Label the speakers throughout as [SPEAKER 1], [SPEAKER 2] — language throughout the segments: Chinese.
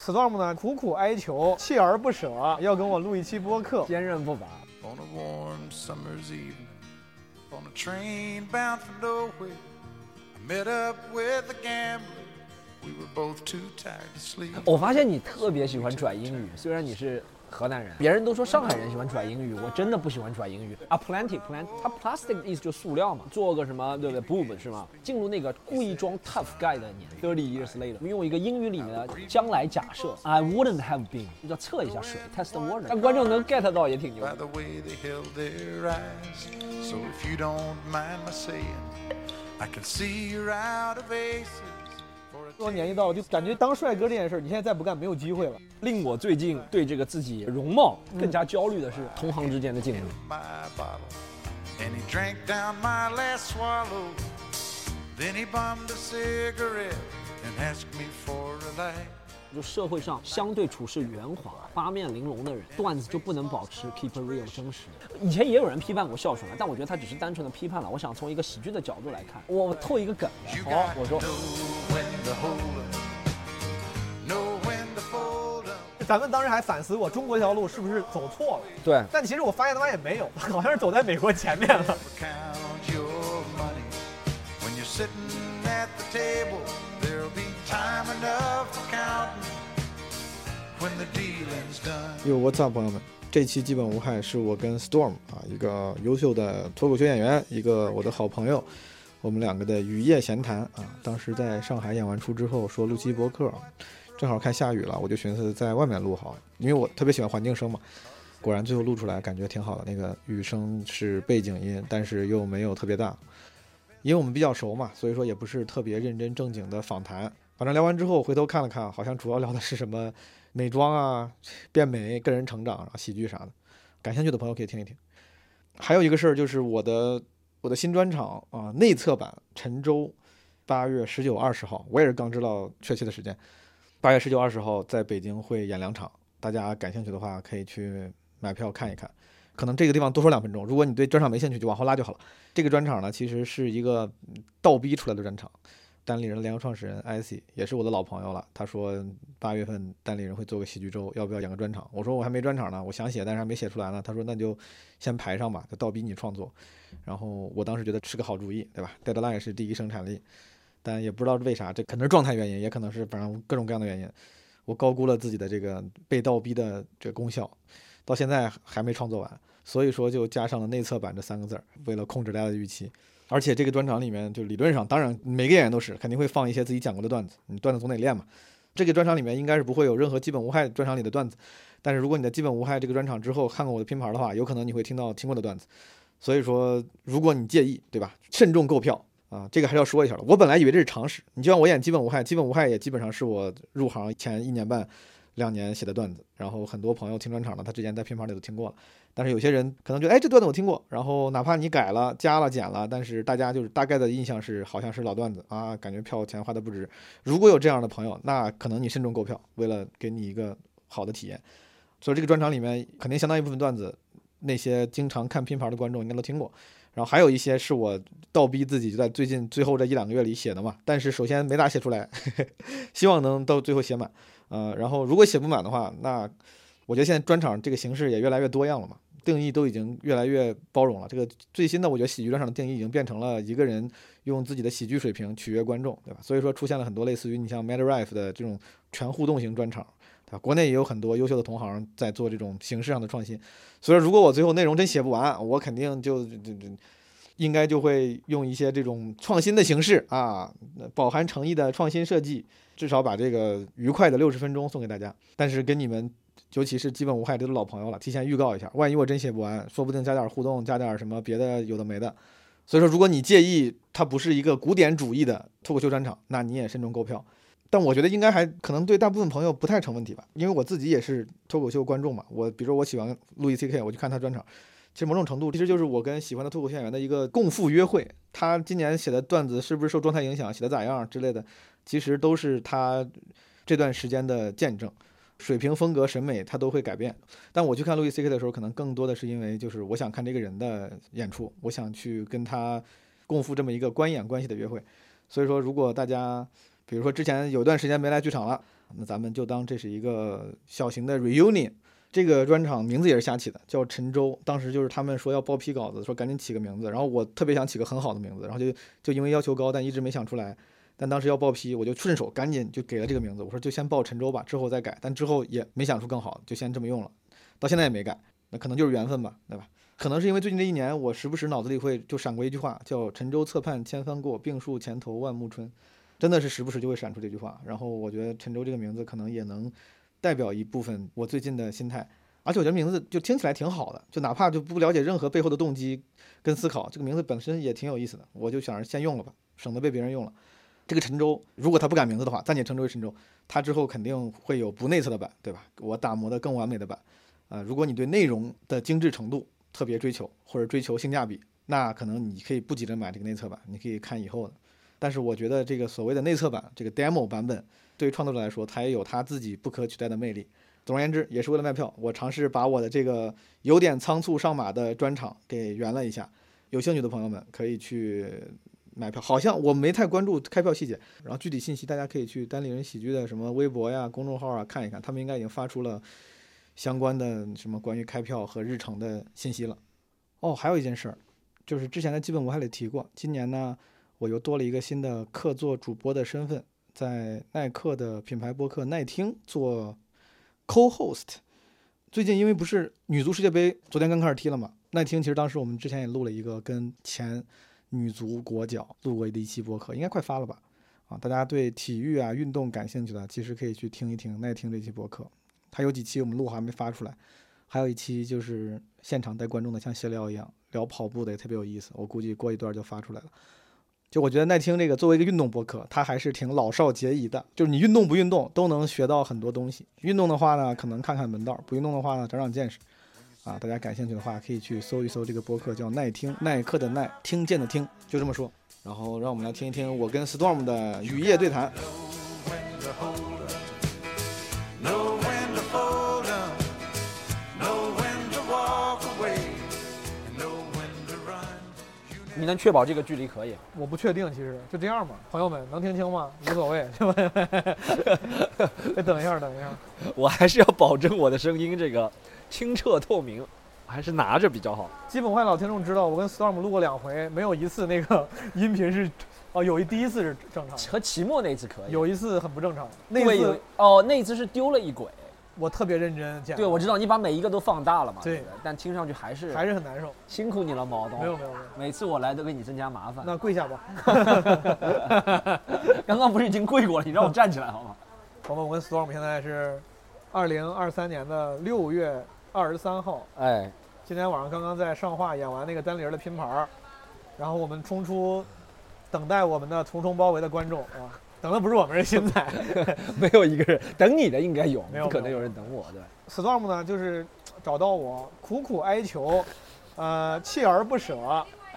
[SPEAKER 1] Storm 呢苦苦哀求，锲而不舍，要跟我录一期播客，坚韧不拔。
[SPEAKER 2] On a warm summer's evening, on a train bound for nowhere, I met up with a gambler. We were both too tired to sleep.
[SPEAKER 3] 我发现你特别喜欢拽英语，虽然你是河南人，别人都说上海人喜欢拽英语，我真的不喜欢拽英语啊。Plenty plenty，它 plastic 的意思就是塑料嘛，做个什么对不对？Boob 是吗？进入那个故意装 tough guy 的年，thirty years later，用一个英语里面的将来假设，I wouldn't have been，就叫测一下水，test the water，让观众能 get 到也挺牛
[SPEAKER 2] By。the way they held their eyes. So if you don't mind my saying, I can see you're out of aces. For a
[SPEAKER 1] 说年纪到了，就感觉当帅哥这件事儿，你现在再不干没有机会了。
[SPEAKER 3] 令我最近对这个自己容貌更加焦虑的是同行之间的竞争。
[SPEAKER 2] my bottle. And he drank down my last swallow. Then he bummed a cigarette and asked me for a light.
[SPEAKER 3] 就社会上相对处事圆滑、八面玲珑的人，段子就不能保持 keep it real 真实。以前也有人批判过孝顺啊，但我觉得他只是单纯的批判了。我想从一个喜剧的角度来看，我透一个梗啊
[SPEAKER 2] You，
[SPEAKER 3] 好
[SPEAKER 2] got，
[SPEAKER 3] 我说
[SPEAKER 2] to know when to hold up, know when to fold up.
[SPEAKER 1] 咱们当时还反思过中国这条路是不是走错了，
[SPEAKER 3] 对，
[SPEAKER 1] 但其实我发现他妈也没有，好像是走在美国前面了。
[SPEAKER 2] Count your money when you're sitting at the table. There'll be time enough for counting when the dealing's done.
[SPEAKER 4] 哟，What's up，朋友们？这期基本无害是我跟 Storm 啊，一个优秀的脱口秀演员，一个我的好朋友，我们两个的雨夜闲谈啊。当时在上海演完出之后，说录期博客，啊正好看下雨了，我就寻思在外面录好了，因为我特别喜欢环境声嘛。果然最后录出来感觉挺好的，那个雨声是背景音，但是又没有特别大。因为我们比较熟嘛，所以说也不是特别认真正经的访谈。反正聊完之后回头看了看，好像主要聊的是什么美妆啊、变美、个人成长，然后喜剧啥的。感兴趣的朋友可以听一听。还有一个事儿就是我的我的新专场啊、内测版陈州，八月十九、二十号，我也是刚知道确切的时间。八月十九、二十号在北京会演两场，大家感兴趣的话可以去买票看一看。可能这个地方多说两分钟，如果你对专场没兴趣，就往后拉就好了。这个专场呢，其实是一个嗯倒逼出来的专场。单立人的联合创始人 IC 也是我的老朋友了，他说八月份单立人会做个喜剧周，要不要演个专场？我说我还没专场呢，我想写，但是还没写出来呢。他说那就先排上吧，就倒逼你创作。然后我当时觉得是个好主意，对吧？Deadline 是第一生产力，但也不知道为啥，这可能是状态原因，也可能是反正各种各样的原因，我高估了自己的这个被倒逼的这个功效，到现在还没创作完，所以说就加上了内测版这三个字儿，为了控制大家的预期。而且这个专场里面，就理论上，当然每个演员都是肯定会放一些自己讲过的段子，你段子总得练嘛。这个专场里面应该是不会有任何基本无害专场里的段子，但是如果你在基本无害这个专场之后看过我的拼盘的话，有可能你会听到听过的段子。所以说，如果你介意，对吧？慎重购票啊，这个还是要说一下的。我本来以为这是常识，你就像我演基本无害，基本无害也基本上是我入行前一年半、两年写的段子，然后很多朋友听专场的，他之前在拼盘里都听过了。但是有些人可能觉得，哎，这段子我听过，然后哪怕你改了、加了、减了，但是大家就是大概的印象是，好像是老段子啊，感觉票钱花的不值。如果有这样的朋友，那可能你慎重购票，为了给你一个好的体验。所以这个专场里面，肯定相当一部分段子，那些经常看拼盘的观众应该都听过。然后还有一些是我倒逼自己就在最近最后这一两个月里写的嘛，但是首先没咋写出来，希望能到最后写满。呃，然后如果写不满的话，那我觉得现在专场这个形式也越来越多样了嘛，定义都已经越来越包容了。这个最新的，我觉得喜剧专场的定义已经变成了一个人用自己的喜剧水平取悦观众，对吧？所以说出现了很多类似于你像 Mad Rife 的这种全互动型专场，对吧？国内也有很多优秀的同行在做这种形式上的创新。所以说，如果我最后内容真写不完，我肯定就就就。应该就会用一些这种创新的形式啊，饱含诚意的创新设计，至少把这个愉快的六十分钟送给大家。但是跟你们尤其是基本无害，这都老朋友了，提前预告一下，万一我真写不完，说不定加点互动，加点什么别的有的没的。所以说，如果你介意它不是一个古典主义的脱口秀专场，那你也慎重购票。但我觉得应该还可能对大部分朋友不太成问题吧，因为我自己也是脱口秀观众嘛。我比如说我喜欢路易 C K，我去看他专场，其实某种程度其实就是我跟喜欢的脱口秀演员的一个共赴约会。他今年写的段子是不是受状态影响，写的咋样之类的，其实都是他这段时间的见证。水平、风格、审美，他都会改变。但我去看路易 C K 的时候，可能更多的是因为就是我想看这个人的演出，我想去跟他共赴这么一个观演关系的约会。所以说，如果大家比如说之前有一段时间没来剧场了，那咱们就当这是一个小型的 reunion。这个专场名字也是瞎起的，叫陈州。当时就是他们说要报批稿子，说赶紧起个名字。然后我特别想起个很好的名字，然后就就因为要求高，但一直没想出来。但当时要报批，我就顺手赶紧就给了这个名字。我说就先报陈州吧，之后再改。但之后也没想出更好，就先这么用了，到现在也没改。那可能就是缘分吧，对吧？可能是因为最近这一年，我时不时脑子里会就闪过一句话，叫“陈州侧畔千帆过，病树前头万木春”，真的是时不时就会闪出这句话。然后我觉得“陈州”这个名字可能也能代表一部分我最近的心态，而且我觉得名字就听起来挺好的，就哪怕就不了解任何背后的动机跟思考，这个名字本身也挺有意思的。我就想着先用了吧，省得被别人用了。这个陈州，如果他不改名字的话，暂且称之为陈州，他之后肯定会有不内测的版，对吧？我打磨的更完美的版。呃，如果你对内容的精致程度特别追求，或者追求性价比，那可能你可以不急着买这个内测版，你可以看以后的。但是我觉得这个所谓的内测版，这个 demo 版本，对于创作者来说，它也有它自己不可取代的魅力。总而言之，也是为了卖票，我尝试把我的这个有点仓促上马的专场给圆了一下。有兴趣的朋友们可以去买票，好像我没太关注开票细节，然后具体信息大家可以去单立人喜剧的什么微博呀、公众号啊看一看，他们应该已经发出了相关的什么关于开票和日程的信息了。哦，还有一件事儿，就是之前的基本无害里提过，今年呢我又多了一个新的客座主播的身份，在耐克的品牌播客耐听做 co-host。最近因为不是女足世界杯，昨天刚开始踢了嘛，耐听其实当时我们之前也录了一个跟前女足国脚录过的一期播客，应该快发了吧？啊，大家对体育啊、运动感兴趣的，其实可以去听一听耐听这期播客。它有几期我们录好还没发出来，还有一期就是现场带观众的，像闲聊一样聊跑步的，也特别有意思。我估计过一段就发出来了。就我觉得耐听这个作为一个运动播客，它还是挺老少皆宜的。就是你运动不运动都能学到很多东西。运动的话呢，可能看看门道；不运动的话呢，长长见识。啊，大家感兴趣的话，可以去搜一搜这个播客，叫耐听，耐克的耐，听见的听，就这么说。然后让我们来听一听我跟 Storm 的雨夜对谈。
[SPEAKER 2] Know when to hold 'em. Know when to fold 'em. Know when to walk away. And know when to run. You
[SPEAKER 3] 你能确保这个距离可以？
[SPEAKER 1] 我不确定，其实就这样吧。朋友们，能听清吗？无所谓， 是吧？哎，等一下，等一下，
[SPEAKER 3] 我还是要保证我的声音这个清澈透明，还是拿着比较好。
[SPEAKER 1] 基本坏老听众知道，我跟 Storm 录过两回，没有一次那个 音频是，哦，有一第一次是正常的，
[SPEAKER 3] 和齐墨那次可以，
[SPEAKER 1] 有一次很不正常。那
[SPEAKER 3] 对有
[SPEAKER 1] 次
[SPEAKER 3] 哦，那次是丢了一轨。
[SPEAKER 1] 我特别认真剪，
[SPEAKER 3] 对，我知道你把每一个都放大了嘛。
[SPEAKER 1] 啊对
[SPEAKER 3] 不，但听上去还是
[SPEAKER 1] 还是很难受。
[SPEAKER 3] 辛苦你了，毛
[SPEAKER 1] 没有
[SPEAKER 3] 东。
[SPEAKER 1] 没有没有，
[SPEAKER 3] 每次我来都给你增加麻烦。
[SPEAKER 1] 那跪下吧。
[SPEAKER 3] 刚刚不是已经跪过了？你让我站起来好吗？
[SPEAKER 1] 朋友们，我跟 Storm 现在是二零二三年的六月二十三号，
[SPEAKER 3] 哎，
[SPEAKER 1] 今天晚上刚刚在上画演完那个单立人的拼盘儿，然后我们冲出等待我们的重重包围的观众啊，等的不是我们，是新 仔。
[SPEAKER 3] 没有一个人等你的，应该有，
[SPEAKER 1] 没有
[SPEAKER 3] 不可
[SPEAKER 1] 没
[SPEAKER 3] 能
[SPEAKER 1] 有
[SPEAKER 3] 有人等我。对，
[SPEAKER 1] Storm 呢，就是找到我，苦苦哀求，呃，锲而不舍，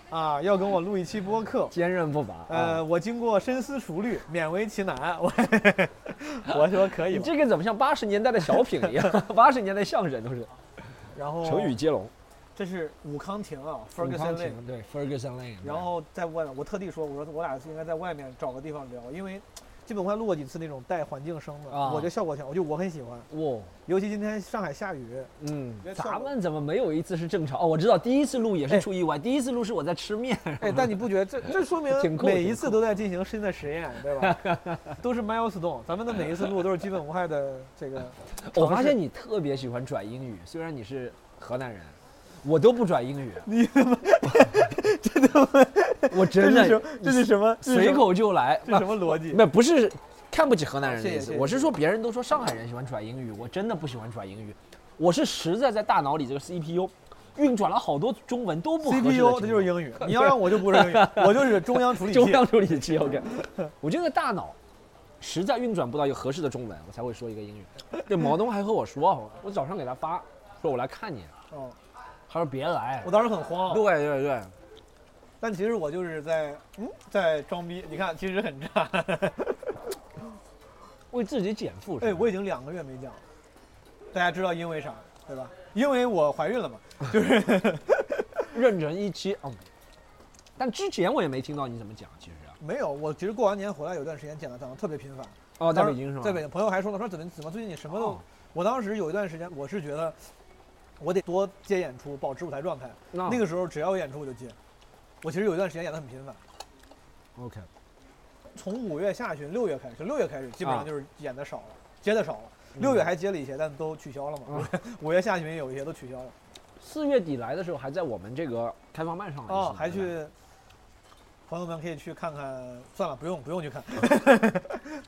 [SPEAKER 1] 啊，要跟我录一期播客。
[SPEAKER 3] 坚韧不拔。
[SPEAKER 1] 呃，
[SPEAKER 3] 啊，
[SPEAKER 1] 我经过深思熟虑，勉为其难，我 我说可以
[SPEAKER 3] 你
[SPEAKER 1] 吧。
[SPEAKER 3] 这个怎么像八十年代的小品一 样？八十年代相声都是
[SPEAKER 1] 然后
[SPEAKER 3] 成语接龙。
[SPEAKER 1] 这是武康亭啊
[SPEAKER 3] 冯康
[SPEAKER 1] 哦，Ferguson Lane。
[SPEAKER 3] 婷对 Ferguson Lane。
[SPEAKER 1] 然后在外面，我特地说，我说我俩应该在外面找个地方聊，因为基本快录过几次那种带环境声的，
[SPEAKER 3] 啊
[SPEAKER 1] 我觉得效果挺好，我就我很喜欢。
[SPEAKER 3] 哇，
[SPEAKER 1] 尤其今天上海下 雨，
[SPEAKER 3] 嗯
[SPEAKER 1] 觉得，效果
[SPEAKER 3] 咱们怎么没有一次是正常？哦，我知道，第一次录也
[SPEAKER 1] 哎
[SPEAKER 3] 是出意外，第一次录是我在吃面。
[SPEAKER 1] 哎，但你不觉得这这说明
[SPEAKER 3] 挺酷
[SPEAKER 1] 每
[SPEAKER 3] 挺
[SPEAKER 1] 一次都在进行新的实验，对吧？ 都是 milestone，咱们的每一次录都是基本无害的这 个。
[SPEAKER 3] 我发现你特别喜欢转英语，虽然你是河南人，我都不转英语。你 怎么真的吗？我真的
[SPEAKER 1] 这是什么？ 这是什
[SPEAKER 3] 随
[SPEAKER 1] 么
[SPEAKER 3] 口就来，
[SPEAKER 1] 这是什么逻辑？
[SPEAKER 3] 那不是看不起河南人的意
[SPEAKER 1] 谢谢
[SPEAKER 3] 思，
[SPEAKER 1] 谢谢
[SPEAKER 3] 我是说别人都说上海人喜欢转英语，我真的不喜欢转英语，我是实在在大脑里这个 CPU 运转了好多中文都不合适的
[SPEAKER 1] CPU
[SPEAKER 3] 中文
[SPEAKER 1] 这就是英语，你要让我就不是英语，我就是 中央处理器。
[SPEAKER 3] 中央处理器 OK，我这个大脑实在运转不到一个合适的中文，我才会说一个英语。对，毛东还和我说，我早上给他发，说我来看你，
[SPEAKER 1] 哦，
[SPEAKER 3] 他说别来
[SPEAKER 1] 我。当时很慌啊
[SPEAKER 3] 对，对对，
[SPEAKER 1] 但其实我就是在嗯在装逼。你看，其实很差。
[SPEAKER 3] 为自己减负。
[SPEAKER 1] 哎，我已
[SPEAKER 3] 经
[SPEAKER 1] 经两个月没讲了，大家知道因为啥对吧？因为我怀孕了嘛，就是
[SPEAKER 3] 认真一期，嗯，但之前我也没听到你怎么讲，其实啊
[SPEAKER 1] 没有。我其实过完年回来有段时间剪的，讲的特别频繁，
[SPEAKER 3] 哦，在
[SPEAKER 1] 当时
[SPEAKER 3] 北京是吗？
[SPEAKER 1] 在北京，朋友还说呢，说怎么怎么最近你什么都，
[SPEAKER 3] 哦
[SPEAKER 1] 我当时有一段时间，我是觉得我得多接演出，保持舞台状态。
[SPEAKER 3] 那
[SPEAKER 1] 那个时候只要有演出我就接，我其实有一段时间演得很频繁，
[SPEAKER 3] OK，
[SPEAKER 1] 从五月下旬六月开始，六月开始基本
[SPEAKER 3] 啊
[SPEAKER 1] 上就是演的少了，接的少了。嗯六月还接了一些，但都取消了嘛。
[SPEAKER 3] 啊
[SPEAKER 1] 五月下旬也有一些都取消了。
[SPEAKER 3] 四月底来的时候还在我们这个开放麦上来
[SPEAKER 1] 哦，
[SPEAKER 3] 是
[SPEAKER 1] 还
[SPEAKER 3] 吧
[SPEAKER 1] 去，朋友们可以去看看。算了，不用不用去看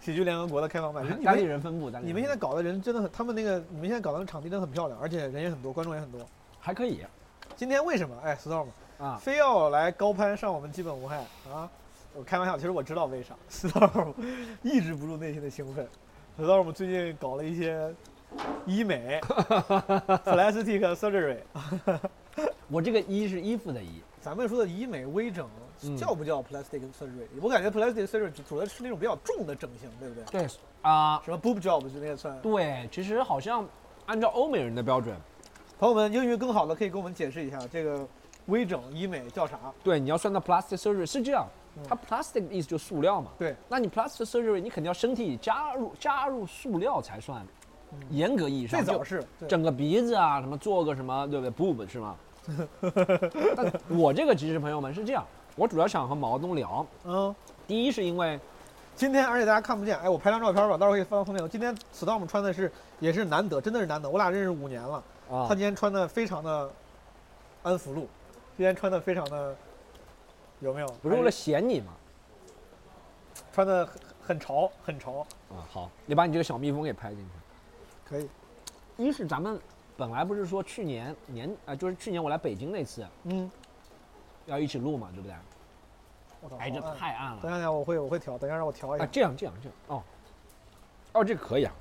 [SPEAKER 1] 喜剧联合国的开放麦。啊你
[SPEAKER 3] 单立
[SPEAKER 1] 们
[SPEAKER 3] 人分布，单立
[SPEAKER 1] 你
[SPEAKER 3] 人
[SPEAKER 1] 们现在
[SPEAKER 3] 分
[SPEAKER 1] 搞的人真的很，他们那个你们现在搞的场地真的很漂亮，而且人也很多，观众也很多。
[SPEAKER 3] 布还可以
[SPEAKER 1] 今天为什么哎，storm
[SPEAKER 3] 啊，
[SPEAKER 1] 非要来高攀上我们基本无害啊？我开玩笑，其实我知道为啥。storm 抑制不住内心的兴奋。storm 最近搞了一些医美 ，plastic surgery，
[SPEAKER 3] 我这个衣是衣服的衣，
[SPEAKER 1] 咱们说的医美微整
[SPEAKER 3] 嗯
[SPEAKER 1] 叫不叫 plastic surgery？、我感觉 plastic surgery 主要是那种比较重的整形，对不对？
[SPEAKER 3] 对啊，
[SPEAKER 1] 什么 boob job 就那个算。
[SPEAKER 3] 对，其实好像按照欧美人的标准，
[SPEAKER 1] 朋友们，英语更好的可以给我们解释一下这个微整医美叫啥？
[SPEAKER 3] 对，你要算到 plastic surgery 是这样，
[SPEAKER 1] 嗯
[SPEAKER 3] 它 plastic 的意思就是塑料嘛。
[SPEAKER 1] 对，
[SPEAKER 3] 那你 plastic surgery 你肯定要身体加入加入塑料才算，严格意义上
[SPEAKER 1] 嗯最早
[SPEAKER 3] 就是
[SPEAKER 1] 对
[SPEAKER 3] 整个鼻子啊什么做个什么对不对 boob 是 吗？但我这个其实朋友们是这样，我主要想和毛东聊，
[SPEAKER 1] 嗯，
[SPEAKER 3] 第一是因为
[SPEAKER 1] 今天而且大家看不见，哎，我拍张照片吧，到时候可以放到封面。我今天 storm 穿的是也是难得，真的是难得，我俩认识五年了，
[SPEAKER 3] 啊
[SPEAKER 1] 他今天穿的非常的安福路，今天穿的非常的有没有？
[SPEAKER 3] 不是为了显你嘛？
[SPEAKER 1] 穿的很很潮，很潮，
[SPEAKER 3] 啊好，你把你这个小蜜蜂给拍进去。
[SPEAKER 1] 可以，
[SPEAKER 3] 一是咱们本来不是说去年年啊、就是去年我来北京那次
[SPEAKER 1] 嗯，
[SPEAKER 3] 要一起录嘛，对不对？
[SPEAKER 1] 我操，
[SPEAKER 3] 哎，这
[SPEAKER 1] 好暗
[SPEAKER 3] 太暗了
[SPEAKER 1] 等。一下，我会我会调，等一下让我调一
[SPEAKER 3] 啊，
[SPEAKER 1] 下，
[SPEAKER 3] 这样这样这样哦，哦，这个可以啊。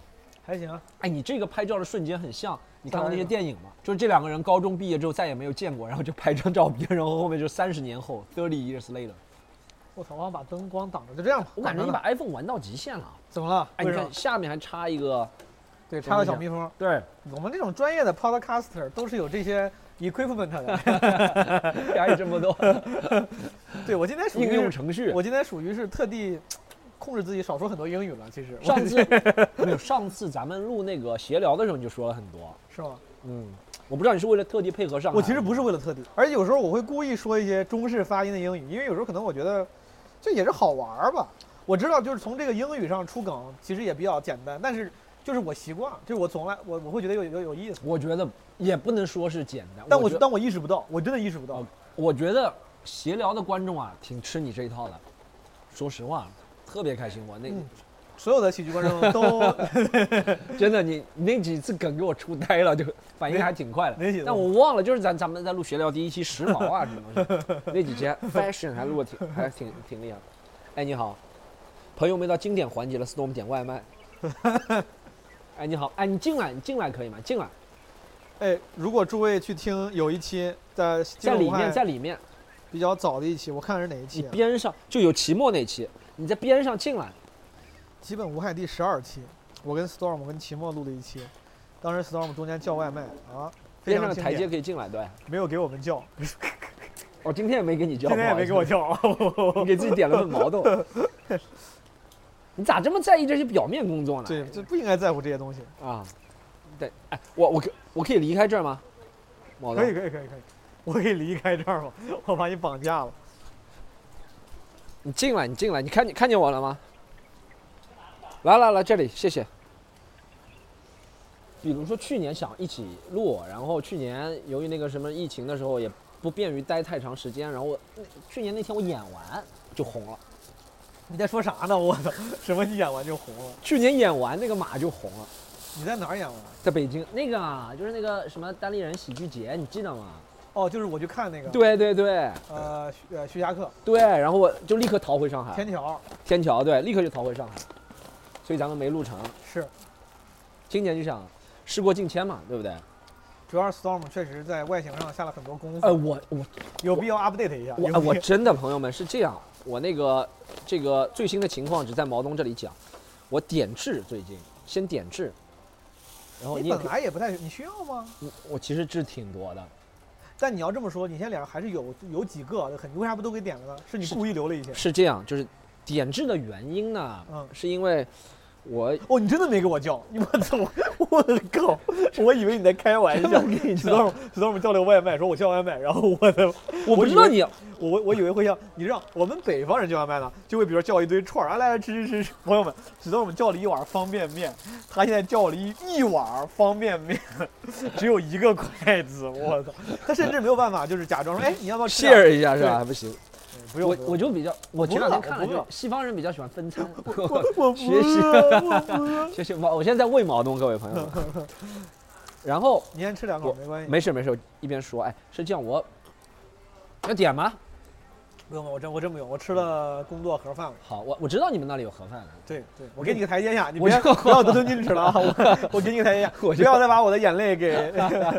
[SPEAKER 1] 还行啊。
[SPEAKER 3] 哎，你这个拍照的瞬间很像你看过
[SPEAKER 1] 当
[SPEAKER 3] 那
[SPEAKER 1] 然
[SPEAKER 3] 些
[SPEAKER 1] 了
[SPEAKER 3] 电影吗？就是这两个人高中毕业之后再也没有见过，然后就拍张照片，然后后面就 三十年后 （thirty years later）。
[SPEAKER 1] 我操，我想把灯光挡着，就这样吧。
[SPEAKER 3] 我感觉
[SPEAKER 1] 挡着
[SPEAKER 3] 你把
[SPEAKER 1] 吧
[SPEAKER 3] iPhone 玩到极限了。
[SPEAKER 1] 怎么了？
[SPEAKER 3] 哎，
[SPEAKER 1] 为
[SPEAKER 3] 你
[SPEAKER 1] 什
[SPEAKER 3] 看
[SPEAKER 1] 么？
[SPEAKER 3] 下面还插一个，
[SPEAKER 1] 对，插个小蜜蜂。
[SPEAKER 3] 对，
[SPEAKER 1] 我们这种专业的 podcaster 都是有这些 equipment 的。
[SPEAKER 3] 还有哎这 么多
[SPEAKER 1] 对我今天属于
[SPEAKER 3] 应用
[SPEAKER 1] 是，
[SPEAKER 3] 程序。
[SPEAKER 1] 我今天属于是特地控制自己少说很多英语了。其实
[SPEAKER 3] 上次没有，上次咱们录那个闲聊的时候你就说了很多。
[SPEAKER 1] 是吗？
[SPEAKER 3] 嗯，我不知道你是为了特地配合上海，
[SPEAKER 1] 我其实不是为了特地，而且有时候我会故意说一些中式发音的英语，因为有时候可能我觉得这也是好玩儿吧。我知道就是从这个英语上出梗，其实也比较简单，但是就是我习惯了，就是我从来我我会觉得有有有意思，
[SPEAKER 3] 我觉得也不能说是简单，
[SPEAKER 1] 但我
[SPEAKER 3] 觉得
[SPEAKER 1] 但我意识不到，我真的意识不到
[SPEAKER 3] 哦。我觉得闲聊的观众啊，挺吃你这一套的。说实话，特别开心。我那、
[SPEAKER 1] 嗯所有的喜剧观众 都
[SPEAKER 3] 真的，你你那几次梗给我出呆了，就反应还 挺快的。
[SPEAKER 1] 哪几次
[SPEAKER 3] 但我忘了，就是咱咱们在录闲聊第一期时髦啊什么东西，那几期 还 fashion 还录的挺还挺挺厉害的。哎，你好，朋友们到经典环节了，storm 点外卖。 哎，你好，哎，你进来，你进来可以吗？进来，
[SPEAKER 1] 哎，如果诸位去听有一期在
[SPEAKER 3] 在里面，在里面。
[SPEAKER 1] 比较早的一期，我看是哪一
[SPEAKER 3] 你
[SPEAKER 1] 期、啊？
[SPEAKER 3] 边上就有期末那期，你在边上进来，
[SPEAKER 1] 基本无害第十二期，我跟 Storm 跟齐墨录的一期，当时 Storm 中间叫外卖啊，非
[SPEAKER 3] 边
[SPEAKER 1] 常
[SPEAKER 3] 上的
[SPEAKER 1] 经
[SPEAKER 3] 台阶
[SPEAKER 1] 典
[SPEAKER 3] 可以进来，对。
[SPEAKER 1] 没有给我们叫，
[SPEAKER 3] 哦，今天也没给你叫，
[SPEAKER 1] 今天也没给我
[SPEAKER 3] 叫，
[SPEAKER 1] 叫，
[SPEAKER 3] 你给自己点了 份毛豆。你咋这么在意这些表面工作呢？
[SPEAKER 1] 对，就不应该在乎这些东西。
[SPEAKER 3] 啊，对，哎，我我可我可以离开这儿吗？毛豆
[SPEAKER 1] 可以，可以，可以，可以，我可以离开这儿吗？我把你绑架了。
[SPEAKER 3] 你进来，你进来，你看你看见我了吗？来来来，这里，谢谢。比如说去年想一起录，然后去年由于那个什么疫情的时候也不便于待太长时间，然后我那去年那天我演完就红了，
[SPEAKER 1] 你在说啥呢？我操，什么你演完就红了？
[SPEAKER 3] 去年演完那个马就红了，
[SPEAKER 1] 你在哪儿演完？
[SPEAKER 3] 在北京那个啊，就是那个什么单立人喜剧节，你记得吗？
[SPEAKER 1] 哦，就是我去看那个，，
[SPEAKER 3] 对对对
[SPEAKER 1] 呃，徐呃徐霞客、
[SPEAKER 3] 对，然后我就立刻逃回上海，
[SPEAKER 1] 天桥
[SPEAKER 3] 天桥对，立刻就逃回上海，所以咱们没录成。
[SPEAKER 1] 是，
[SPEAKER 3] 今年就想事过境迁嘛，对不对？
[SPEAKER 1] 主要是 Storm 确实在外形上下了很多功
[SPEAKER 3] 呃，
[SPEAKER 1] 夫，
[SPEAKER 3] 我我
[SPEAKER 1] 有必要 update 一下。
[SPEAKER 3] 我
[SPEAKER 1] 有
[SPEAKER 3] 哎
[SPEAKER 1] 必
[SPEAKER 3] 我
[SPEAKER 1] 要
[SPEAKER 3] 真的朋友们是这样，我那个这个最新的情况只在毛东这里讲，我点痣最近先点痣，然后你
[SPEAKER 1] 你
[SPEAKER 3] 也
[SPEAKER 1] 本
[SPEAKER 3] 可以
[SPEAKER 1] 来也不太，你需要吗？
[SPEAKER 3] 我我其实痣挺多的，
[SPEAKER 1] 但你要这么说，你现在脸上还是有有几个很，你为啥不都给点了呢？是你
[SPEAKER 3] 是
[SPEAKER 1] 故意留了一些？
[SPEAKER 3] 是这样，就是点痣的原因呢，
[SPEAKER 1] 嗯
[SPEAKER 3] 是因为我
[SPEAKER 1] 哦，你真的没给我叫，你我操！我靠！我以为你在开玩笑。Storm Storm 叫了个外卖，说我叫外卖，然后我的
[SPEAKER 3] 我不
[SPEAKER 1] 以
[SPEAKER 3] 知道
[SPEAKER 1] 为
[SPEAKER 3] 你
[SPEAKER 1] 我我我以为会像你让我们北方人叫外卖呢，就会比如叫一堆串儿，啊来来吃吃吃吃。朋友们，只能我们叫了一碗方便面，他现在叫了一一碗方便面， 只有一个筷子，我操！他甚至没有办法，就是假装说，哎，你要不要吃点儿？
[SPEAKER 3] share 一下是吧？不行，
[SPEAKER 1] 不用，
[SPEAKER 3] 我
[SPEAKER 1] 不用
[SPEAKER 3] 我就比较，我前两天看了，
[SPEAKER 1] 不饿
[SPEAKER 3] 就西方人比较喜欢分 餐，
[SPEAKER 1] 我不
[SPEAKER 3] 学习
[SPEAKER 1] 饿，我不饿。
[SPEAKER 3] 学习毛，我现在在喂毛东，各位朋友们。然后
[SPEAKER 1] 你先吃两口
[SPEAKER 3] 我
[SPEAKER 1] 没关系，
[SPEAKER 3] 没事没事，我一边说，哎，是这样，我要点吗？
[SPEAKER 1] 不用，我真我真不用，我吃了工作盒饭了。
[SPEAKER 3] 好，我我知道你们那里有盒饭的，
[SPEAKER 1] 对对，我给你个台阶下，你
[SPEAKER 3] 我
[SPEAKER 1] 别
[SPEAKER 3] 就
[SPEAKER 1] 不要得寸进尺了啊！ 我我给你个台阶下，
[SPEAKER 3] 我
[SPEAKER 1] 不
[SPEAKER 3] 就
[SPEAKER 1] 要再把我的眼泪给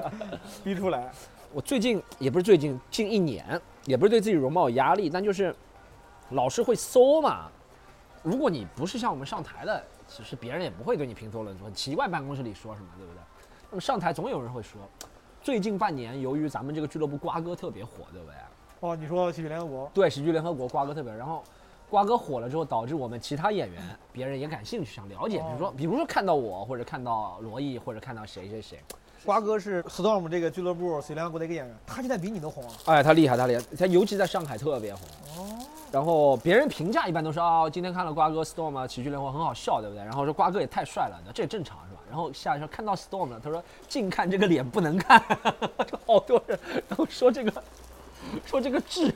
[SPEAKER 1] 逼出来。
[SPEAKER 3] 我最近也不是最近，近一年也不是对自己容貌有压力，但就是老是会搜嘛。如果你不是像我们上台的，其实别人也不会对你评头论足，很奇怪办公室里说什么，对不对？那么上台总有人会说，最近半年由于咱们这个俱乐部瓜哥特别火，对不啊对？
[SPEAKER 1] 哦，你说喜剧联合国，
[SPEAKER 3] 对，喜剧联合国瓜哥特别，然后瓜哥火了之后，导致我们其他演员别人也感兴趣，想了解，比如说比如说看到我，或者看到罗毅，或者看到谁谁谁，
[SPEAKER 1] 瓜哥是 Storm 这个俱乐部喜剧联合国的一个演员，他现在比你都红啊！
[SPEAKER 3] 哎，他厉害，他厉害，他尤其在上海特别红。然后别人评价一般都是啊、今天看了瓜哥 Storm 啊，喜剧联合很好笑，对不对？然后说瓜哥也太帅了，这也正常是吧？然后下一说看到 Storm 了，他说近看这个脸不能看， 就好多人，然后说这个说这个痣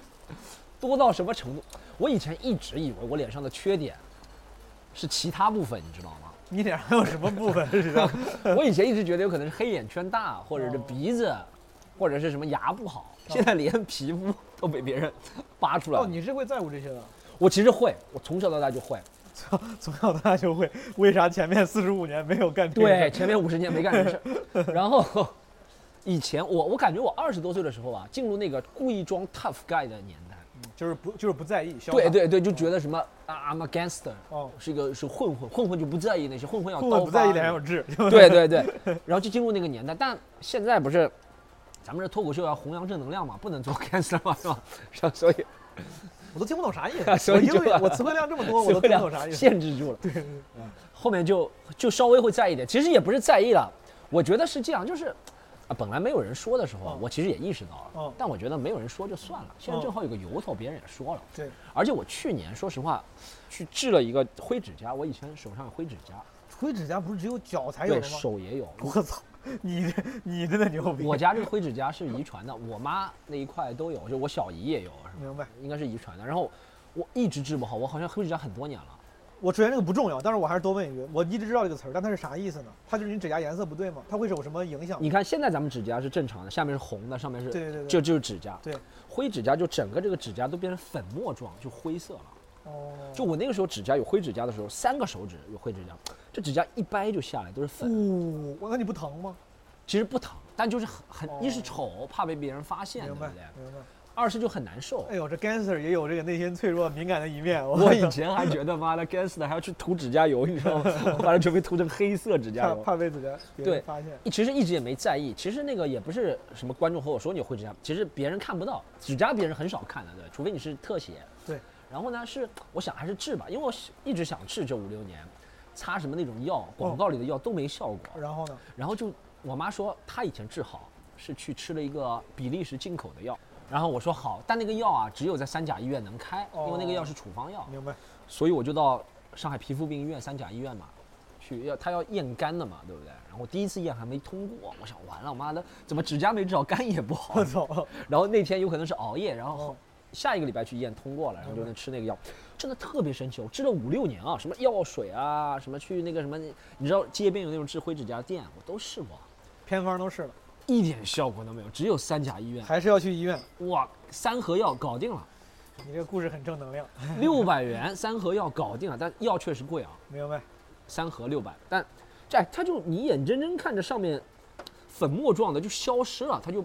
[SPEAKER 3] 多到什么程度？我以前一直以为我脸上的缺点是其他部分，你知道吗？
[SPEAKER 1] 你脸上有什么部 分是这样？
[SPEAKER 3] 我以前一直觉得有可能是黑眼圈大，或
[SPEAKER 1] 哦
[SPEAKER 3] 者是鼻子，或者是什么牙不好，现在连皮肤都被别人扒出来
[SPEAKER 1] 哦，
[SPEAKER 3] 了。
[SPEAKER 1] 你是会在乎这些的，
[SPEAKER 3] 我其实会，我从小到大就会。
[SPEAKER 1] 从小到大就会。为啥前面四十五年没有干这个事
[SPEAKER 3] 对，
[SPEAKER 1] 儿？
[SPEAKER 3] 前面五十年没干什么事儿， 然后以前我我感觉我二十多岁的时候啊，进入那个故意装 tough guy 的年代。
[SPEAKER 1] 就是不就是不在意。潇洒
[SPEAKER 3] 对，对对，就觉得什么啊，I'm a gangster，
[SPEAKER 1] 哦，
[SPEAKER 3] 是一个是混混，混混就不在意那些，混混要
[SPEAKER 1] 不
[SPEAKER 3] 刀
[SPEAKER 1] 我不在意
[SPEAKER 3] 疤
[SPEAKER 1] 脸
[SPEAKER 3] 什
[SPEAKER 1] 上
[SPEAKER 3] 么
[SPEAKER 1] 有痣。
[SPEAKER 3] 对对对，然后就进入那个年代。但现在不是，咱们这脱口秀要弘扬正能量嘛，不 能做 cancer 嘛，是吧？所所以
[SPEAKER 1] 我都听不懂啥意 思。
[SPEAKER 3] 所
[SPEAKER 1] 我
[SPEAKER 3] 以
[SPEAKER 1] 英
[SPEAKER 3] 就
[SPEAKER 1] 语我啊词汇量这么多，我
[SPEAKER 3] 词
[SPEAKER 1] 都
[SPEAKER 3] 汇
[SPEAKER 1] 听不懂
[SPEAKER 3] 量
[SPEAKER 1] 啥意思。
[SPEAKER 3] 限制住了。对，后面就就稍微会在意点，其实也不是在意了，我觉得是这样，就是。啊，本来没有人说的时候啊
[SPEAKER 1] 嗯，
[SPEAKER 3] 我其实也意识到了
[SPEAKER 1] 嗯，
[SPEAKER 3] 但我觉得没有人说就算了。现在正好有个由头，别人也说了。
[SPEAKER 1] 哦对，
[SPEAKER 3] 而且我去年说实话，去治了一个灰指甲，我以前手上有灰指甲，
[SPEAKER 1] 灰指甲不是只有脚才有
[SPEAKER 3] 对
[SPEAKER 1] 的吗？
[SPEAKER 3] 手也有，
[SPEAKER 1] 我操，你这你真的牛逼！
[SPEAKER 3] 我家这个灰指甲是遗传的，我妈那一块都有，就我小姨也有，是吧？
[SPEAKER 1] 明白。
[SPEAKER 3] 应该是遗传的。然后我一直治不好，我好像灰指甲很多年
[SPEAKER 1] 哦
[SPEAKER 3] 了。
[SPEAKER 1] 我首先这个不重要，但是我还是多问一句，我一直知道这个词儿，但它是啥意思呢？它就是你指甲颜色不对吗？它会有什么影响吗？
[SPEAKER 3] 你看现在咱们指甲是正常的，下面是红的，上面是，
[SPEAKER 1] 对对对
[SPEAKER 3] 这就是指甲。
[SPEAKER 1] 对，
[SPEAKER 3] 灰指甲就整个这个指甲都变成粉末状，就灰色了。
[SPEAKER 1] 哦，
[SPEAKER 3] 就我那个时候指甲有灰指甲的时候，三个手指有灰指甲，这指甲一掰就下来都是粉，
[SPEAKER 1] 哦，我那你不疼吗？
[SPEAKER 3] 其实不疼，但就是很
[SPEAKER 1] 哦
[SPEAKER 3] 很，一是丑，怕被别人发现，对
[SPEAKER 1] 明
[SPEAKER 3] 不
[SPEAKER 1] 白，
[SPEAKER 3] 对？
[SPEAKER 1] 明白。
[SPEAKER 3] 二是就很难受
[SPEAKER 1] 哎。呦，这 gangster 也有这个内心脆弱、敏感的一面。我
[SPEAKER 3] 我以前还觉得妈的 gangster 还要去涂指甲油，你知道吗？ 我把它全部涂成黑色指甲
[SPEAKER 1] 怕
[SPEAKER 3] 油。
[SPEAKER 1] 怕被指甲别
[SPEAKER 3] 对
[SPEAKER 1] 人发现。
[SPEAKER 3] 其实一直也没在意，其实那个也不是什么观众和我说你有灰指甲，其实别人看不到，指甲别人很少看的，对，除非你是特写。
[SPEAKER 1] 对，
[SPEAKER 3] 然后呢，是我想还是治吧，因为我一直想治这五六年，擦什么那种药，广告里的药都没效果。
[SPEAKER 1] 然后呢？
[SPEAKER 3] 然后就我妈说她以前治好是去吃了一个比利时进口的药，然后我说好，但那个药啊只有在三甲医院能开，因为那个药是处方药。
[SPEAKER 1] 明白。
[SPEAKER 3] 所以我就到上海皮肤病医院三甲医院嘛，去要他要验肝的嘛，对不对？然后第一次验还没通过，我想完了，妈的，怎么指甲没治好，肝也不好
[SPEAKER 1] 我。操，
[SPEAKER 3] 然后那天有可能是熬夜，然
[SPEAKER 1] 哦
[SPEAKER 3] 后下一个礼拜去验通过了，然后就能吃那个药，真的特别神奇，我治了五六年啊，什么药水啊，什么去那个什么，你知道街边有那种治灰指甲店，我都试过。
[SPEAKER 1] 偏方都试了，
[SPEAKER 3] 一点效果都没有，只有三甲医院，
[SPEAKER 1] 还是要去医院。
[SPEAKER 3] 哇，三合药搞定了，
[SPEAKER 1] 你这个故事很正能量，
[SPEAKER 3] 六百元三合药搞定了，但药确实贵啊，
[SPEAKER 1] 明白？
[SPEAKER 3] 三盒六百，但这哎它就你眼睁睁看着上面粉末状的就消失了，它就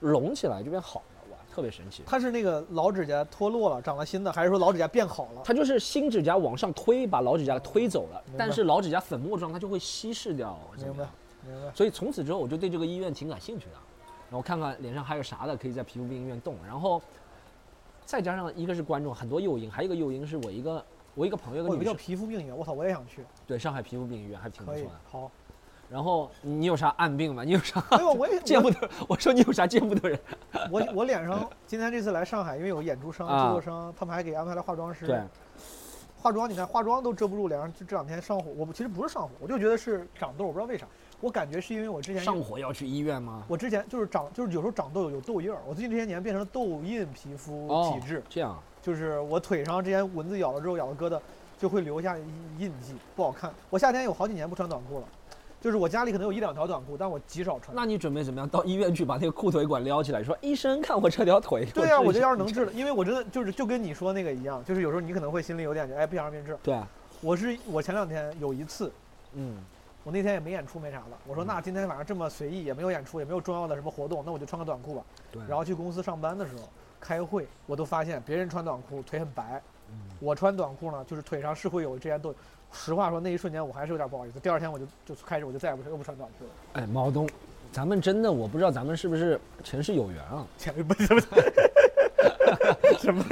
[SPEAKER 3] 隆起来就变好了，哇，特别神奇。
[SPEAKER 1] 它是那个老指甲脱落了，长了新的，还是说老指甲变好了？
[SPEAKER 3] 它就是新指甲往上推，把老指甲推走了
[SPEAKER 1] 明白，
[SPEAKER 3] 但是老指甲粉末状它就会稀释掉。怎
[SPEAKER 1] 明白
[SPEAKER 3] 么样，
[SPEAKER 1] 明白。
[SPEAKER 3] 所以从此之后我就对这个医院挺感兴趣的，然后看看脸上还有啥的可以在皮肤病医院动，然后再加上一个是观众很多诱因，还有一个诱因是我一个我一个朋友，一
[SPEAKER 1] 我
[SPEAKER 3] 个
[SPEAKER 1] 有
[SPEAKER 3] 女
[SPEAKER 1] 个叫
[SPEAKER 3] 生，
[SPEAKER 1] 皮肤病医院，我操，我也想去，
[SPEAKER 3] 对上海皮肤病医院还挺不
[SPEAKER 1] 可
[SPEAKER 3] 错啊
[SPEAKER 1] 以
[SPEAKER 3] 的。，
[SPEAKER 1] 好，
[SPEAKER 3] 然后你有啥暗病吗？你有啥
[SPEAKER 1] 没有，我也
[SPEAKER 3] 见不得？我说你有啥见不得人？
[SPEAKER 1] 我我脸上今天这次来上海，因为有演出商、
[SPEAKER 3] 啊
[SPEAKER 1] 制作商，他们还给安排了化妆师。
[SPEAKER 3] 对，，
[SPEAKER 1] 化妆你看化妆都遮不住脸上，就这两天上火。我其实不是上火，我就觉得是长痘，我不知道为啥。我感觉是因为我之前
[SPEAKER 3] 上火要去医院吗？
[SPEAKER 1] 我之前就是长，就是有时候长痘有痘印儿。我最近这些年变成了痘印皮肤
[SPEAKER 3] 哦
[SPEAKER 1] 体质，
[SPEAKER 3] 这样，
[SPEAKER 1] 就是我腿上之前蚊子咬了之后咬了疙瘩，就会留下印印记，不好看。我夏天有好几年不穿短裤了，就是我家里可能有一两条短裤，但我极少穿。
[SPEAKER 3] 那你准备怎么样？到医院去把那个裤腿管撩起来，说医生看啊我这条腿。
[SPEAKER 1] 对呀、
[SPEAKER 3] 治一
[SPEAKER 1] 我觉得
[SPEAKER 3] 下
[SPEAKER 1] 要是能治了，因为我真的就是就跟你说那个一样，就是有时候你可能会心里有点觉得哎不想让别人治。
[SPEAKER 3] 对啊，
[SPEAKER 1] 我是我前两天有一次，
[SPEAKER 3] 嗯，
[SPEAKER 1] 我那天也没演出没啥的，我说那今天晚上这么随意，也没有演出，也没有重要的什么活动，那我就穿个短裤吧。
[SPEAKER 3] 对。
[SPEAKER 1] 然后去公司上班的时候开会，我都发现别人穿短裤腿很白，
[SPEAKER 3] 嗯
[SPEAKER 1] 我穿短裤呢就是腿上是会有这些痘。实话说那一瞬间我还是有点不好意思，第二天我就就开始我就再也不又不穿短裤了。
[SPEAKER 3] 哎，毛东，咱们真的我不知道咱们是不是前世有缘啊？
[SPEAKER 1] 前不是 不是什么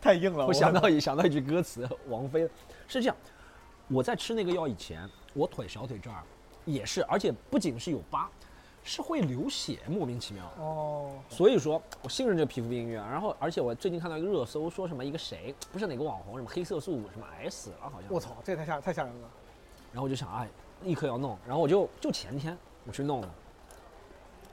[SPEAKER 1] 太硬了，
[SPEAKER 3] 我 想到一想到一句歌词，王菲的，是这样，我在吃那个药以前，我腿小腿这儿也是，而且不仅是有疤，是会流血，莫名其妙。
[SPEAKER 1] 哦，
[SPEAKER 3] 所以说，我信任这皮肤病医院。啊然后，而且我最近看到一个热搜，说什么一个谁，不是哪个网红，什么黑色素什么癌死了，好像。
[SPEAKER 1] 我！操，这也太吓太吓人了。
[SPEAKER 3] 然后我就想，哎，立刻要弄。然后我就就前天我去弄的，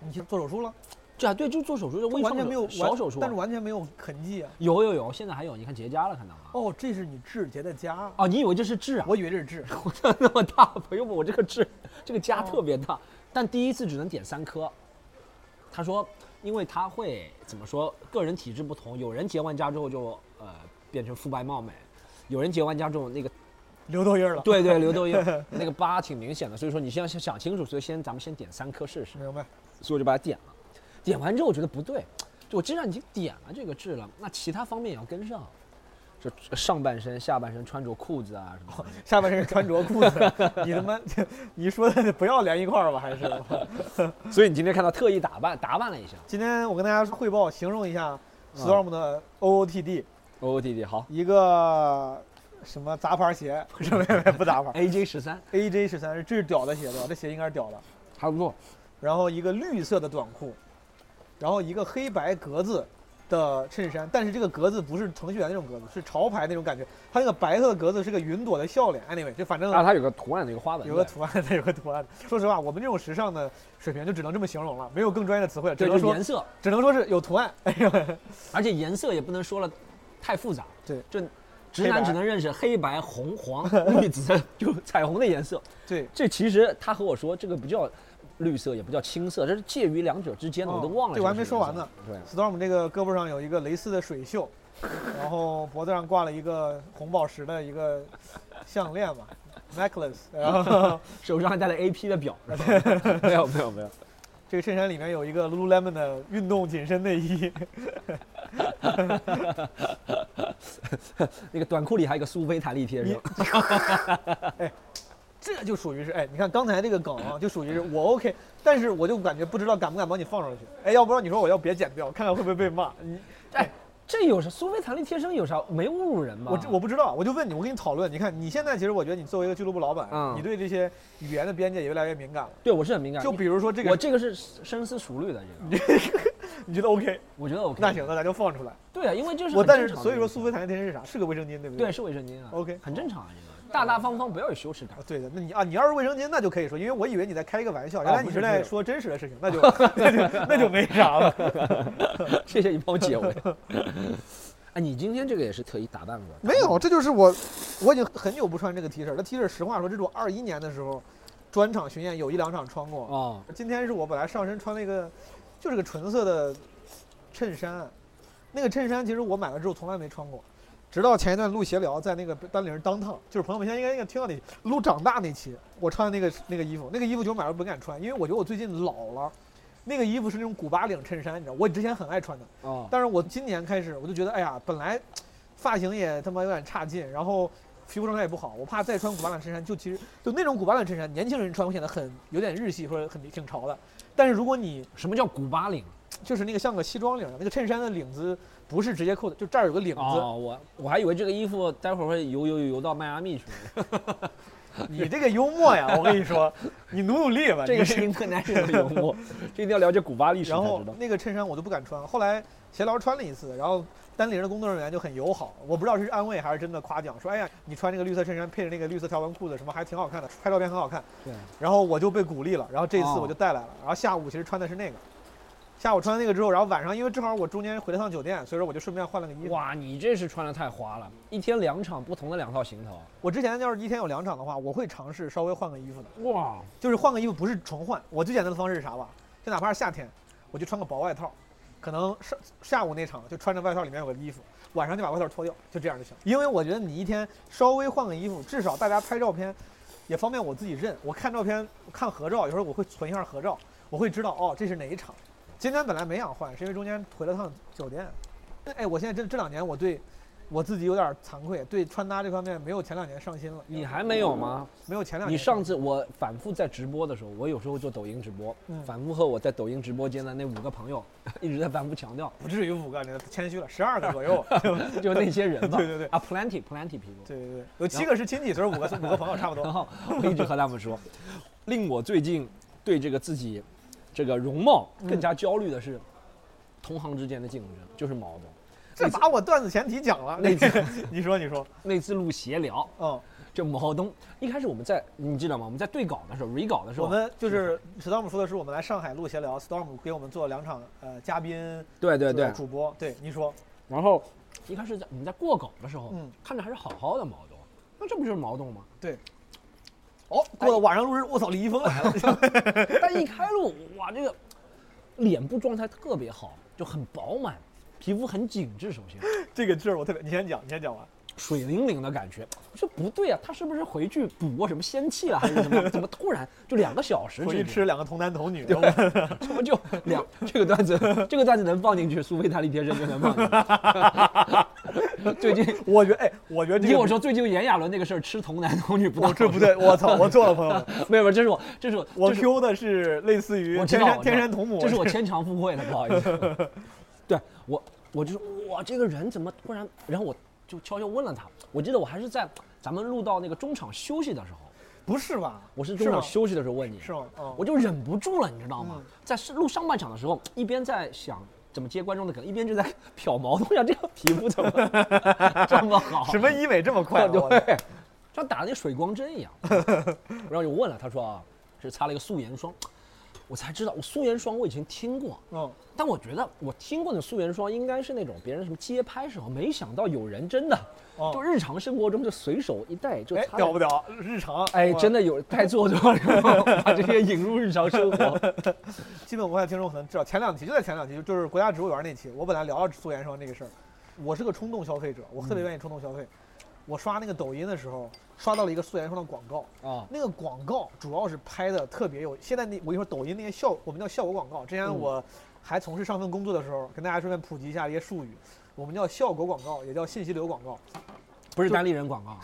[SPEAKER 1] 你去做手术了？
[SPEAKER 3] 这啊对，就做手术，就微
[SPEAKER 1] 完
[SPEAKER 3] 创
[SPEAKER 1] 全没有
[SPEAKER 3] 手小
[SPEAKER 1] 完
[SPEAKER 3] 手术啊，
[SPEAKER 1] 但是完全没有痕迹啊。
[SPEAKER 3] 有有有，现在还有，你看结痂了，看到吗？哦，
[SPEAKER 1] 哦，这是你治结的痂，
[SPEAKER 3] 你以为这是痣啊？
[SPEAKER 1] 我以为这是痣。
[SPEAKER 3] 我这那么大，朋友们，我这个痣，这个痂
[SPEAKER 1] 哦
[SPEAKER 3] 特别大，但第一次只能点三颗。他说，因为他会怎么说，个人体质不同，有人结完痂之后就呃变成肤白貌美，有人结完痂之后那 个
[SPEAKER 1] 留痘印儿了。，
[SPEAKER 3] 对对刘豆印那个疤挺明显的，所以说你先想想清楚，所以先咱们先点三颗试试。
[SPEAKER 1] 明白。
[SPEAKER 3] 所以我就把它点了，点完之后我觉得不对，就我既然已经点了这个痣了，那其他方面也要跟上，就上半身、下半身穿着裤子啊什么的。
[SPEAKER 1] 下半身穿着裤子，你他妈，你说的不要连一块儿吧？还是？
[SPEAKER 3] 哦所以你今天看到特意打扮打扮了一下。
[SPEAKER 1] 今天我跟大家汇报，形容一下 Storm 的 OOTD，
[SPEAKER 3] O O T D 好
[SPEAKER 1] 一个什么杂牌鞋，不是没有没有不杂牌
[SPEAKER 3] ，A J 十三
[SPEAKER 1] ，AJ 十三是这是屌的鞋对吧？这鞋应该是屌的。
[SPEAKER 3] 差不多。
[SPEAKER 1] 然后一个绿色的短裤，然后一个黑白格子的衬衫，但是这个格子不是程序员那种格子，是潮牌那种感觉。它那个白色的格子是个云朵的笑脸，anyway，就反正
[SPEAKER 3] 啊，它有个图案，有个花纹，
[SPEAKER 1] 有个图案，它有个图案。说实话，我们这种时尚的水平就只能这么形容了，没有更专业的词汇了，只
[SPEAKER 3] 对，
[SPEAKER 1] 能
[SPEAKER 3] 就是
[SPEAKER 1] 说
[SPEAKER 3] 颜色，
[SPEAKER 1] 只能说是有图案。哎呦，
[SPEAKER 3] 而且颜色也不能说了太复杂。
[SPEAKER 1] 对，
[SPEAKER 3] 就直
[SPEAKER 1] 黑白
[SPEAKER 3] 男只能认识黑白、红、黄、绿、紫，就彩虹的颜色。
[SPEAKER 1] 对，
[SPEAKER 3] 这其实他和我说，这个不叫绿色，也不叫青色，这是介于两者之间的，
[SPEAKER 1] 哦
[SPEAKER 3] 我都忘了。
[SPEAKER 1] 这我还没说完呢。
[SPEAKER 3] 对，
[SPEAKER 1] Storm 这个胳膊上有一个蕾丝的水袖，然后脖子上挂了一个红宝石的一个项链吧 necklace，然后。
[SPEAKER 3] 手上还戴了 A P 的表。没有没有没有，
[SPEAKER 1] 这个衬衫里面有一个 Lululemon 的运动紧身内衣，
[SPEAKER 3] 那个短裤里还有一个苏菲弹力贴是吧？
[SPEAKER 1] 这就属于是哎，你看刚才这个梗啊，就属于是我 OK，但是我就感觉不知道敢不敢帮你放上去。哎，要不然你说我要别剪掉，看看会不会被骂。你
[SPEAKER 3] 这有啥？苏菲弹力贴身有啥？没侮辱人吧？
[SPEAKER 1] 我这我不知道，我就问你，我跟你讨论。你看你现在其实我觉得你作为一个俱乐部老板，
[SPEAKER 3] 嗯
[SPEAKER 1] 你对这些语言的边界也越来越敏感了。
[SPEAKER 3] 对我是很敏感。
[SPEAKER 1] 就
[SPEAKER 3] 你
[SPEAKER 1] 比如说这
[SPEAKER 3] 我
[SPEAKER 1] 个，
[SPEAKER 3] 这个是深思熟虑的，这个
[SPEAKER 1] 你觉得 OK，
[SPEAKER 3] 我觉得 OK。
[SPEAKER 1] 那行，那咱就放出来。
[SPEAKER 3] 对啊，因为就是
[SPEAKER 1] 我
[SPEAKER 3] 很
[SPEAKER 1] 但是
[SPEAKER 3] 正常的
[SPEAKER 1] 所以
[SPEAKER 3] 一个
[SPEAKER 1] 说苏菲弹力哦贴身是啥？是个卫生巾，对不对？
[SPEAKER 3] 对是卫生巾啊
[SPEAKER 1] OK
[SPEAKER 3] 很正常啊，这个大大方方，不要有羞耻感
[SPEAKER 1] 啊。，对的，那你啊，你要是卫生巾，那就可以说，因为我以为你在开一个玩笑，原来
[SPEAKER 3] 啊不
[SPEAKER 1] 你
[SPEAKER 3] 是
[SPEAKER 1] 是
[SPEAKER 3] 不
[SPEAKER 1] 在
[SPEAKER 3] 是
[SPEAKER 1] 说真实的事情，那 就那就 那就没啥了。
[SPEAKER 3] 谢谢你帮我解围。 哎，你今天这个也是特意打扮过的？
[SPEAKER 1] 没有，这就是 我，我已经很久不穿这个 T 恤。这 T 恤实话说，这是我二一年的时候，专场巡演有一两场穿过。
[SPEAKER 3] 哦，
[SPEAKER 1] 今天是我本来上身穿了一个，就是个纯色的衬衫，那个衬衫其实我买了之后从来没穿过，直到前一段录闲聊，在那个丹顶当烫，就是朋友们现在应该应该听到那期录长大那期，我穿的那个那个衣服，那个衣服就买了不敢穿，因为我觉得我最近老了。那个衣服是那种古巴领衬衫，你知道，我之前很爱穿的，
[SPEAKER 3] 哦，
[SPEAKER 1] 但是我今年开始，我就觉得，哎呀，本来发型也他妈有点差劲，然后皮肤状态也不好，我怕再穿古巴短衬衫，就其实就那种古巴短衬衫，年轻人穿会显得很有点日系或者很挺潮的。但是如果你
[SPEAKER 3] 什么叫古巴领？
[SPEAKER 1] 就是那个像个西装领儿，那个衬衫的领子不是直接扣的，就这儿有个领子，
[SPEAKER 3] 哦，我我还以为这个衣服待会儿会游游游游到迈阿密去呢。
[SPEAKER 1] 你这个幽默呀，我跟你说，你努努力吧。
[SPEAKER 3] 这个
[SPEAKER 1] 你
[SPEAKER 3] 是 英格兰人的幽默，这一定要了解古巴历史才
[SPEAKER 1] 然后
[SPEAKER 3] 知道。
[SPEAKER 1] 那个衬衫我都不敢穿，后来闲聊穿了一次，然后丹林的工作人员就很友好，我不知道是安慰还是真的夸奖，说哎呀，你穿这个绿色衬衫配着那个绿色条纹裤子什么还挺好看的，拍照片很好看。
[SPEAKER 3] 对。
[SPEAKER 1] 然后我就被鼓励了，然后这次
[SPEAKER 3] 哦
[SPEAKER 1] 我就带来了，然后下午其实穿的是那个。下午穿那个之后，然后晚上因为正好我中间回了趟酒店，所以说我就顺便换了个衣服。
[SPEAKER 3] 哇，你这是穿的太花了，一天两场不同的两套行头。
[SPEAKER 1] 我之前要是一天有两场的话，我会尝试稍微换个衣服的，
[SPEAKER 3] 哇，
[SPEAKER 1] 就是换个衣服不是重换。我最简单的方式是啥吧？就哪怕是夏天，我就穿个薄外套，可能上下午那场就穿着外套里面有个衣服，晚上就把外套脱掉，就这样就行。因为我觉得你一天稍微换个衣服，至少大家拍照片也方便我自己认。我看照片看合照，有时候我会存一下合照，我会知道哦这是哪一场。今天本来没想换，是因为中间回了趟酒店。哎，我现在这这两年我对我自己有点惭愧，对穿搭这方面没有前两年上心了。
[SPEAKER 3] 你还没有吗？
[SPEAKER 1] 没有前两年
[SPEAKER 3] 你
[SPEAKER 1] 上
[SPEAKER 3] 上次我反复在直播的时候，我有时候做抖音直播，
[SPEAKER 1] 嗯
[SPEAKER 3] 反复和我在抖音直播间的那五个朋友 一直在反复强调，
[SPEAKER 1] 不至于五个，你谦虚了，十 二个左右。
[SPEAKER 3] 就那些人 吧。
[SPEAKER 1] 对对对
[SPEAKER 3] 啊，plenty plenty people。
[SPEAKER 1] 对对对，有七个是亲戚，所以五个是五个朋友差不
[SPEAKER 3] 然
[SPEAKER 1] 多。
[SPEAKER 3] 后我一直和他们说， 令我最近对这个自己这个容貌
[SPEAKER 1] 嗯
[SPEAKER 3] 更加焦虑的是，同行之间的竞争就是矛
[SPEAKER 1] 这
[SPEAKER 3] 盾。
[SPEAKER 1] 把我段子前提讲了，
[SPEAKER 3] 那次
[SPEAKER 1] 你说你说，
[SPEAKER 3] 那次录闲聊，
[SPEAKER 1] 嗯，
[SPEAKER 3] 这毛东一开始我们在你记得吗？我们在对稿的时候，re 稿的时候，
[SPEAKER 1] 我们就是史汤姆说的是我们来上海录闲聊，Storm 给我们做了两场呃嘉宾呃
[SPEAKER 3] 对对对，
[SPEAKER 1] 主播，对你说，
[SPEAKER 3] 然后一开始在我们在过稿的时候，
[SPEAKER 1] 嗯
[SPEAKER 3] 看着还是好好的毛东，那这不就是毛东吗？
[SPEAKER 1] 哦，
[SPEAKER 3] 哎
[SPEAKER 1] 过了晚上录制，我操，李易峰来了，
[SPEAKER 3] 但一开录，哇，这个脸部状态特别好，就很饱满，皮肤很紧致，首 先
[SPEAKER 1] 这个劲儿我特别，你先讲，你先讲完。
[SPEAKER 3] 水灵灵的感觉。我说不对啊，他是不是回去补过什么仙气啊了，还是什么？怎么突然就两个小时
[SPEAKER 1] 回去
[SPEAKER 3] 之
[SPEAKER 1] 吃
[SPEAKER 3] 间？
[SPEAKER 1] 两个童男童女，
[SPEAKER 3] 怎么就两这个段子，这个段子能放进去，苏菲弹力贴身就能放进去。 最 近
[SPEAKER 1] 我觉得哎，我觉得
[SPEAKER 3] 你
[SPEAKER 1] 这
[SPEAKER 3] 跟我
[SPEAKER 1] 个。
[SPEAKER 3] 说最近炎亚纶那个事儿，吃童男童女不
[SPEAKER 1] 我
[SPEAKER 3] 当，
[SPEAKER 1] 这不 对，我操！我错了，朋友们，
[SPEAKER 3] 没有没有，这是我这是我
[SPEAKER 1] 我
[SPEAKER 3] 这是
[SPEAKER 1] Q 的是类似于
[SPEAKER 3] 我知
[SPEAKER 1] 天
[SPEAKER 3] 道
[SPEAKER 1] 山
[SPEAKER 3] 我知道
[SPEAKER 1] 天山童母，
[SPEAKER 3] 这是我牵强附会的，不好意思。对我，我就说我这个人怎么突然，然后我就悄悄问了他，我记得我还是在咱们录到那个中场休息的时候，
[SPEAKER 1] 不是吧？
[SPEAKER 3] 我是中
[SPEAKER 1] 吗
[SPEAKER 3] 场休息的时候问你，
[SPEAKER 1] 是吗？嗯
[SPEAKER 3] 我就忍不住了，你知道吗
[SPEAKER 1] 嗯？
[SPEAKER 3] 在录上半场的时候，一边在想。怎么接观众的梗，一边就在 瞟毛东呀，这个皮肤怎么 这么好？
[SPEAKER 1] 什么医美这么快？
[SPEAKER 3] 哦
[SPEAKER 1] 啊
[SPEAKER 3] 对
[SPEAKER 1] 我的，
[SPEAKER 3] 像打了那水光针一样。 然后就问了，他说啊，是擦了一个素颜霜，我才知道，我素颜霜我以前听过，
[SPEAKER 1] 嗯，
[SPEAKER 3] 但我觉得我听过的素颜霜应该是那种别人什么街拍时候，没想到有人真的
[SPEAKER 1] 哦
[SPEAKER 3] 就日常生活中就随手一带就
[SPEAKER 1] 哎，
[SPEAKER 3] 擦了。
[SPEAKER 1] 屌不屌？日常，
[SPEAKER 3] 哎，真
[SPEAKER 1] 的，
[SPEAKER 3] 的有太做作了， 把这些引入日常生活。
[SPEAKER 1] 基本无害听众可能知道，前两期就在前两期，就是国家植物园那期，我本来聊了素颜霜这个事儿，我是个冲动消费者，我特
[SPEAKER 3] 嗯
[SPEAKER 1] 别愿意冲动消费。我刷那个抖音的时候，刷到了一个素颜霜的广告，
[SPEAKER 3] 啊，
[SPEAKER 1] 那个广告主要是拍的特别有。现在那我跟你说，抖音那些效，我们叫效果广告。之前
[SPEAKER 3] 嗯
[SPEAKER 1] 我还从事上份工作的时候，跟大家顺便普及一下这些术语，我们叫效果广告，也叫信息流广告。
[SPEAKER 3] 不是单立人广 告啊，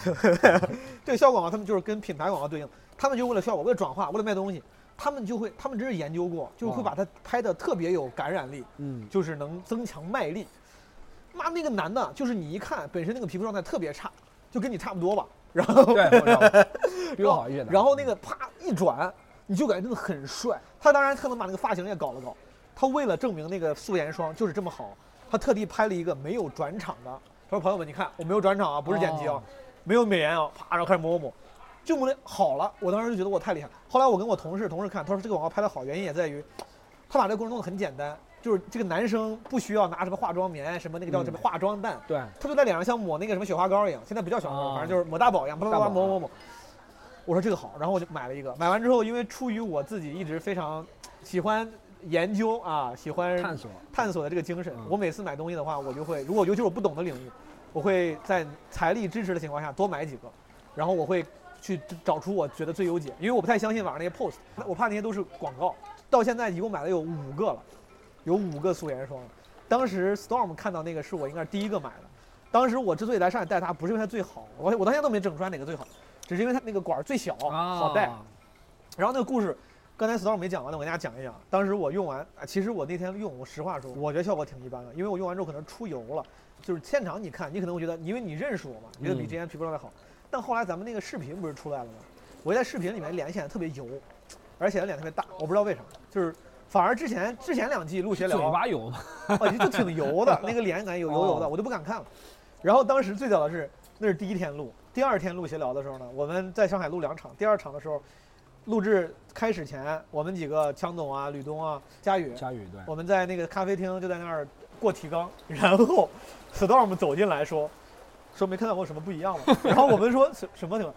[SPEAKER 1] 这个效果广告，他们就是跟品牌广告对应，他们就为了效果，为了转化，为了卖东西，他们就会，他们真是研究过，就是会
[SPEAKER 3] 哦
[SPEAKER 1] 把它拍的特别有感染力，
[SPEAKER 3] 嗯，
[SPEAKER 1] 就是能增强卖力。妈，那个男的，就是你一看本身那个皮肤状态特别差，就跟你差不多吧，然后
[SPEAKER 3] 对，我 知道，比我好一些的。
[SPEAKER 1] 然后那个啪一转，你就感觉真的很帅。他当然特能把那个发型也搞了搞，他为了证明那个素颜霜就是这么好，他特地拍了一个没有转场的。他说：“朋友们，你看我没有转场啊，不是剪辑啊，
[SPEAKER 3] 哦
[SPEAKER 1] 没有美颜啊，啪，然后开始抹抹抹，就抹的好了。我当时就觉得我太厉害了。后来我跟我同事同事看，他说这个广告拍的好，原因也在于他把这个过程弄得很简单，就是这个男生不需要拿什么化妆棉，什么那个叫什么
[SPEAKER 3] 嗯
[SPEAKER 1] 化妆蛋，
[SPEAKER 3] 对，
[SPEAKER 1] 他就在脸上像抹那个什么雪花膏一样，现在不叫雪花膏，
[SPEAKER 3] 啊
[SPEAKER 1] 反正就是抹大宝一样，啪啪
[SPEAKER 3] 大
[SPEAKER 1] 啪
[SPEAKER 3] 宝啊
[SPEAKER 1] 抹抹抹。我说这个好，然后我就买了一个。买完之后，因为出于我自己一直非常喜欢研究啊，喜欢
[SPEAKER 3] 探索。
[SPEAKER 1] 探索的这个精神，
[SPEAKER 3] 嗯
[SPEAKER 1] 我每次买东西的话，我就会，如果尤其是我不懂的领域，我会在财力支持的情况下多买几个，然后我会去找出我觉得最优解，因为我不太相信网上那些 post，我怕那些都是广告。到现在一共买了有五个了，有五个素颜霜了。当时 Storm 看到那个是我应该是第一个买的，当时我之所以来上海带它，不是因为它最好，我我到现在都没整出来哪个最好，只是因为它那个管儿最小，哦
[SPEAKER 3] 啊
[SPEAKER 1] 好带。然后那个故事，刚才 storm 没讲完的，我跟大家讲一讲。当时我用完，啊其实我那天用，我实话说，我觉得效果挺一般的，因为我用完之后可能出油了。就是现场你看，你可能会觉得，因为你认识我嘛，觉得比之前皮肤状态好。但后来咱们那个视频不是出来了吗？我在视频里面脸显得特别油，而且脸特别大，我不知道为啥，就是反而之前之前两季录闲
[SPEAKER 3] 嘴
[SPEAKER 1] 聊，
[SPEAKER 3] 巴油嘛，
[SPEAKER 1] 哦，就挺油的，那个脸感觉有油油的，
[SPEAKER 3] 哦
[SPEAKER 1] 我就不敢看了。然后当时最屌的是，那是第一天录，第二天录闲聊的时候呢，我们在上海录两场，第二场的时候，录制开始前，我们几个强总啊、吕东啊、佳宇，
[SPEAKER 3] 佳宇对，
[SPEAKER 1] 我们在那个咖啡厅就在那儿过提纲，然后 Storm 走进来说，说没看到我有什么不一样吗？然后我们说什什么情况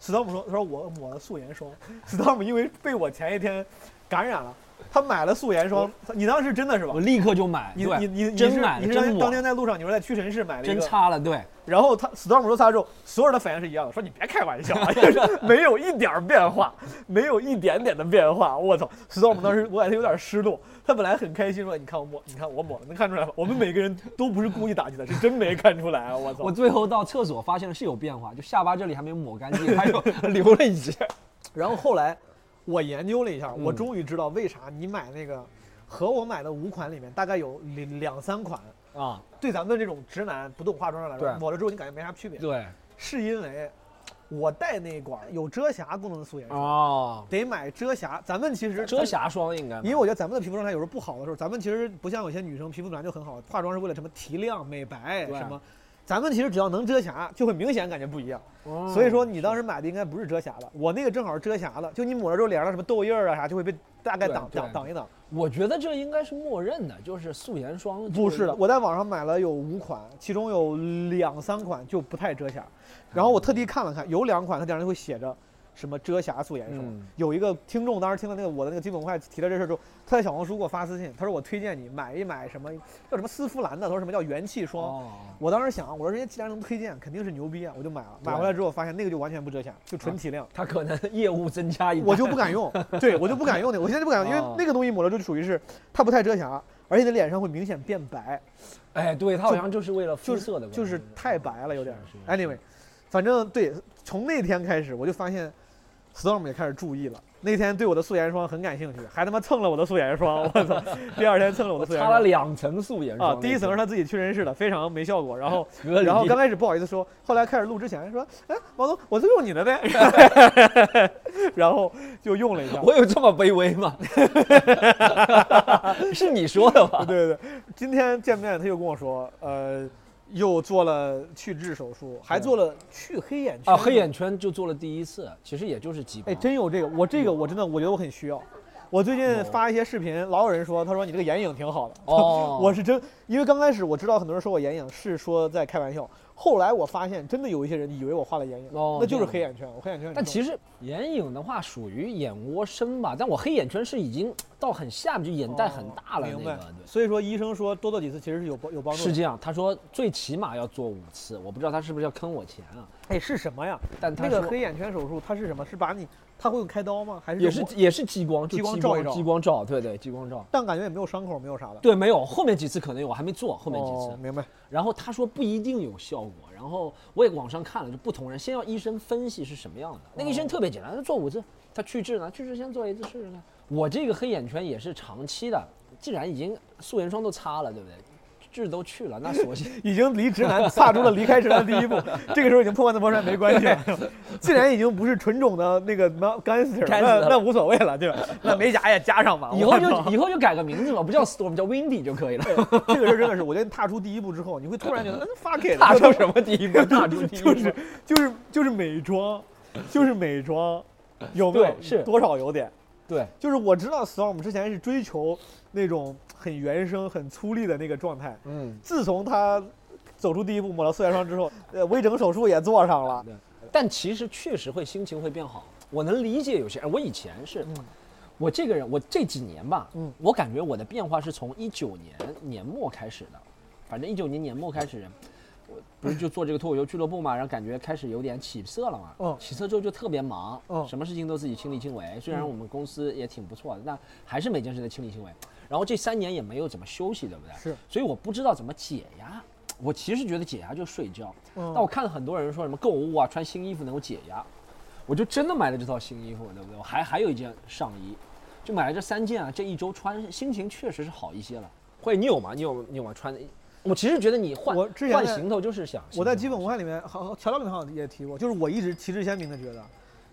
[SPEAKER 1] ？Storm 说，他说我抹了素颜霜，Storm 因为被我前一天感染了，他买了素颜霜，你当时真的是吧
[SPEAKER 3] 我？立刻就买，
[SPEAKER 1] 你
[SPEAKER 3] 对
[SPEAKER 1] 你你你
[SPEAKER 3] 真
[SPEAKER 1] 是
[SPEAKER 3] 买了
[SPEAKER 1] 你是
[SPEAKER 3] 真
[SPEAKER 1] 当
[SPEAKER 3] 抹
[SPEAKER 1] 当天在路上，你说在屈臣氏买了一
[SPEAKER 3] 真
[SPEAKER 1] 个，
[SPEAKER 3] 擦了，对，
[SPEAKER 1] 然后他 Storm 说擦之后，所有人的反应是一样的，说你别开玩笑啊，就是 没有一点儿变化，没有一点点的变化，我操！Storm 当时我感觉有点失落，他本来很开心说你看我抹，你看我抹了，能看出来吗？我们每个人都不是故意打击的，是真没看出来啊，我操！
[SPEAKER 3] 我最后到厕所发现是有变化，就下巴这里还没抹干净，还有 留了一截。
[SPEAKER 1] 然后后来我研究了一下，我
[SPEAKER 3] 嗯
[SPEAKER 1] 终于知道为啥你买那个和我买的五款里面大概有两两三款。
[SPEAKER 3] 啊，
[SPEAKER 1] 对咱们这种直男不懂化妆的来说，
[SPEAKER 3] 对
[SPEAKER 1] 抹了之后你感觉没啥区别。
[SPEAKER 3] 对，
[SPEAKER 1] 是因为我带那管儿有遮瑕功能的素颜霜，
[SPEAKER 3] 哦，
[SPEAKER 1] 得买遮瑕。咱们其实
[SPEAKER 3] 遮，瑕霜应该吧，
[SPEAKER 1] 因为我觉得咱们的皮肤状态有时候不好的时候，咱们其实不像有些女生皮肤本来就很好，化妆是为了什么提亮、美白
[SPEAKER 3] 对
[SPEAKER 1] 什么。咱们其实只要能遮瑕，就会明显感觉不一样。
[SPEAKER 3] 哦
[SPEAKER 1] 所以说你当时买的应该不是遮瑕的，我那个正好是遮瑕的，就你抹了之后脸上什么痘印儿啊啥就会被大概
[SPEAKER 3] 对
[SPEAKER 1] 挡
[SPEAKER 3] 对
[SPEAKER 1] 挡挡一挡。
[SPEAKER 3] 我觉得这应该是默认的，就是素颜霜这个
[SPEAKER 1] 不是的，我在网上买了有五款，其中有两三款就不太遮瑕，
[SPEAKER 3] 嗯
[SPEAKER 1] 然后我特地看了看，有两款它顶上就会写着什么遮瑕素颜霜。
[SPEAKER 3] 嗯
[SPEAKER 1] 有一个听众当时听了那个我的那个基本快提了这事儿之后，他在小红书给我发私信，他说我推荐你买一买什么叫什么丝芙兰的，他说什么叫元气霜。
[SPEAKER 3] 哦，
[SPEAKER 1] 我当时想，我说人家既然能推荐，肯定是牛逼啊，我就买了。
[SPEAKER 3] 对嗯
[SPEAKER 1] 买回来之后发现那个就完全不遮瑕，就纯提亮。
[SPEAKER 3] 他可能 业务增加一点，
[SPEAKER 1] 我就不敢用，对我就不敢用那个，我现在就不敢用，因为
[SPEAKER 3] 哦
[SPEAKER 1] 那个东西抹了就属于是它不太遮瑕，而且你的脸上会明显变白。
[SPEAKER 3] 哎，对他好像就是为
[SPEAKER 1] 就
[SPEAKER 3] 了肤
[SPEAKER 1] 是
[SPEAKER 3] 色的关系，
[SPEAKER 1] 就是太白了，有点儿
[SPEAKER 3] 是。啊是
[SPEAKER 1] Anyway，反正对，从那天开始我就发现，Storm 也开始注意了。那天对我的素颜霜很感兴趣，还他妈蹭了我的素颜霜，我 操！第二天蹭了我的素颜
[SPEAKER 3] 擦了
[SPEAKER 1] 霜。
[SPEAKER 3] 两层素颜霜
[SPEAKER 1] 啊
[SPEAKER 3] 那，次，
[SPEAKER 1] 第一层是他自己去人事的，非常没效果。然 后，
[SPEAKER 3] 隔离，
[SPEAKER 1] 然后刚开始不好意思说，后来开始录之前说，哎，王总，我就用你的 呗，然后就用了一下。
[SPEAKER 3] 我有这么卑微吗？ 是你说的吧？
[SPEAKER 1] 对对对，今天见面他又跟我说，呃，又做了去痣手术，还
[SPEAKER 3] 对
[SPEAKER 1] 做了去黑眼圈
[SPEAKER 3] 啊，黑眼圈就做了第一次，其实也就是几
[SPEAKER 1] 哎，
[SPEAKER 3] 包。
[SPEAKER 1] 真有这个，我这个我真的我觉得我很需要。我最近发一些视频，老有人说，他说你这个眼影挺好的。
[SPEAKER 3] 哦
[SPEAKER 1] 我是真，因为刚开始我知道很多人说我眼影是说在开玩笑，后来我发现真的有一些人以为我画了眼影，
[SPEAKER 3] 哦
[SPEAKER 1] 那就是
[SPEAKER 3] 这样
[SPEAKER 1] 黑眼圈，我黑眼圈很重。
[SPEAKER 3] 但其实眼影的话属于眼窝深吧，但我黑眼圈是已经到很下面，就眼袋很大了、
[SPEAKER 1] 哦明
[SPEAKER 3] 那
[SPEAKER 1] 白
[SPEAKER 3] 个。对。
[SPEAKER 1] 所以说医生说多做几次其实是有帮有帮助
[SPEAKER 3] 是
[SPEAKER 1] 的。
[SPEAKER 3] 这样，他说最起码要做五次，我不知道他是不是要坑我钱啊？
[SPEAKER 1] 哎，是什么呀？
[SPEAKER 3] 但他
[SPEAKER 1] 那个
[SPEAKER 3] 说
[SPEAKER 1] 黑眼圈手术它是什么？是把你，它会用开刀吗？还是
[SPEAKER 3] 也是也是激光，就
[SPEAKER 1] 激光
[SPEAKER 3] 激
[SPEAKER 1] 照一照
[SPEAKER 3] 激光照，对对，激光照。
[SPEAKER 1] 但感觉也没有伤口，没有啥的。
[SPEAKER 3] 对，没有后面几次可能有，我还没做后面几次。
[SPEAKER 1] 哦，明白。
[SPEAKER 3] 然后他说不一定有效果，然后我也网上看了，就不同人先要医生分析是什么样的。
[SPEAKER 1] 哦
[SPEAKER 3] 那个医生特别简单，他做五次，他去痣呢，去痣先做一次试试看。我这个黑眼圈也是长期的，既然已经素颜霜都擦了，对不对？痣都去了，那 索性
[SPEAKER 1] 已经离直男 踏出了离开直男第一步，这个时候已经破罐子破摔没关系 了。既然已经不是纯种的那个 gangster，
[SPEAKER 3] 干死
[SPEAKER 1] 那
[SPEAKER 3] 了
[SPEAKER 1] 那无所谓了，对 吧？那美甲也加上吧，
[SPEAKER 3] 哦以后
[SPEAKER 1] 我 操
[SPEAKER 3] 就以后就改个名字吧，不叫 Storm，叫 Windy 就可以了。
[SPEAKER 1] 这个事儿真的是，我觉得踏出第一步之后，你会突然觉得， 嗯，fuck it，
[SPEAKER 3] 踏出
[SPEAKER 1] 么
[SPEAKER 3] 什么第 一步？踏出第一步
[SPEAKER 1] 就是就是就是美妆，就是美妆，有没有
[SPEAKER 3] 对？是
[SPEAKER 1] 多少有点。
[SPEAKER 3] 对，
[SPEAKER 1] 就是我知道 Storm 之前是追求那种很原生、很粗粝的那个状态，
[SPEAKER 3] 嗯。
[SPEAKER 1] 自从他走出第一步抹了素颜霜之后，呃，微整手术也做上了。
[SPEAKER 3] 但其实确实会心情会变好。我能理解有些哎人，我以前是，
[SPEAKER 1] 嗯
[SPEAKER 3] 我这个人，我这几年吧，
[SPEAKER 1] 嗯
[SPEAKER 3] 我感觉我的变化是从一九年年末开始的，反正一九年年末开始，我不是就做这个脱口秀俱乐部嘛，然后感觉开始有点起色了嘛，
[SPEAKER 1] 嗯
[SPEAKER 3] 起色之后就特别忙，
[SPEAKER 1] 嗯
[SPEAKER 3] 什么事情都自己亲力亲为。虽然我们公司也挺不错的，但还是每件事都亲力亲为。然后这三年也没有怎么休息，对不对？
[SPEAKER 1] 是，
[SPEAKER 3] 所以我不知道怎么解压。我其实觉得解压就是睡觉，
[SPEAKER 1] 嗯
[SPEAKER 3] 但我看了很多人说什么购物啊，穿新衣服能够解压，我就真的买了这套新衣服，对不对？我还还有一件上衣，就买了这三件啊，这一周穿心情确实是好一些了。会，你有吗？你有你有吗？穿，我其实觉得你换
[SPEAKER 1] 我之前
[SPEAKER 3] 换
[SPEAKER 1] 在
[SPEAKER 3] 行头就是想，
[SPEAKER 1] 我在基本无害里面，好调料里面好像也提过，就是我一直旗帜鲜明的觉得，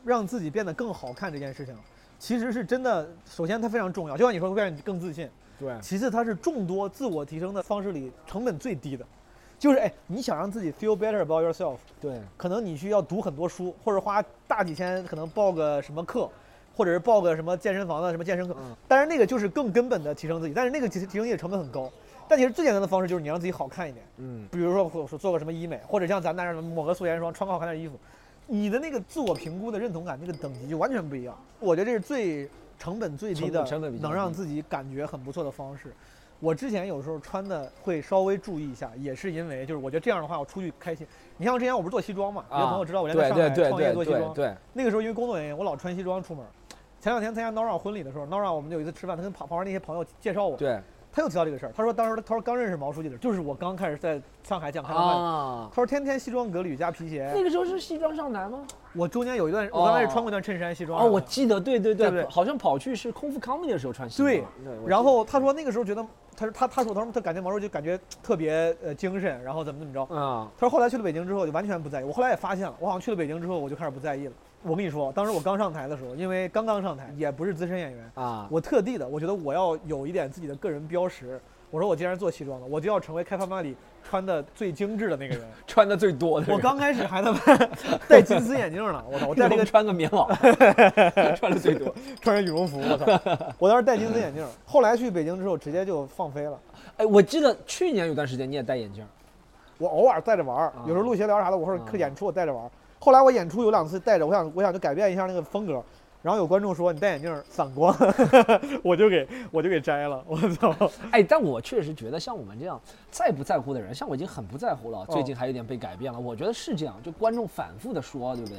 [SPEAKER 1] 让自己变得更好看这件事情，其实是真的。首先它非常重要，就像你说会让你更自信，
[SPEAKER 3] 对
[SPEAKER 1] 其次它是众多自我提升的方式里成本最低的，就是哎，你想让自己 feel better about yourself，
[SPEAKER 3] 对
[SPEAKER 1] 可能你需要读很多书，或者花大几千，可能报个什么课，或者是报个什么健身房的什么健身课。
[SPEAKER 3] 嗯
[SPEAKER 1] 但是那个就是更根本的提升自己，但是那个提提升自己的成本很高。但其实最简单的方式就是你让自己好看一点，
[SPEAKER 3] 嗯，
[SPEAKER 1] 比如说我说做个什么医美，或者像咱那样抹个素颜霜，穿个好看点衣服，你的那个自我评估的认同感那个等级就完全不一样。我觉得这是最成本最低的
[SPEAKER 3] 成本比，较
[SPEAKER 1] 能让
[SPEAKER 3] 低
[SPEAKER 1] 自己感觉很不错的方式。我之前有时候穿的会稍微注意一下，也是因为就是我觉得这样的话我出去开心。你像我之前我不是做西装嘛，有
[SPEAKER 3] 啊
[SPEAKER 1] 朋友知道我原来
[SPEAKER 3] 对
[SPEAKER 1] 在
[SPEAKER 3] 对
[SPEAKER 1] 上海创
[SPEAKER 3] 对
[SPEAKER 1] 业
[SPEAKER 3] 对
[SPEAKER 1] 做西
[SPEAKER 3] 对
[SPEAKER 1] 装，
[SPEAKER 3] 对，
[SPEAKER 1] 那个时候因为工作原因我老穿西装出门。前两天参加 Nora 婚礼的时候，Nora 我们有一次吃饭，他跟旁旁边那些朋友介绍我，
[SPEAKER 3] 对
[SPEAKER 1] 他又提到这个事儿，他说当时他说刚认识毛书记的时候，就是我刚开始在上海讲开放麦的时候
[SPEAKER 3] 啊
[SPEAKER 1] 他，说天天西装革履加皮鞋。
[SPEAKER 3] 那个时候是西装上台吗？
[SPEAKER 1] 我中间有一段，
[SPEAKER 3] 哦
[SPEAKER 1] 我刚开始穿过一段衬衫西装。
[SPEAKER 3] 哦，我记得，对对
[SPEAKER 1] 对
[SPEAKER 3] 对，
[SPEAKER 1] 不对
[SPEAKER 3] 好像跑去是空腹 comedy 的时候穿西装。
[SPEAKER 1] 对
[SPEAKER 3] 我记得
[SPEAKER 1] 然后他说那个时候觉得，他说他他说他说他感觉毛主席感觉特别呃精神，然后怎么怎么着。
[SPEAKER 3] 啊，
[SPEAKER 1] 他说后来去了北京之后就完全不在意。我后来也发现了，我好像去了北京之后我就开始不在意了。我跟你说，当时我刚上台的时候，因为刚刚上台，也不是资深演员，
[SPEAKER 3] 啊，
[SPEAKER 1] 我特地的，我觉得我要有一点自己的个人标识。我说我既然做西装了，我就要成为开放麦里穿的最精致的那个人。
[SPEAKER 3] 穿的最多的人，
[SPEAKER 1] 我刚开始还他妈 戴金丝眼镜呢，我操，我戴了一个
[SPEAKER 3] 穿个 棉袄，穿的最多。
[SPEAKER 1] 穿着羽绒服，我操！我当时戴金丝眼镜儿，后来去北京之后直接就放飞了。
[SPEAKER 3] 哎，我记得去年有段时间你也戴眼镜，
[SPEAKER 1] 我偶尔戴着玩儿
[SPEAKER 3] 啊，
[SPEAKER 1] 有时候录闲聊啥的，我或
[SPEAKER 3] 啊
[SPEAKER 1] 者演出我戴着玩儿。后来我演出有两次戴着，我想我想就改变一下那个风格。然后有观众说你戴眼镜儿散光， 我就给我就给摘了，我操！
[SPEAKER 3] 哎，但我确实觉得像我们这样在不在乎的人，像我已经很不在乎了，最近
[SPEAKER 1] 哦
[SPEAKER 3] 还有点被改变了。我觉得是这样，就观众反复的说，对不对？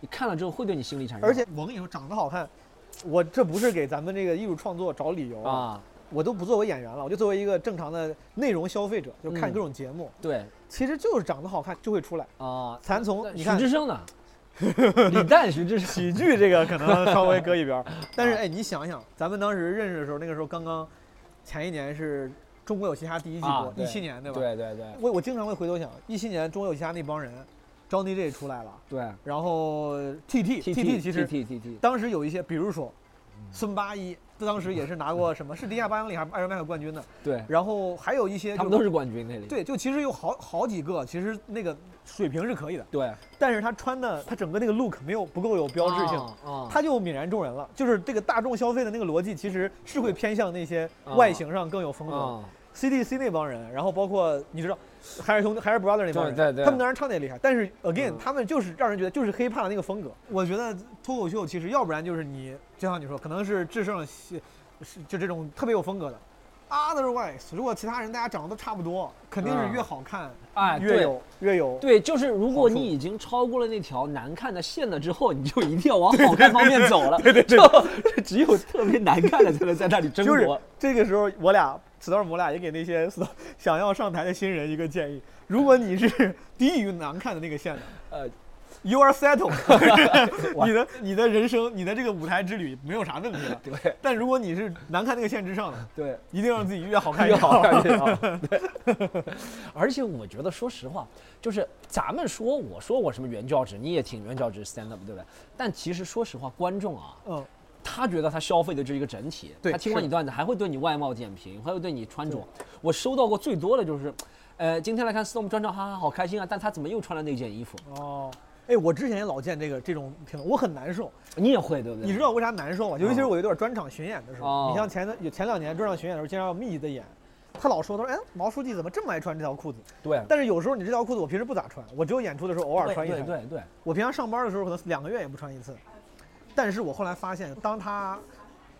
[SPEAKER 3] 你看了之后会对你心理产生，
[SPEAKER 1] 而且我跟你说长得好看，我这不是给咱们这个艺术创作找理由啊，
[SPEAKER 3] 啊，
[SPEAKER 1] 我都不作为演员了，我就作为一个正常的内容消费者，就看
[SPEAKER 3] 嗯
[SPEAKER 1] 各种节目，
[SPEAKER 3] 对
[SPEAKER 1] 其实就是长得好看就会出来。
[SPEAKER 3] 啊，
[SPEAKER 1] 蚕丛，哦你看
[SPEAKER 3] 徐志胜呢？李诞、徐 志胜，
[SPEAKER 1] 喜剧这个可能稍微搁一 边儿，但是
[SPEAKER 3] 啊
[SPEAKER 1] 哎，你想想，咱们当时认识的时候，那个时候刚刚前一年是《中国有嘻哈》第一季
[SPEAKER 3] 啊
[SPEAKER 1] 播，
[SPEAKER 3] 对
[SPEAKER 1] 一七年对吧？
[SPEAKER 3] 对对对
[SPEAKER 1] 我我经常会回头想，一七年《中国有嘻哈》那帮人，Johnny J 出来了，
[SPEAKER 3] 对
[SPEAKER 1] 然后 TT
[SPEAKER 3] ，T
[SPEAKER 1] TT 其实
[SPEAKER 3] T 嗯 T T，
[SPEAKER 1] 当时有一些，比如说孙八一，当时也是拿过什么是地下八英里还是艾瑞麦克冠军的，
[SPEAKER 3] 对，
[SPEAKER 1] 然后还有一些就
[SPEAKER 3] 他们都是冠军那里。
[SPEAKER 1] 对，就其实有好好几个，其实那个水平是可以的，
[SPEAKER 3] 对，
[SPEAKER 1] 但是他穿的他整个那个 look 没有不够有标志性。
[SPEAKER 3] 啊，
[SPEAKER 1] 他就泯然众人了。就是这个大众消费的那个逻辑，其实是会偏向那些外形上更有风格。
[SPEAKER 3] 啊
[SPEAKER 1] CDC 那帮人，然后包括你知道，海尔兄弟、海尔 brother 那帮人，
[SPEAKER 3] 对对对
[SPEAKER 1] 他们当然唱的也厉害，但是 again，、
[SPEAKER 3] 嗯
[SPEAKER 1] 他们就是让人觉得就是黑怕的那个风格。我觉得脱口秀其实要不然就是你，就像你说，可能是制胜是是就这种特别有风格的。Otherwise，如果其他人大家长得都差不多，肯定是
[SPEAKER 3] 嗯
[SPEAKER 1] 越好看、
[SPEAKER 3] 哎，
[SPEAKER 1] 越
[SPEAKER 3] 对
[SPEAKER 1] 有越有
[SPEAKER 3] 对，就是如果
[SPEAKER 1] 好处
[SPEAKER 3] 你已经超过了那条难看的线了之后，你就一定要往好看方面走了。对对对只有特别难看的才能在那里争
[SPEAKER 1] 就是
[SPEAKER 3] 夺。
[SPEAKER 1] 这个时候，我俩 storm 我俩也给那些 Storm 想要上台的新人一个建议：如果你是低于难看的那个线的，
[SPEAKER 3] 呃
[SPEAKER 1] ，you are settled，
[SPEAKER 3] 哇
[SPEAKER 1] 你的你的人生，你的这个舞台之旅没有啥问题了。
[SPEAKER 3] 对
[SPEAKER 1] 但如果你是难看那个线之上的，
[SPEAKER 3] 对，
[SPEAKER 1] 一定让自己越好看
[SPEAKER 3] 越好
[SPEAKER 1] 好。
[SPEAKER 3] 看越好。对，而且我觉得，说实话，就是咱们说，我说我什么原教旨，你也挺原教旨 stand up，对不对？但其实说实话，观众啊，
[SPEAKER 1] 嗯，
[SPEAKER 3] 他觉得他消费的这一个整体，
[SPEAKER 1] 对
[SPEAKER 3] 他听完
[SPEAKER 1] 是
[SPEAKER 3] 你段子还会对你外貌点评，还会对你穿着。我收到过最多的就是，呃，今天来看 Storm 专场，哈哈，好开心啊！但他怎么又穿了那件衣服？
[SPEAKER 1] 哦。哎，我之前也老见这个这种评论，我很难受。
[SPEAKER 3] 你也会对不对？
[SPEAKER 1] 你知道为啥难受吗？尤其是我有点专场巡演的时候，
[SPEAKER 3] 哦
[SPEAKER 1] 你像前段有前两年专场巡演的时候，经常要密的演，他老说他说，哎，毛书记怎么这么爱穿这条裤子？
[SPEAKER 3] 对，
[SPEAKER 1] 但是有时候你这条裤子我平时不咋穿，我只有演出的时候偶尔穿一
[SPEAKER 3] 对
[SPEAKER 1] 穿。
[SPEAKER 3] 对对
[SPEAKER 1] 我平常上班的时候可能两个月也不穿一次。但是我后来发现，当他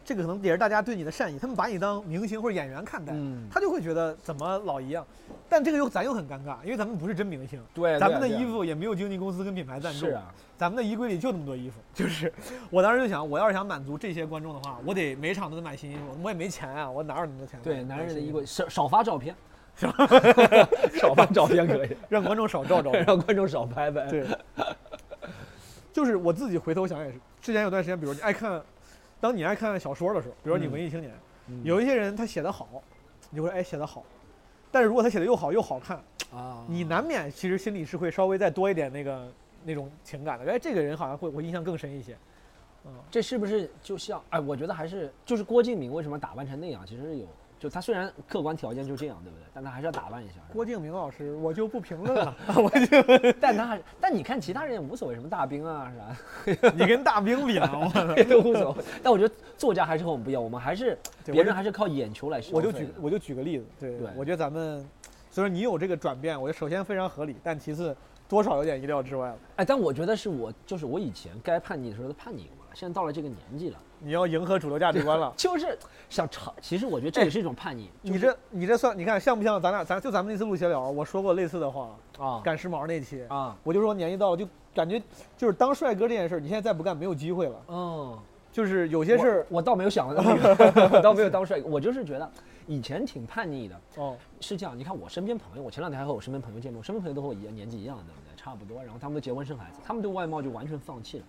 [SPEAKER 1] 这个可能也是大家对你的善意，他们把你当明星或者演员看待，
[SPEAKER 3] 嗯
[SPEAKER 1] 他就会觉得怎么老一样。但这个又咱又很尴尬，因为咱们不是真明星，
[SPEAKER 3] 对，啊
[SPEAKER 1] 咱们的
[SPEAKER 3] 对
[SPEAKER 1] 衣服也没有经纪公司跟品牌赞助，
[SPEAKER 3] 是啊，
[SPEAKER 1] 咱们的衣柜里就那么多衣服， 就是我当时就想，我要是想满足这些观众的话，我得每场都得买新衣服，我也没钱啊，我哪有那么多钱买？
[SPEAKER 3] 对男人的
[SPEAKER 1] 买新
[SPEAKER 3] 衣柜少少发照片，少发照片可以，
[SPEAKER 1] 让观众少照照顾。
[SPEAKER 3] 让观众少拍拍。
[SPEAKER 1] 对，就是我自己回头想也是，之前有段时间，比如你爱看，当你爱看小说的时候，比如你文艺青年，
[SPEAKER 3] 嗯，
[SPEAKER 1] 有一些人他写得好，你就会说哎写得好，但是如果他写的又好又好看，
[SPEAKER 3] 啊，
[SPEAKER 1] 你难免其实心里是会稍微再多一点那个那种情感的，哎这个人好像会我印象更深一些，嗯，
[SPEAKER 3] 这是不是就像哎？我觉得还是就是郭敬明为什么打扮成那样，其实是有，就他虽然客观条件就这样，对不对？但他还是要打扮一下。是吧
[SPEAKER 1] 郭敬明老师我就不评论了， 我就
[SPEAKER 3] 但他还，但你看其他人也无所谓，什么大兵啊啥
[SPEAKER 1] 你跟大兵比啊， 我
[SPEAKER 3] 的 都无所谓。但我觉得作家还是和我们不一样，我们还是
[SPEAKER 1] 对
[SPEAKER 3] 别
[SPEAKER 1] 我就
[SPEAKER 3] 人还是靠眼球来消
[SPEAKER 1] 我就
[SPEAKER 3] 费
[SPEAKER 1] 举
[SPEAKER 3] 的
[SPEAKER 1] 我就举个例子，对，
[SPEAKER 3] 对
[SPEAKER 1] 我觉得咱们虽然你有这个转变，我觉得首先非常合理，但其次多少有点意料之外了。
[SPEAKER 3] 哎，但我觉得是我就是我以前该叛逆的时候都叛逆过了，现在到了这个年纪了，
[SPEAKER 1] 你要迎合主流价值观了。
[SPEAKER 3] 就是想尝。其实我觉得这也是一种叛逆。
[SPEAKER 1] 哎你这你这算你看像不像咱俩咱就咱们那次录闲聊，我说过类似的话，
[SPEAKER 3] 啊
[SPEAKER 1] 赶时髦那期，
[SPEAKER 3] 啊
[SPEAKER 1] 我就说年纪到了就感觉就是当帅哥这件事儿，你现在再不干没有机会了。
[SPEAKER 3] 嗯，
[SPEAKER 1] 就是有些
[SPEAKER 3] 这
[SPEAKER 1] 事儿
[SPEAKER 3] 事，我倒没有想到那 个，我倒没有当帅哥，我就是觉得以前挺叛逆的。
[SPEAKER 1] 哦，
[SPEAKER 3] 是这样，你看我身边朋友，我前两天还和我身边朋友见面，我身边朋友都和我一样年纪一样，对不对？差不多，然后他们都结婚生孩子，他们对外貌就完全放弃了。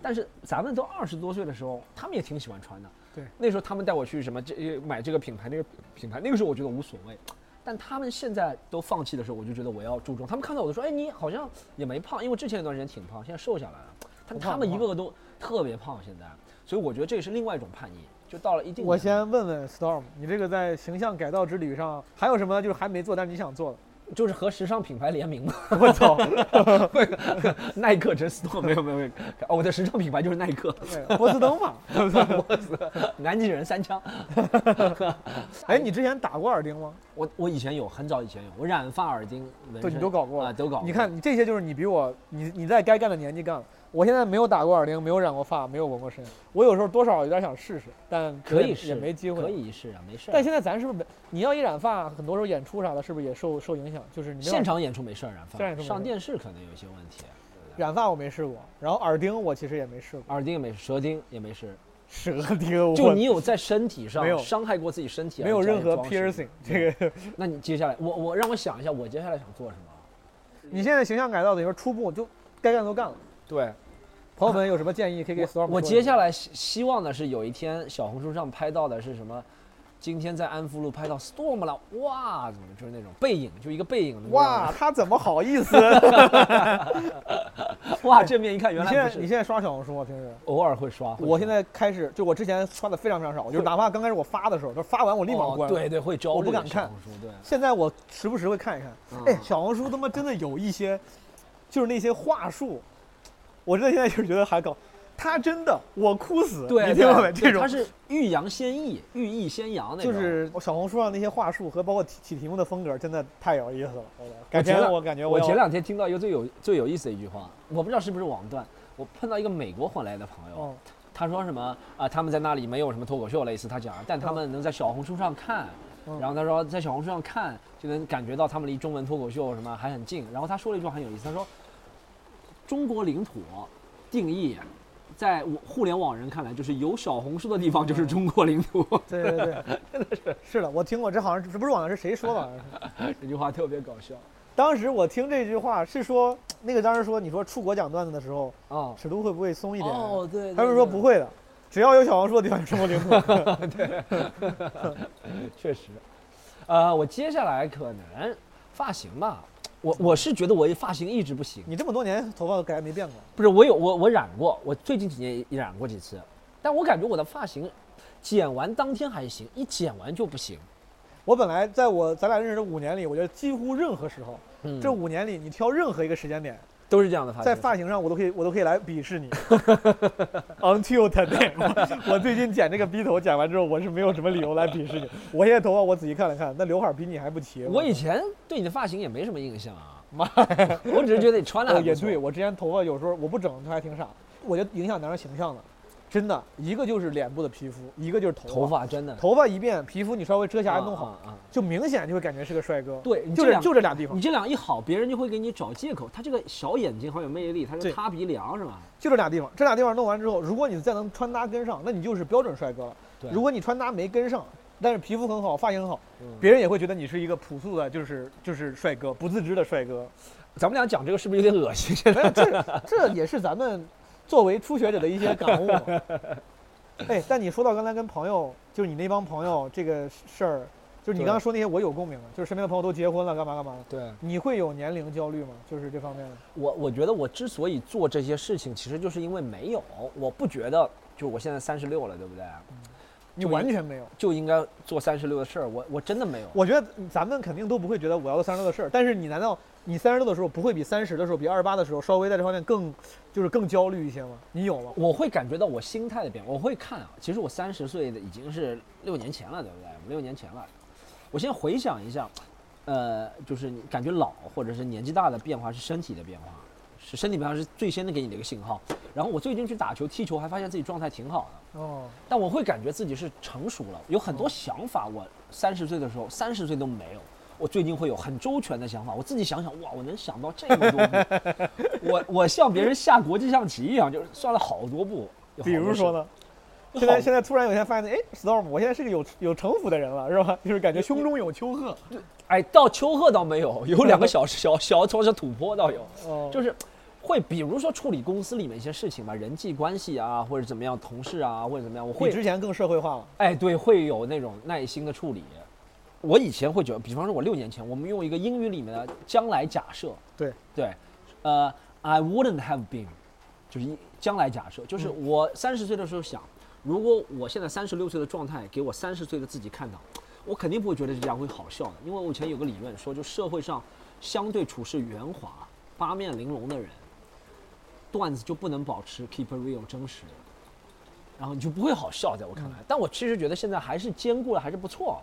[SPEAKER 3] 但是咱们都二十多岁的时候，他们也挺喜欢穿的。
[SPEAKER 1] 对，
[SPEAKER 3] 那时候他们带我去什么这呃买这个品牌那个品牌，那个时候我觉得无所谓。但他们现在都放弃的时候，我就觉得我要注重。他们看到我都说：“哎，你好像也没胖，因为我之前有段时间挺胖，现在瘦下来了。”但
[SPEAKER 1] 不胖
[SPEAKER 3] 他们
[SPEAKER 1] 不
[SPEAKER 3] 一
[SPEAKER 1] 胖
[SPEAKER 3] 个个都特别胖，现在，所以我觉得这也是另外一种叛逆，就到了一定
[SPEAKER 1] 我
[SPEAKER 3] 年龄
[SPEAKER 1] 先问问 Storm，你这个在形象改造之旅上还有什么就是还没做但是你想做的？
[SPEAKER 3] 就是和时尚品牌联名嘛，
[SPEAKER 1] 我操，
[SPEAKER 3] 耐克真 store 没有没有没有，哦，我的时尚品牌就是耐 克，
[SPEAKER 1] 对波司登嘛。
[SPEAKER 3] 南极人三枪。
[SPEAKER 1] 哎，你之前打过耳钉吗？
[SPEAKER 3] 我我以前有，很早以前有，我染发、耳钉、纹
[SPEAKER 1] 对，
[SPEAKER 3] 身，
[SPEAKER 1] 你都搞过
[SPEAKER 3] 啊，都搞过。
[SPEAKER 1] 你看，你这些就是你比我，你你在该干的年纪干了。我现在没有打过耳钉，没有染过发，没有纹过身。我有时候多少有点想试试，但
[SPEAKER 3] 可以
[SPEAKER 1] 也
[SPEAKER 3] 试，
[SPEAKER 1] 也没机
[SPEAKER 3] 可
[SPEAKER 1] 会。
[SPEAKER 3] 以试啊，没事儿。
[SPEAKER 1] 但现在咱是不是没？你要一染发，很多时候演出啥的，是不是也受受影响？就是你没有
[SPEAKER 3] 现场演出没事儿，染
[SPEAKER 1] 现场演出没事
[SPEAKER 3] 发
[SPEAKER 1] 儿
[SPEAKER 3] 上电视可能有一些问题。啊
[SPEAKER 1] 染发我没试过，然后耳钉我其实也没 试过。
[SPEAKER 3] 耳钉也没事，舌钉也没事，
[SPEAKER 1] 舌钉我
[SPEAKER 3] 就你有在身体
[SPEAKER 1] 没有
[SPEAKER 3] 上伤害过自己身体，
[SPEAKER 1] 没有
[SPEAKER 3] 而加以
[SPEAKER 1] 任何
[SPEAKER 3] 装饰嗯
[SPEAKER 1] piercing。这个，
[SPEAKER 3] 那你接下来，我我让我想一下，我接下来想做什么？
[SPEAKER 1] 你现在形象改造等于说初步就该干都干了。
[SPEAKER 3] 对，
[SPEAKER 1] 朋友们有什么建议可以给 Storm？说
[SPEAKER 3] 我
[SPEAKER 1] 一
[SPEAKER 3] 接
[SPEAKER 1] 下
[SPEAKER 3] 下来希希望的是有一天小红书上拍到的是什么？今天在安福路拍到 Storm 了，哇，怎么就是那种背影，就一个背影，
[SPEAKER 1] 哇，，他怎么好意 思？
[SPEAKER 3] 哇，正面一看
[SPEAKER 1] 你
[SPEAKER 3] 原
[SPEAKER 1] 现
[SPEAKER 3] 来
[SPEAKER 1] 在
[SPEAKER 3] 不是，
[SPEAKER 1] 你现在刷小红书吗？啊平时？
[SPEAKER 3] 偶尔会刷，会
[SPEAKER 1] 我
[SPEAKER 3] 刷
[SPEAKER 1] 现在开始，就我之前刷的非常非常少，就是
[SPEAKER 3] 会
[SPEAKER 1] 哪怕刚开始我发的时候，就是发完我立马
[SPEAKER 3] 哦
[SPEAKER 1] 关。，
[SPEAKER 3] 对对，会焦虑，
[SPEAKER 1] 我不敢看
[SPEAKER 3] 小红书，对，
[SPEAKER 1] 现在我时不时会看一看。
[SPEAKER 3] 嗯
[SPEAKER 1] 哎，小红书他妈真的有一些，就是那些话术，我真的现在就是觉得还搞，他真的我哭死，
[SPEAKER 3] 对，
[SPEAKER 1] 你听过
[SPEAKER 3] 对啊
[SPEAKER 1] 没？
[SPEAKER 3] 对
[SPEAKER 1] 这种
[SPEAKER 3] 它是欲扬先抑，欲抑先扬那
[SPEAKER 1] 就
[SPEAKER 3] 种，
[SPEAKER 1] 是小红书上那些话术和包括起起题目的风格，真的太有意思了。我的改
[SPEAKER 3] 我前
[SPEAKER 1] 天
[SPEAKER 3] 两
[SPEAKER 1] 我感觉
[SPEAKER 3] 我
[SPEAKER 1] 要
[SPEAKER 3] 前两天听到一个最有最有意思的一句话，我不知道是不是网段，我碰到一个美国回来的朋友，
[SPEAKER 1] 哦
[SPEAKER 3] 他说什么啊、他们在那里没有什么脱口秀类似，他讲，但他们能在小红书上看，
[SPEAKER 1] 嗯
[SPEAKER 3] 然后他说在小红书上看就能感觉到他们离中文脱口秀什么还很近。然后他说了一句话很有意思，他说中国领土定义。在我互联网人看来，就是有小红书的地方就是中国领土。
[SPEAKER 1] 对对对，真的是是的，我听过，这好像是这不是网上是谁说的？
[SPEAKER 3] 这句话特别搞笑
[SPEAKER 1] 当时我听这句话是说，那个当时说你说出国讲段子的时候，
[SPEAKER 3] 啊！
[SPEAKER 1] 尺度会不会松一点？
[SPEAKER 3] 哦，对，对
[SPEAKER 1] 他们说不，会的，只要有小黄书的地方有中国领土。
[SPEAKER 3] 对确实。呃，我接下来可能发型吧，我我是觉得我发型一直不行，
[SPEAKER 1] 你这么多年头发改没变过，
[SPEAKER 3] 不是，我有我我染过，我最近几年也染过几次，但我感觉我的发型，剪完当天还行，一剪完就不行。
[SPEAKER 1] 我本来在我咱俩认识的五年里，我觉得几乎任何时候，
[SPEAKER 3] 嗯
[SPEAKER 1] 这五年里你挑任何一个时间点，
[SPEAKER 3] 都是这样的发型。
[SPEAKER 1] 在发型上我都可以我都可以来鄙 视你。Until today，我我最近剪这个逼头，剪完之后我是没有什么理由来鄙视你。我现在头发我仔细看了看，那刘海比你还不齐。
[SPEAKER 3] 我以前对你的发型也没什么印象啊， 妈，我只是觉得你穿的
[SPEAKER 1] 哦也对，我之前头发有时候我不整，它还挺傻。我觉得影响男人形象的，真的，一个就是脸部的皮肤，一个就是头发。
[SPEAKER 3] 头发真的
[SPEAKER 1] 头发一变，皮肤你稍微遮瑕弄好，
[SPEAKER 3] 啊啊啊
[SPEAKER 1] 就明显就会感觉是个帅哥。
[SPEAKER 3] 对你
[SPEAKER 1] 就
[SPEAKER 3] 这
[SPEAKER 1] 是
[SPEAKER 3] 两
[SPEAKER 1] 就这俩地
[SPEAKER 3] 你
[SPEAKER 1] 方，
[SPEAKER 3] 这俩一好，别人就会给你找借口。他这个小眼睛好有魅力，他
[SPEAKER 1] 对
[SPEAKER 3] 是塌鼻梁是吧？
[SPEAKER 1] 就这俩地方，这俩地方弄完之后，如果你再能穿搭跟上，那你就是标准帅哥了。
[SPEAKER 3] 对
[SPEAKER 1] 如果你穿搭没跟上，但是皮肤很好，发型很好，
[SPEAKER 3] 嗯
[SPEAKER 1] 别人也会觉得你是一个朴素的，就是就是帅哥，不自知的帅 哥。
[SPEAKER 3] 咱们俩讲这个是不是有点恶心？现在
[SPEAKER 1] 没有，这这也是咱们作为初学者的一些感悟 嘛。哎，但你说到刚才跟朋友，就是你那帮朋友这个事儿，就是你
[SPEAKER 3] 对
[SPEAKER 1] 刚刚说那些，我有共鸣了。就是身边的朋友都结婚了，干嘛干嘛的，
[SPEAKER 3] 对
[SPEAKER 1] 你会有年龄焦虑吗？就是这方面的。
[SPEAKER 3] 我，我觉得我之所以做这些事情，其实就是因为没有，我不觉得，就是我现在三十六了，对不对？
[SPEAKER 1] 你
[SPEAKER 3] 就
[SPEAKER 1] 完
[SPEAKER 3] 一
[SPEAKER 1] 全没有，
[SPEAKER 3] 就应该做三十六的事儿，我我真的没有。
[SPEAKER 1] 我觉得咱们肯定都不会觉得我要做三十六的事儿，但是你难道你三十六的时候不会比三十的时候、比二十八的时候稍微在这方面更就是更焦虑一些吗？你有吗？
[SPEAKER 3] 我会感觉到我心态的变化，我会看啊。其实我三十岁的已经是六年前了，对不对？五六年前了。我现在回想一下，呃，就是你感觉老或者是年纪大的变化是身体的变化，是身体变化是最先的给你的一个信号。然后我最近去打球踢球，还发现自己状态挺好的。
[SPEAKER 1] 哦，
[SPEAKER 3] 但我会感觉自己是成熟了，有
[SPEAKER 1] 嗯
[SPEAKER 3] 很多想法，我三十岁的时候三十岁都没有。我最近会有很周全的想法，我自己想想，哇，我能想到这么多步，我我像别人下国际象棋一样，就是算了好多步。有好多
[SPEAKER 1] 比如说
[SPEAKER 3] 事？
[SPEAKER 1] 呢？
[SPEAKER 3] 有
[SPEAKER 1] 现在
[SPEAKER 3] 好
[SPEAKER 1] 现在突然有一天发现，哎，Storm，我现在是个有有城府的人了，是吧？就是感觉胸中有丘壑。
[SPEAKER 3] 哎，到丘壑倒没有，有两个小小小小小土坡倒有，
[SPEAKER 1] 哦
[SPEAKER 3] 就是是会比如说处理公司里面一些事情吧，人际关系啊，或者怎么样，同事啊，或者怎么样，我会
[SPEAKER 1] 你之前更社会化了。
[SPEAKER 3] 哎，对，会有那种耐心的处理。我以前会觉得，比方说，我六年前，我们用一个英语里面的将来假设，
[SPEAKER 1] 对
[SPEAKER 3] 对，呃，I wouldn't have been，就是一将来假设，就是我三十岁的时候想，如果我现在三十六岁的状态给我三十岁的自己看到，我肯定不会觉得这样会好笑的，因为我以前有个理论说，就社会上相对处事圆滑、八面玲珑的人，段子就不能保持 keep it real 真实，然后你就不会好笑，在我看来。
[SPEAKER 1] 嗯
[SPEAKER 3] 但我其实觉得现在还是兼顾了，还是不错。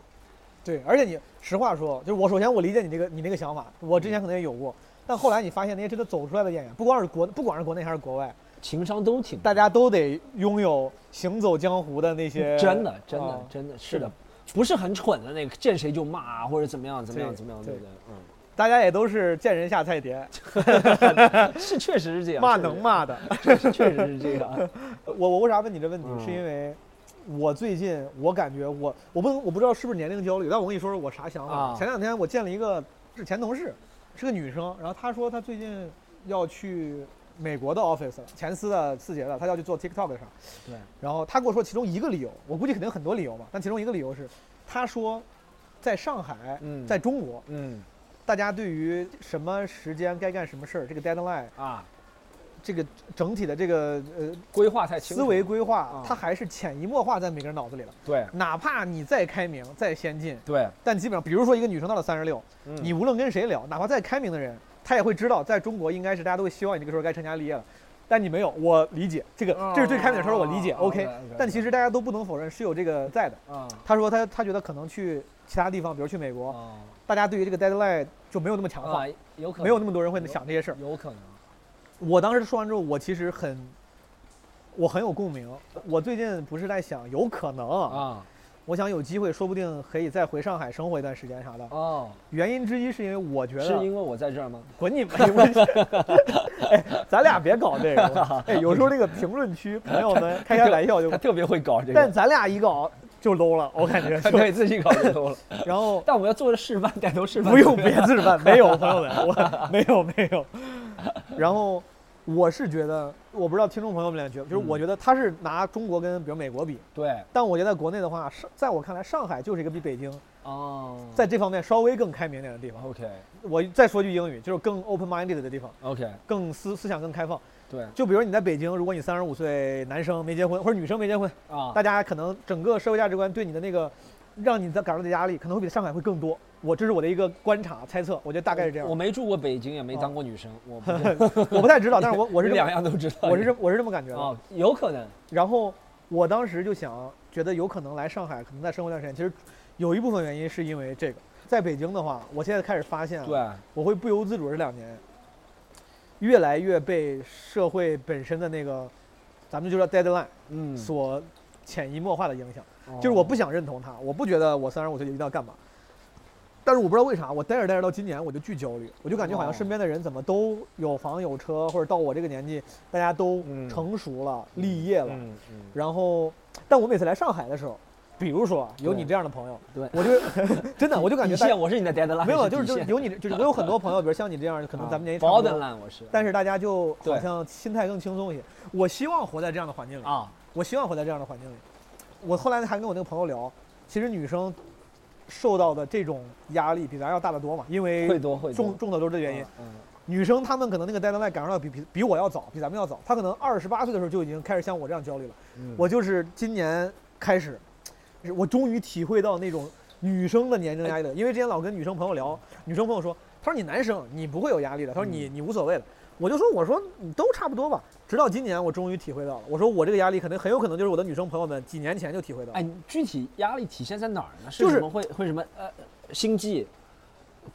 [SPEAKER 1] 对，而且你实话说，就是我首先我理解你这个你那个想法，我之前可能也有过，但后来你发现那些真的走出来的演员，不光是国，不管是国内还是国外，
[SPEAKER 3] 情商都挺
[SPEAKER 1] 大家都得拥有行走江湖的那些。
[SPEAKER 3] 真的，真
[SPEAKER 1] 啊
[SPEAKER 3] 的，真的
[SPEAKER 1] 是
[SPEAKER 3] 是
[SPEAKER 1] 的
[SPEAKER 3] 的，不是很蠢的那个，见谁就骂啊或者怎么样，怎么样，
[SPEAKER 1] 对
[SPEAKER 3] 怎么样，
[SPEAKER 1] 对
[SPEAKER 3] 对不对？嗯，
[SPEAKER 1] 大家也都是见人下菜碟，
[SPEAKER 3] 嗯 是确实是这样，
[SPEAKER 1] 骂
[SPEAKER 3] 确实
[SPEAKER 1] 能， 骂的。
[SPEAKER 3] 确实确实是这 样。
[SPEAKER 1] 我我为啥问你这问题，
[SPEAKER 3] 嗯
[SPEAKER 1] 是因为我最近我感觉我我不能我不知道是不是年龄焦虑，但我跟你说说我啥想法。
[SPEAKER 3] 啊
[SPEAKER 1] 前两天我见了一个是前同事，是个女生，然后她说她最近要去美国的 office 了，前司的字节的，她要去做 TikTok 的啥。
[SPEAKER 3] 对，
[SPEAKER 1] 然后她跟我说其中一个理由，我估计肯定很多理由嘛，但其中一个理由是，她说在上海，
[SPEAKER 3] 嗯
[SPEAKER 1] 在中国，
[SPEAKER 3] 嗯
[SPEAKER 1] 大家对于什么时间该干什么事儿，这个 deadline，
[SPEAKER 3] 啊，
[SPEAKER 1] 这个整体的这个呃
[SPEAKER 3] 规划太清楚
[SPEAKER 1] 思
[SPEAKER 3] 了
[SPEAKER 1] 维规划
[SPEAKER 3] 啊，嗯
[SPEAKER 1] 它还是潜移默化在每个人脑子里了。
[SPEAKER 3] 对
[SPEAKER 1] 哪怕你再开明、再先进，
[SPEAKER 3] 对，
[SPEAKER 1] 但基本上，比如说一个女生到了三十六，
[SPEAKER 3] 嗯
[SPEAKER 1] 你无论跟谁聊，哪怕再开明的人，他也会知道，在中国应该是大家都会希望你这个时候该成家立业了。但你没有，我理解这个，这是最开明的时候，我理解
[SPEAKER 3] 哦
[SPEAKER 1] ，OK。
[SPEAKER 3] OK，OK，
[SPEAKER 1] 但其实大家都不能否认是有这个在的。
[SPEAKER 3] 啊
[SPEAKER 1] 他说他他觉得可能去其他地方，比如去美国，
[SPEAKER 3] 啊
[SPEAKER 1] 大家对于这个 deadline 就没有那么强化
[SPEAKER 3] 啊，，有可能
[SPEAKER 1] 没有那么多人会想这些事儿。
[SPEAKER 3] 有可能。
[SPEAKER 1] 我当时说完之后，我其实很，我很有共鸣。我最近不是在想，有可能啊，
[SPEAKER 3] 啊
[SPEAKER 1] 我想有机会，说不定可以再回上海生活一段时间啥的。
[SPEAKER 3] 哦，
[SPEAKER 1] 原因之一是因为我觉
[SPEAKER 3] 是
[SPEAKER 1] 得
[SPEAKER 3] 因为我在这儿吗？
[SPEAKER 1] 滚你妈！ 哎，咱俩别搞这 个。哎，有时候这个评论区朋友们开开玩笑就
[SPEAKER 3] 他，特别会搞这
[SPEAKER 1] 但
[SPEAKER 3] 个，
[SPEAKER 1] 咱俩一搞就 low 了，我感 觉
[SPEAKER 3] 他
[SPEAKER 1] 就。
[SPEAKER 3] 对自己搞 这个了。
[SPEAKER 1] 然后
[SPEAKER 3] 但我要做的示范，带头示 范。
[SPEAKER 1] 不用别自办，没有朋友们，我没有没有。然后我是觉得，我不知道听众朋友们俩觉得，就是我觉得他是拿中国跟比如美国比，
[SPEAKER 3] 对，
[SPEAKER 1] 但我觉得国内的话，是在我看来，上海就是一个比北京
[SPEAKER 3] 哦，
[SPEAKER 1] 在这方面稍微更开明点的地方。
[SPEAKER 3] OK
[SPEAKER 1] 我再说句英语，就是更 open minded 的地方，
[SPEAKER 3] OK，
[SPEAKER 1] 更思思想更开放。
[SPEAKER 3] 对
[SPEAKER 1] 就比如你在北京，如果你三十五岁男生没结婚，或者女生没结婚，
[SPEAKER 3] 啊，
[SPEAKER 1] 大家可能整个社会价值观对你的那个，让你的感受的压力可能会比上海会更多。我这是我的一个观察猜测，我觉得大概是这样
[SPEAKER 3] 我。没住过北京，也没当过女生，我不知道
[SPEAKER 1] 我不太知道，但是我 我是
[SPEAKER 3] 你
[SPEAKER 1] 这
[SPEAKER 3] 两
[SPEAKER 1] 么
[SPEAKER 3] 样都知道。
[SPEAKER 1] 我是这我是这么感觉的。
[SPEAKER 3] 啊，有可能
[SPEAKER 1] 然后我当时就想，觉得有可能来上海，可能再生活一段时间。其实有一部分原因是因为这个，在北京的话，我现在开始发现，
[SPEAKER 3] 对，
[SPEAKER 1] 我会不由自主这两年，越来越被社会本身的那个，咱们就叫 deadline
[SPEAKER 3] 嗯，
[SPEAKER 1] 所潜移默化的影响。
[SPEAKER 3] 哦
[SPEAKER 1] 就是我不想认同它，我不觉得我三十五岁就一定要干嘛。但是我不知道为啥，我待着待着到今年我就巨焦虑，我就感觉好像
[SPEAKER 3] 哦
[SPEAKER 1] 身边的人怎么都有房有车，或者到我这个年纪，大家都
[SPEAKER 3] 嗯
[SPEAKER 1] 成熟了、立业了。
[SPEAKER 3] 嗯嗯
[SPEAKER 1] 然后，但我每次来上海的时候，比如说啊有你
[SPEAKER 3] 对
[SPEAKER 1] 这样的朋友，
[SPEAKER 3] 对
[SPEAKER 1] 我就 真的我就感觉
[SPEAKER 3] 底
[SPEAKER 1] 大
[SPEAKER 3] 线，我是你的 deadline，
[SPEAKER 1] 没有，
[SPEAKER 3] 是
[SPEAKER 1] 就是
[SPEAKER 3] 底
[SPEAKER 1] 就是
[SPEAKER 3] 线
[SPEAKER 1] 有你，就是我有很多朋友，比如像你这样，可能
[SPEAKER 3] 啊
[SPEAKER 1] 咱们年纪差
[SPEAKER 3] 薄
[SPEAKER 1] 不
[SPEAKER 3] 的
[SPEAKER 1] 多，
[SPEAKER 3] 烂我是，
[SPEAKER 1] 但是大家就好
[SPEAKER 3] 对
[SPEAKER 1] 像心态更轻松一些。我希望活在这样的环境里，
[SPEAKER 3] 啊，
[SPEAKER 1] 我希望活在这样的环境里。我后来还跟我那个朋友聊，其实女生受到的这种压力比咱要大得多嘛，因
[SPEAKER 3] 会
[SPEAKER 1] 为
[SPEAKER 3] 多会多
[SPEAKER 1] 中中的都是这个原因。
[SPEAKER 3] 嗯，
[SPEAKER 1] 女生她们可能那个 deadline 感受到比比比我要早，比咱们要早。她可能二十八岁的时候就已经开始像我这样焦虑了。
[SPEAKER 3] 嗯
[SPEAKER 1] 我就是今年开始，是我终于体会到那种女生的年龄压力了。因为之前老跟女生朋友聊，女生朋友说，她说你男生你不会有压力的，
[SPEAKER 3] 嗯
[SPEAKER 1] 她说你你无所谓的。我就说我说你都差不多吧。直到今年我终于体会到了，我说我这个压力可能很有可能就是我的女生朋友们几年前就体会到了
[SPEAKER 3] 哎，。你具体压力体现在哪儿呢？是
[SPEAKER 1] 就是
[SPEAKER 3] 什么会会什么呃心悸、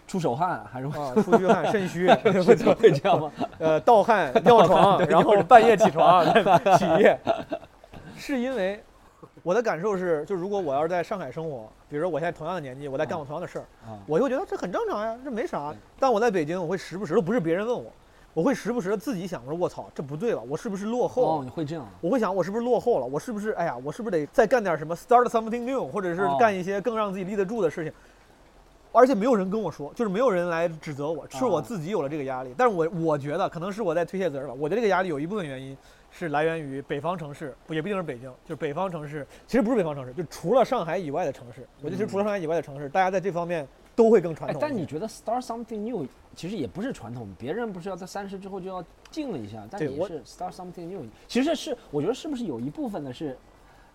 [SPEAKER 3] 出手汗，还是会
[SPEAKER 1] 啊，出虚汗、肾虚，
[SPEAKER 3] 会这样会这样吗？
[SPEAKER 1] 呃，盗 汗、尿床，然后半夜起床 起夜，是因为我的感受是，就如果我要是在上海生活，比如说我现在同样的年纪，我在干我同样的事儿，
[SPEAKER 3] 啊，
[SPEAKER 1] 我就觉得这很正常呀，这没啥
[SPEAKER 3] 对。
[SPEAKER 1] 但我在北京，我会时不时的，不是别人问我，我会时不时的自己想说，我操，这不对了，我是不是落后
[SPEAKER 3] 哦，
[SPEAKER 1] 了？
[SPEAKER 3] 你会 这样啊，
[SPEAKER 1] 我会想，我是不是落后了？我是不是哎呀，我是不是得再干点什么，start something new，或者是
[SPEAKER 3] 哦
[SPEAKER 1] 干一些更让自己立得住的事情？而且没有人跟我说，就是没有人来指责我，是我
[SPEAKER 3] 啊
[SPEAKER 1] 自己有了这个压力。但是我我觉得可能是我在推卸责任吧。我觉得这个压力有一部分原因是来源于北方城市，不也不一定是北京，就是北方城市，其实不是北方城市，就除了上海以外的城市，我觉得其实除了上海以外的城市，大家在这方面都会更传
[SPEAKER 3] 哎
[SPEAKER 1] 统一些。
[SPEAKER 3] 但你觉得 start something new 其实也不是传统，别人不是要在三十之后就要静了一下，但
[SPEAKER 1] 对
[SPEAKER 3] 你
[SPEAKER 1] 我
[SPEAKER 3] 是 start something new，其实是我觉得是不是有一部分的是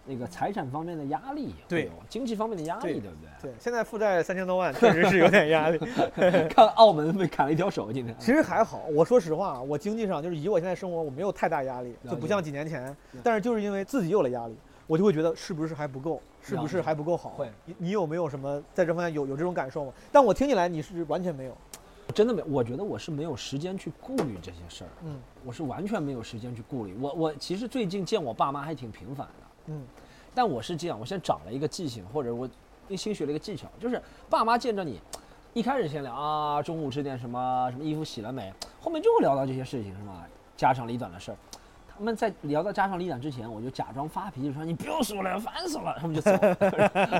[SPEAKER 3] 那个财产方面的压力也会
[SPEAKER 1] 对
[SPEAKER 3] 有，经济方面的压力，
[SPEAKER 1] 对
[SPEAKER 3] 对不对？
[SPEAKER 1] 对现在负债三千多万，确实是有点压力。
[SPEAKER 3] 看澳门被砍了一条手，今天
[SPEAKER 1] 其实还好，我说实话啊，我经济上就是以我现在生活，我没有太大压力，
[SPEAKER 3] 了
[SPEAKER 1] 就不
[SPEAKER 3] 解
[SPEAKER 1] 像几年前
[SPEAKER 3] 嗯。
[SPEAKER 1] 但是就是因为自己有了压力，我就会觉得是不是还不够，是不是还不够好？
[SPEAKER 3] 会
[SPEAKER 1] 你，你有没有什么在这方面有有这种感受吗？但我听起来你是完全没有。
[SPEAKER 3] 我真的没，我觉得我是没有时间去顾虑这些事儿，
[SPEAKER 1] 嗯
[SPEAKER 3] 我是完全没有时间去顾虑。我我其实最近见我爸妈还挺频繁的，
[SPEAKER 1] 嗯
[SPEAKER 3] 但我是这样，我现在长了一个记性，或者我新学了一个技巧，就是爸妈见着你，一开始先聊啊，中午吃点什么，什么衣服洗了没，后面就会聊到这些事情，是吗？家长里短的事儿。他们在聊到家长里短之前，我就假装发脾气说：“你不用说了，烦死了。”他们就走，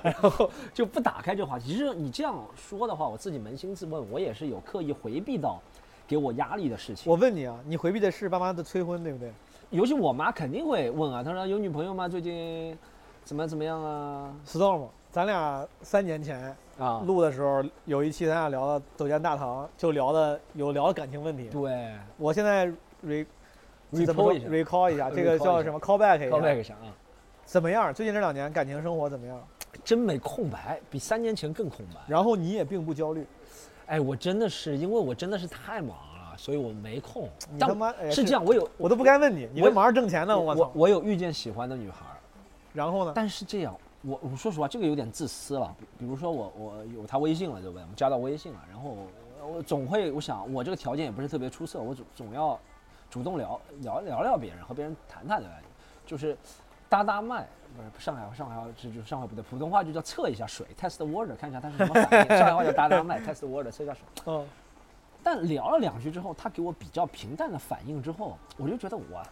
[SPEAKER 3] 然后就不打开这话题。其实你这样说的话，我自己扪心自问，我也是有刻意回避到给我压力的事情。
[SPEAKER 1] 我问你啊，你回避的是爸妈的催婚，对不对？
[SPEAKER 3] 尤其我妈肯定会问啊，她说：“有女朋友吗？最近怎么怎么样啊
[SPEAKER 1] storm，咱俩三年前？”
[SPEAKER 3] 啊，
[SPEAKER 1] 录的时候有一期咱俩聊的走进大堂，就聊的有聊感情问题。
[SPEAKER 3] 对
[SPEAKER 1] 我现在 re 怎么说
[SPEAKER 3] 嗯 Recall 一下
[SPEAKER 1] recall 一下，这
[SPEAKER 3] Recall
[SPEAKER 1] 个
[SPEAKER 3] 一
[SPEAKER 1] 叫
[SPEAKER 3] 下
[SPEAKER 1] 什么 callback 一下
[SPEAKER 3] ，callback 一下啊，
[SPEAKER 1] 怎么样？最近这两年感情生活怎么样？
[SPEAKER 3] 真没空白，比三年前更空白。
[SPEAKER 1] 然后你也并不焦虑，
[SPEAKER 3] 哎，我真的是因为我真的是太忙了，所以我没空
[SPEAKER 1] 你。
[SPEAKER 3] 但
[SPEAKER 1] 他妈哎呀
[SPEAKER 3] 是
[SPEAKER 1] 是
[SPEAKER 3] 这样，我有
[SPEAKER 1] 我都不该问你，你
[SPEAKER 3] 我
[SPEAKER 1] 这忙着挣钱呢，我
[SPEAKER 3] 我
[SPEAKER 1] 操！
[SPEAKER 3] 我有遇见喜欢的女孩儿，
[SPEAKER 1] 然后呢？
[SPEAKER 3] 但是这样，我我说实话，这个有点自私了。比比如说我我有她微信了，对不对？我加到微信了，然后我我总会我想我这个条件也不是特别出色，我总总要主动聊聊聊聊别人，和别人谈谈对吧？就是搭搭脉，不是上海话上海话就就上海不对，普通话就叫测一下水，test the water，看一下他是什么 反应。上海话叫搭搭脉，test the water，测一下水。
[SPEAKER 1] 嗯，
[SPEAKER 3] 但聊了两句之后，他给我比较平淡的反应之后，我就觉得我啊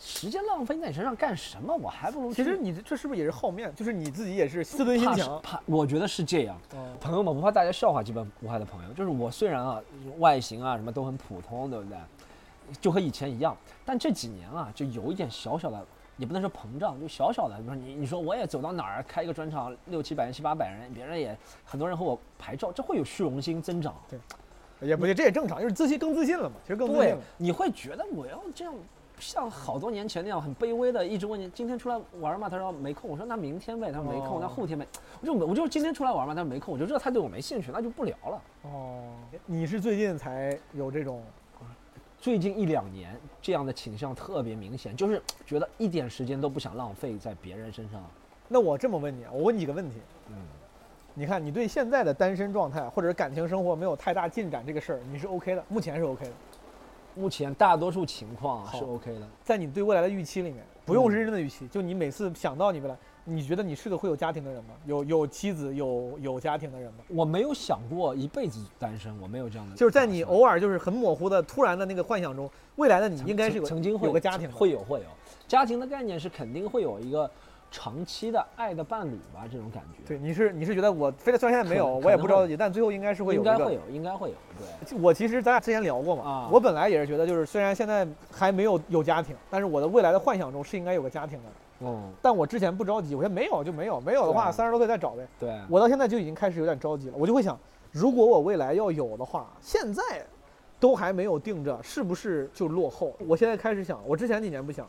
[SPEAKER 3] 时间浪费在你身上干什么？我还不如
[SPEAKER 1] 其实
[SPEAKER 3] 去
[SPEAKER 1] 你这这是不是也是好面？就是你自己也是自尊心
[SPEAKER 3] 怕是
[SPEAKER 1] 强。
[SPEAKER 3] 怕，我觉得是这样。
[SPEAKER 1] 嗯
[SPEAKER 3] 朋友们不怕大家笑话，基本无害的朋友，就是我虽然啊外形啊什么都很普通，对不对？就和以前一样，但这几年啊就有一点小小的，也不能说膨胀，就小小的。比如说你你说我也走到哪儿开一个专场，六七百人七八百人，别人也很多人和我拍照，这会有虚荣心增长。
[SPEAKER 1] 也不对，这也正常，就是自信更自信了嘛。其实更自信
[SPEAKER 3] 对
[SPEAKER 1] 了。，
[SPEAKER 3] 你会觉得我要这样，像好多年前那样很卑微的，一直问你今天出来玩吗？他说没空。我说那明天呗，他说没空。
[SPEAKER 1] 哦
[SPEAKER 3] 那后天呗，我就我就今天出来玩嘛，他说没空，我就知道他对我没兴趣，那就不聊了。
[SPEAKER 1] 哦，你是最近才有这种
[SPEAKER 3] 最近一两年这样的倾向特别明显，就是觉得一点时间都不想浪费在别人身上。
[SPEAKER 1] 那我这么问你啊，我问你个问题，
[SPEAKER 3] 嗯，
[SPEAKER 1] 你看你对现在的单身状态或者是感情生活没有太大进展这个事儿，你是 OK 的，目前是 OK 的，
[SPEAKER 3] 目前大多数情况
[SPEAKER 1] 好
[SPEAKER 3] 是 OK 的。
[SPEAKER 1] 在你对未来的预期里面，不用
[SPEAKER 3] 嗯
[SPEAKER 1] 是认真的预期，就你每次想到你未来，你觉得你是个会有家庭的人吗？有有妻子有有家庭的人吗？
[SPEAKER 3] 我没有想过一辈子单身，我没有这样的打算。
[SPEAKER 1] 就是在你偶尔就是很模糊的突然的那个幻想中，未来的你
[SPEAKER 3] 曾
[SPEAKER 1] 应该是有
[SPEAKER 3] 曾曾经会
[SPEAKER 1] 有个家庭的，
[SPEAKER 3] 会有会有家庭的概念是肯定会有一个长期的爱的伴侣吧，这种感觉。
[SPEAKER 1] 对，你是你是觉得我非得虽然现在没有，
[SPEAKER 3] 可
[SPEAKER 1] 我也不
[SPEAKER 3] 可能
[SPEAKER 1] 知道
[SPEAKER 3] 会，
[SPEAKER 1] 但最后应该是会有
[SPEAKER 3] 应
[SPEAKER 1] 一
[SPEAKER 3] 该
[SPEAKER 1] 个
[SPEAKER 3] 会有，应该会有，对。
[SPEAKER 1] 我其实咱俩之前聊过嘛，
[SPEAKER 3] 啊
[SPEAKER 1] 我本来也是觉得，就是虽然现在还没有有家庭，但是我的未来的幻想中是应该有个家庭的。
[SPEAKER 3] 嗯，
[SPEAKER 1] 但我之前不着急，我说没有就没有，没有的
[SPEAKER 3] 对
[SPEAKER 1] 话
[SPEAKER 3] 啊
[SPEAKER 1] 三十多岁再找呗。
[SPEAKER 3] 对，啊
[SPEAKER 1] 我到现在就已经开始有点着急了，我就会想，如果我未来要有的话，现在都还没有定着，是不是就落后？我现在开始想，我之前几年不想，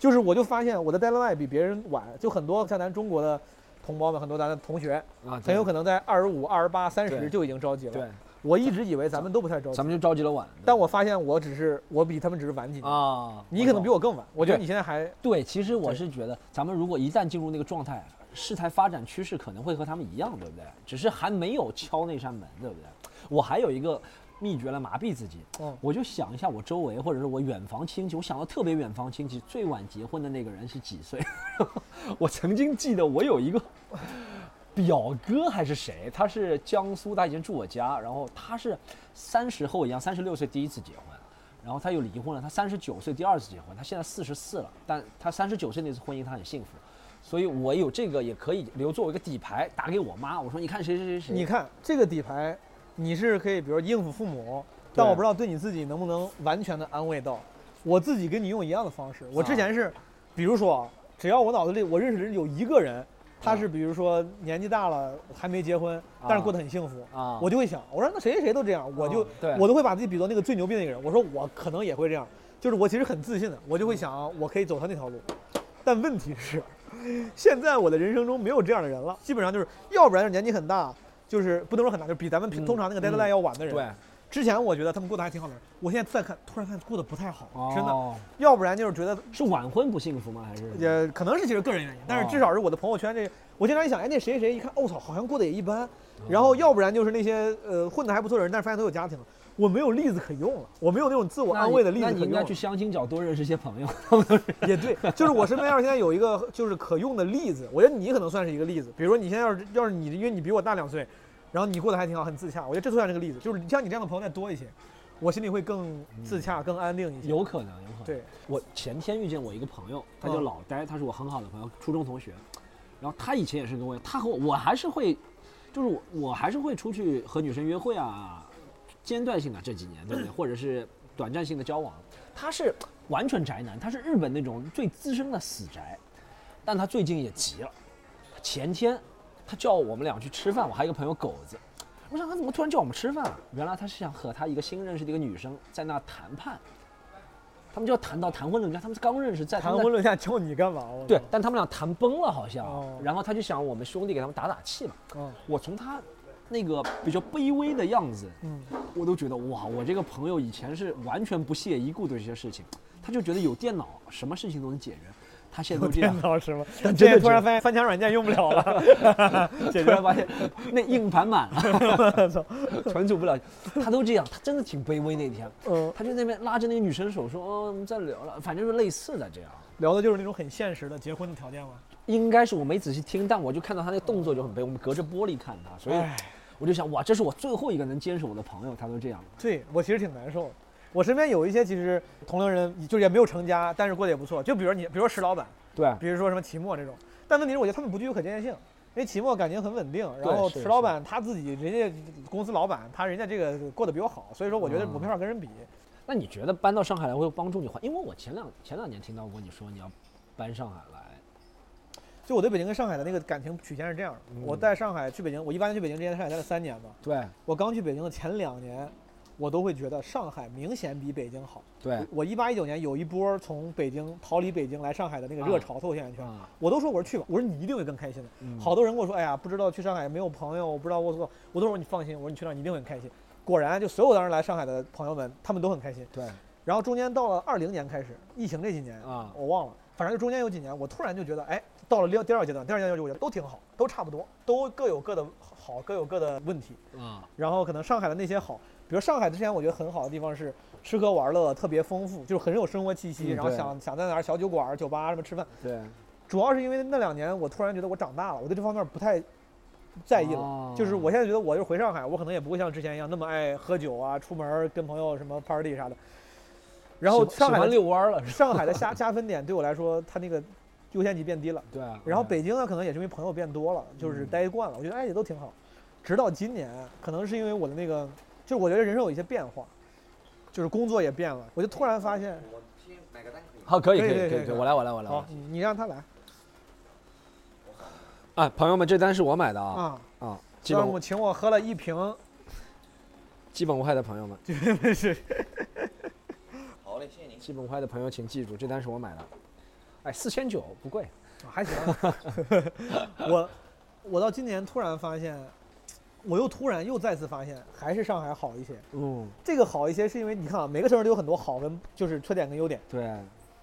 [SPEAKER 1] 就是我就发现我的 deadline 比别人晚，就很多像咱中国的同胞们，很多咱的同学，
[SPEAKER 3] 啊，
[SPEAKER 1] 很有
[SPEAKER 3] 能。
[SPEAKER 1] 可能在二十五、二十八、三十
[SPEAKER 3] 对
[SPEAKER 1] 就已经着急了。
[SPEAKER 3] 对，
[SPEAKER 1] 我一直以为咱们都不太着急
[SPEAKER 3] 咱。们就着急了晚。
[SPEAKER 1] 但我发现我只是我比他们只是晚几年，
[SPEAKER 3] 啊，
[SPEAKER 1] 你可能比
[SPEAKER 3] 我
[SPEAKER 1] 我更晚。我觉得你现在还
[SPEAKER 3] 懂对。其实我
[SPEAKER 1] 对
[SPEAKER 3] 是觉得，咱们如果一旦进入那个状态，事态发展趋势可能会和他们一样，对不对？只是还没有敲那扇门，对不对？我还有一个秘诀来麻痹自己，
[SPEAKER 1] 嗯
[SPEAKER 3] 我就想一下我周围或者是我远房亲戚，我想到特别远房亲戚最晚结婚的那个人是几岁。 我曾经记得我有一个表哥还是谁，他是江苏，他以前住我家，然后他是三十和我一样，三十六岁第一次结婚，然后他又离婚了，他三十九岁第二次结婚，他现在四十四了，但他三十九岁那次婚姻他很幸福，所以我有这个也可以留作为一个底牌，打给我妈，我说你看谁谁谁谁，
[SPEAKER 1] 你看这个底牌，你是可以比如应付父母，但
[SPEAKER 3] 对
[SPEAKER 1] 我不知道对你自己能不能完全的安慰到。我自己跟你用一样的方式，我之
[SPEAKER 3] 啊
[SPEAKER 1] 前是，比如说啊，只要我脑子里我认识的人有一个人，他是比如说年纪大了还没结婚，但是过得很幸福。
[SPEAKER 3] 啊啊，
[SPEAKER 1] 我就会想，我说那谁谁谁都这样，我就、
[SPEAKER 3] 嗯对
[SPEAKER 1] 我都会把自己比作那个最牛逼的那个人。我说我可能也会这样，就是我其实很自信的，我
[SPEAKER 3] 嗯
[SPEAKER 1] 就会想啊我可以走他那条路。但问题是，现在我的人生中没有这样的人了，基本上就是要不然就是年纪很大，就是不能说很大，就是比咱们平
[SPEAKER 3] 嗯
[SPEAKER 1] 通常那个 deadline 要晚的人。
[SPEAKER 3] 对，
[SPEAKER 1] 之前我觉得他们过得还挺好的，我现在再看，突然看过得不太好，真的。
[SPEAKER 3] 哦
[SPEAKER 1] 要不然就是觉得
[SPEAKER 3] 是晚婚不幸福吗？还是
[SPEAKER 1] 也可能是其实个人原因，但是
[SPEAKER 3] 哦
[SPEAKER 1] 至少是我的朋友圈这，我经常一想，哎，那谁谁谁一看，我、操，好像过得也一般。
[SPEAKER 3] 嗯
[SPEAKER 1] 然后要不然就是那些呃混得还不错的人，但是发现都有家庭了，我没有例子可用了，我没有那种自我
[SPEAKER 3] 那
[SPEAKER 1] 安
[SPEAKER 3] 你
[SPEAKER 1] 慰的例子
[SPEAKER 3] 那
[SPEAKER 1] 可
[SPEAKER 3] 你
[SPEAKER 1] 用
[SPEAKER 3] 应该
[SPEAKER 1] 了。
[SPEAKER 3] 去相亲角多认识一些朋友。
[SPEAKER 1] 也对， 就是我身边要是现在有一个就是可用的例子，我觉得你可能算是一个例子。比如说你现在要是要是你，因为你比我大两岁，然后你过得还挺好，很自洽，我觉得这算是个例子。就是像你这样的朋友再多一些，我心里会更自洽、更安定一些。
[SPEAKER 3] 嗯有可能，有可能。
[SPEAKER 1] 对，
[SPEAKER 3] 我前天遇见我一个朋友，他叫
[SPEAKER 1] 嗯
[SPEAKER 3] 老呆，他是我很好的朋友，初中同学。然后他以前也是跟我，他和我，我还是会，就是我，我还是会出去和女生约会啊，间断性的这几年，对不 对？或者是短暂性的交往。他是完全宅男，他是日本那种最资深的死宅，但他最近也急了。前天他叫我们俩去吃饭，我还有一个朋友狗子，我想他怎么突然叫我们吃饭啊？原来他是想和他一个新认识的一个女生在那谈判，他们就要谈到谈婚论嫁，他们刚认识在他
[SPEAKER 1] 谈
[SPEAKER 3] 们在
[SPEAKER 1] 婚论嫁教你干嘛？我
[SPEAKER 3] 对，但他们俩谈崩了好像，
[SPEAKER 1] 哦
[SPEAKER 3] 然后他就想我们兄弟给他们打打气嘛。
[SPEAKER 1] 操，嗯
[SPEAKER 3] 我从他那个比较卑微的样子，
[SPEAKER 1] 嗯，
[SPEAKER 3] 我都觉得哇，我这个朋友以前是完全不屑一顾对这些事情，他就觉得有电脑什么事情都能解决，他现在都这样
[SPEAKER 1] 电。脑是吗？现
[SPEAKER 3] 但真
[SPEAKER 1] 在
[SPEAKER 3] 的
[SPEAKER 1] 突然发现翻墙软件用不了了，解
[SPEAKER 3] 突
[SPEAKER 1] 决
[SPEAKER 3] 然发现那硬盘满了， 存储不了，他都这样，他真的挺卑微那天，
[SPEAKER 1] 嗯，
[SPEAKER 3] 他就那边拉着那个女生手说，哦，我们再聊了，反正就是类似的这样。
[SPEAKER 1] 聊的就是那种很现实的结婚的条件嘛。
[SPEAKER 3] 应该是我没仔细听，但我就看到他那个动作就很卑微，我们隔着玻璃看他，所以
[SPEAKER 1] 唉
[SPEAKER 3] 我就想，哇，这是我最后一个能坚守我的朋友，他都这样。
[SPEAKER 1] 对我其实挺难受的。我身边有一些其实同龄人，就是也没有成家，但是过得也不错。就比如你，比如说石老板，
[SPEAKER 3] 对，
[SPEAKER 1] 比如说什么齐墨这种。但问题是，我觉得他们不具有可见性，因为齐墨感情很稳定，
[SPEAKER 3] 对
[SPEAKER 1] 然后
[SPEAKER 3] 是
[SPEAKER 1] 石老板他自己人家公司老板，他人家这个过得比我好，所以说我觉得我没法跟人比。
[SPEAKER 3] 那你觉得搬到上海来会帮助你还？因为我前两前两年听到过你说你要搬上海来，
[SPEAKER 1] 就我对北京跟上海的那个感情曲线是这样的：我在上海去北京，我一八年去北京之前，上海待了三年嘛。
[SPEAKER 3] 对
[SPEAKER 1] 我刚去北京的前两年，我都会觉得上海明显比北京好。
[SPEAKER 3] 对
[SPEAKER 1] 我一八一九年有一波从北京逃离北京来上海的那个热
[SPEAKER 3] 啊
[SPEAKER 1] 潮，脱口秀演艺圈，
[SPEAKER 3] 啊，
[SPEAKER 1] 我都说我说去吧，我说你一定会更开心的。
[SPEAKER 3] 嗯
[SPEAKER 1] 好多人跟我说，哎呀，不知道去上海没有朋友，我不知道我做，我都说你放心，我说你去那儿你一定会很开心。果然，就所有当时来上海的朋友们，他们都很开心。
[SPEAKER 3] 对
[SPEAKER 1] 然后中间到了二零年开始，疫情这几年
[SPEAKER 3] 啊
[SPEAKER 1] 我忘了，反正就中间有几年，我突然就觉得，哎，到了第二第二阶段，第二阶段就我觉得都挺好，都差不多，都各有各的好，各有各的问题。
[SPEAKER 3] 啊，
[SPEAKER 1] 然后可能上海的那些好，比如上海之前我觉得很好的地方是吃喝玩乐特别丰富，就是很有生活气息，
[SPEAKER 3] 嗯
[SPEAKER 1] 然后
[SPEAKER 3] 对
[SPEAKER 1] 想想在哪儿小酒馆儿、酒吧什么吃饭，
[SPEAKER 3] 对，
[SPEAKER 1] 主要是因为那两年我突然觉得我长大了，我对这方面不太在意了。
[SPEAKER 3] 哦
[SPEAKER 1] 就是我现在觉得我就回上海，我可能也不会像之前一样那么爱喝酒啊，出门儿跟朋友什么 party 啥的。然后
[SPEAKER 3] 喜
[SPEAKER 1] 上
[SPEAKER 3] 欢
[SPEAKER 1] 海
[SPEAKER 3] 喜欢
[SPEAKER 1] 的
[SPEAKER 3] 遛弯儿了，是吧
[SPEAKER 1] 上海的加加分点对我来说，它那个优先级变低了。
[SPEAKER 3] 对啊。
[SPEAKER 1] 然后北京呢，可能也是因为朋友变多了，就是待惯了，我觉得哎也都挺好。直到今年，可能是因为我的那个，就是我觉得人生有一些变化，就是工作也变了，我就突然发现，
[SPEAKER 5] 我先买个单可以吗？
[SPEAKER 3] 好，啊可以
[SPEAKER 1] 可
[SPEAKER 3] 可
[SPEAKER 1] 以
[SPEAKER 3] 以
[SPEAKER 1] 可以
[SPEAKER 3] 可
[SPEAKER 1] 可以
[SPEAKER 3] 以，我来我来我来。我
[SPEAKER 1] 好
[SPEAKER 3] 来，
[SPEAKER 1] 你你让他来
[SPEAKER 3] 啊，朋友们，这单是我买的啊
[SPEAKER 1] 啊，
[SPEAKER 3] 啊，基
[SPEAKER 1] 端
[SPEAKER 3] 本
[SPEAKER 1] 午
[SPEAKER 3] 无
[SPEAKER 1] 请我喝了一瓶，
[SPEAKER 3] 基本无害的朋友们，
[SPEAKER 1] 是
[SPEAKER 5] 好嘞，谢谢您。
[SPEAKER 3] 基本无害的朋友请记住，这单是我买的。哎，四千九不贵，
[SPEAKER 1] 啊还行。 我我到今年突然发现，我又突然又再次发现，还是上海好一些。
[SPEAKER 3] 嗯，
[SPEAKER 1] 这个好一些是因为你看啊，每个城市都有很多好跟就是缺点跟优点，
[SPEAKER 3] 对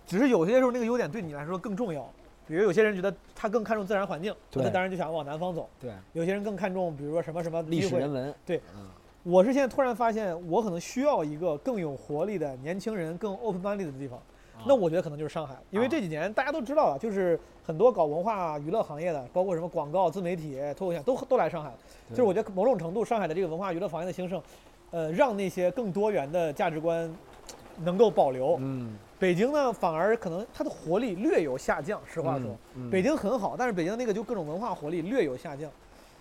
[SPEAKER 1] 只是有些时候那个优点对你来说更重要。比如有些人觉得他更看重自然环境，
[SPEAKER 3] 对
[SPEAKER 1] 那当然就想往南方走；
[SPEAKER 3] 对，
[SPEAKER 1] 有些人更看重比如说什么什么
[SPEAKER 3] 历
[SPEAKER 1] 机
[SPEAKER 3] 史
[SPEAKER 1] 会
[SPEAKER 3] 人文，
[SPEAKER 1] 对
[SPEAKER 3] 嗯，
[SPEAKER 1] 我是现在突然发现，我可能需要一个更有活力的年轻人、更 open minded 的地方。
[SPEAKER 3] 啊
[SPEAKER 1] 那我觉得可能就是上海，因为这几年大家都知道了，就是很多搞文化娱乐行业的，包括什么广告、自媒体、脱口秀，都都来上海了。就
[SPEAKER 3] 对
[SPEAKER 1] 是我觉得某种程度，上海的这个文化娱乐行业的兴盛，呃，让那些更多元的价值观能够保留。
[SPEAKER 3] 嗯，
[SPEAKER 1] 北京呢，反而可能它的活力略有下降。实话说，
[SPEAKER 3] 嗯，嗯
[SPEAKER 1] 北京很好，但是北京那个就各种文化活力略有下降，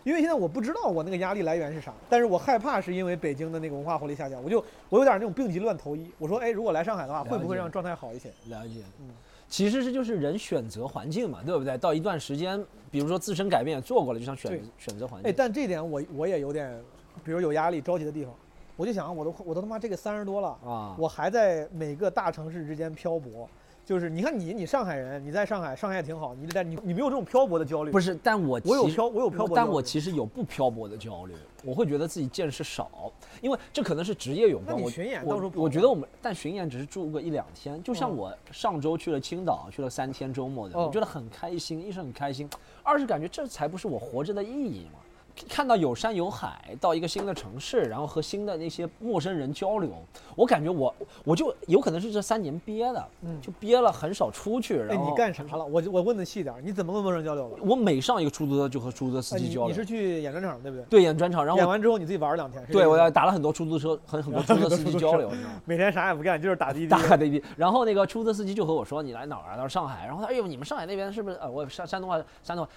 [SPEAKER 1] 因为现在我不知道我那个压力来源是啥，但是我害怕是因为北京的那个文化活力下降，我就 我有点那种病急乱投医。我说，哎，如果来上海的话，
[SPEAKER 3] 了解
[SPEAKER 1] 会不会让状态好一些？
[SPEAKER 3] 了解，
[SPEAKER 1] 嗯
[SPEAKER 3] 其实这就是人选择环境嘛，对不对？到一段时间，比如说自身改变也做过了，就想选
[SPEAKER 1] 对
[SPEAKER 3] 选择环
[SPEAKER 1] 哎，
[SPEAKER 3] 境。
[SPEAKER 1] 但这点我我也有点，比如有压力、着急的地方，我就想，我都我都他妈这个三十多了，
[SPEAKER 3] 啊，
[SPEAKER 1] 我还在每个大城市之间漂泊。就是你看你，你上海人，你在上海，上海也挺好，你在你你没有这种漂泊的焦虑。
[SPEAKER 3] 不
[SPEAKER 1] 是，
[SPEAKER 3] 是，但我
[SPEAKER 1] 我有
[SPEAKER 3] 其实
[SPEAKER 1] 漂我有漂泊
[SPEAKER 3] 但
[SPEAKER 1] 焦
[SPEAKER 3] 我
[SPEAKER 1] 虑
[SPEAKER 3] 其实有不漂泊的焦虑，我会觉得自己见识少，因为这可能是职业有
[SPEAKER 1] 那
[SPEAKER 3] 关。
[SPEAKER 1] 你
[SPEAKER 3] 我
[SPEAKER 1] 巡演
[SPEAKER 3] 我
[SPEAKER 1] 到时候跑
[SPEAKER 3] 我
[SPEAKER 1] 吧
[SPEAKER 3] 觉得我们，但巡演只是住个一两天，就像
[SPEAKER 1] 嗯
[SPEAKER 3] 我上周去了青岛，去了三天周末的，
[SPEAKER 1] 哦
[SPEAKER 3] 我觉得很开心，一是很开心，二是感觉这才不是我活着的意义嘛。看到有山有海，到一个新的城市，然后和新的那些陌生人交流，我感觉我我就有可能是这三年憋的，
[SPEAKER 1] 嗯
[SPEAKER 3] 就憋了，很少出去。
[SPEAKER 1] 哎，
[SPEAKER 3] 然后
[SPEAKER 1] 你干啥了？我我问的细点儿，你怎么跟陌生人交流了？
[SPEAKER 3] 我每上一个出租车就和出租车司
[SPEAKER 1] 哎
[SPEAKER 3] 机
[SPEAKER 1] 你
[SPEAKER 3] 交流。
[SPEAKER 1] 你是去演专场对不对？
[SPEAKER 3] 对演专场，然后
[SPEAKER 1] 演完之后你自己玩儿两天。是
[SPEAKER 3] 对
[SPEAKER 1] 这
[SPEAKER 3] 我
[SPEAKER 1] 意思
[SPEAKER 3] 要
[SPEAKER 1] 吗
[SPEAKER 3] 打了很多出租车，和很多出租车司机交流，你知道吗？
[SPEAKER 1] 每天啥也不干，就是打滴滴
[SPEAKER 3] 大。概的一批，然后那个出租车司机就和我说：“你来哪儿啊？”他说：“上海。”然后他：“哎呦，你们上海那边是不是？呃，我山山东话，山东话。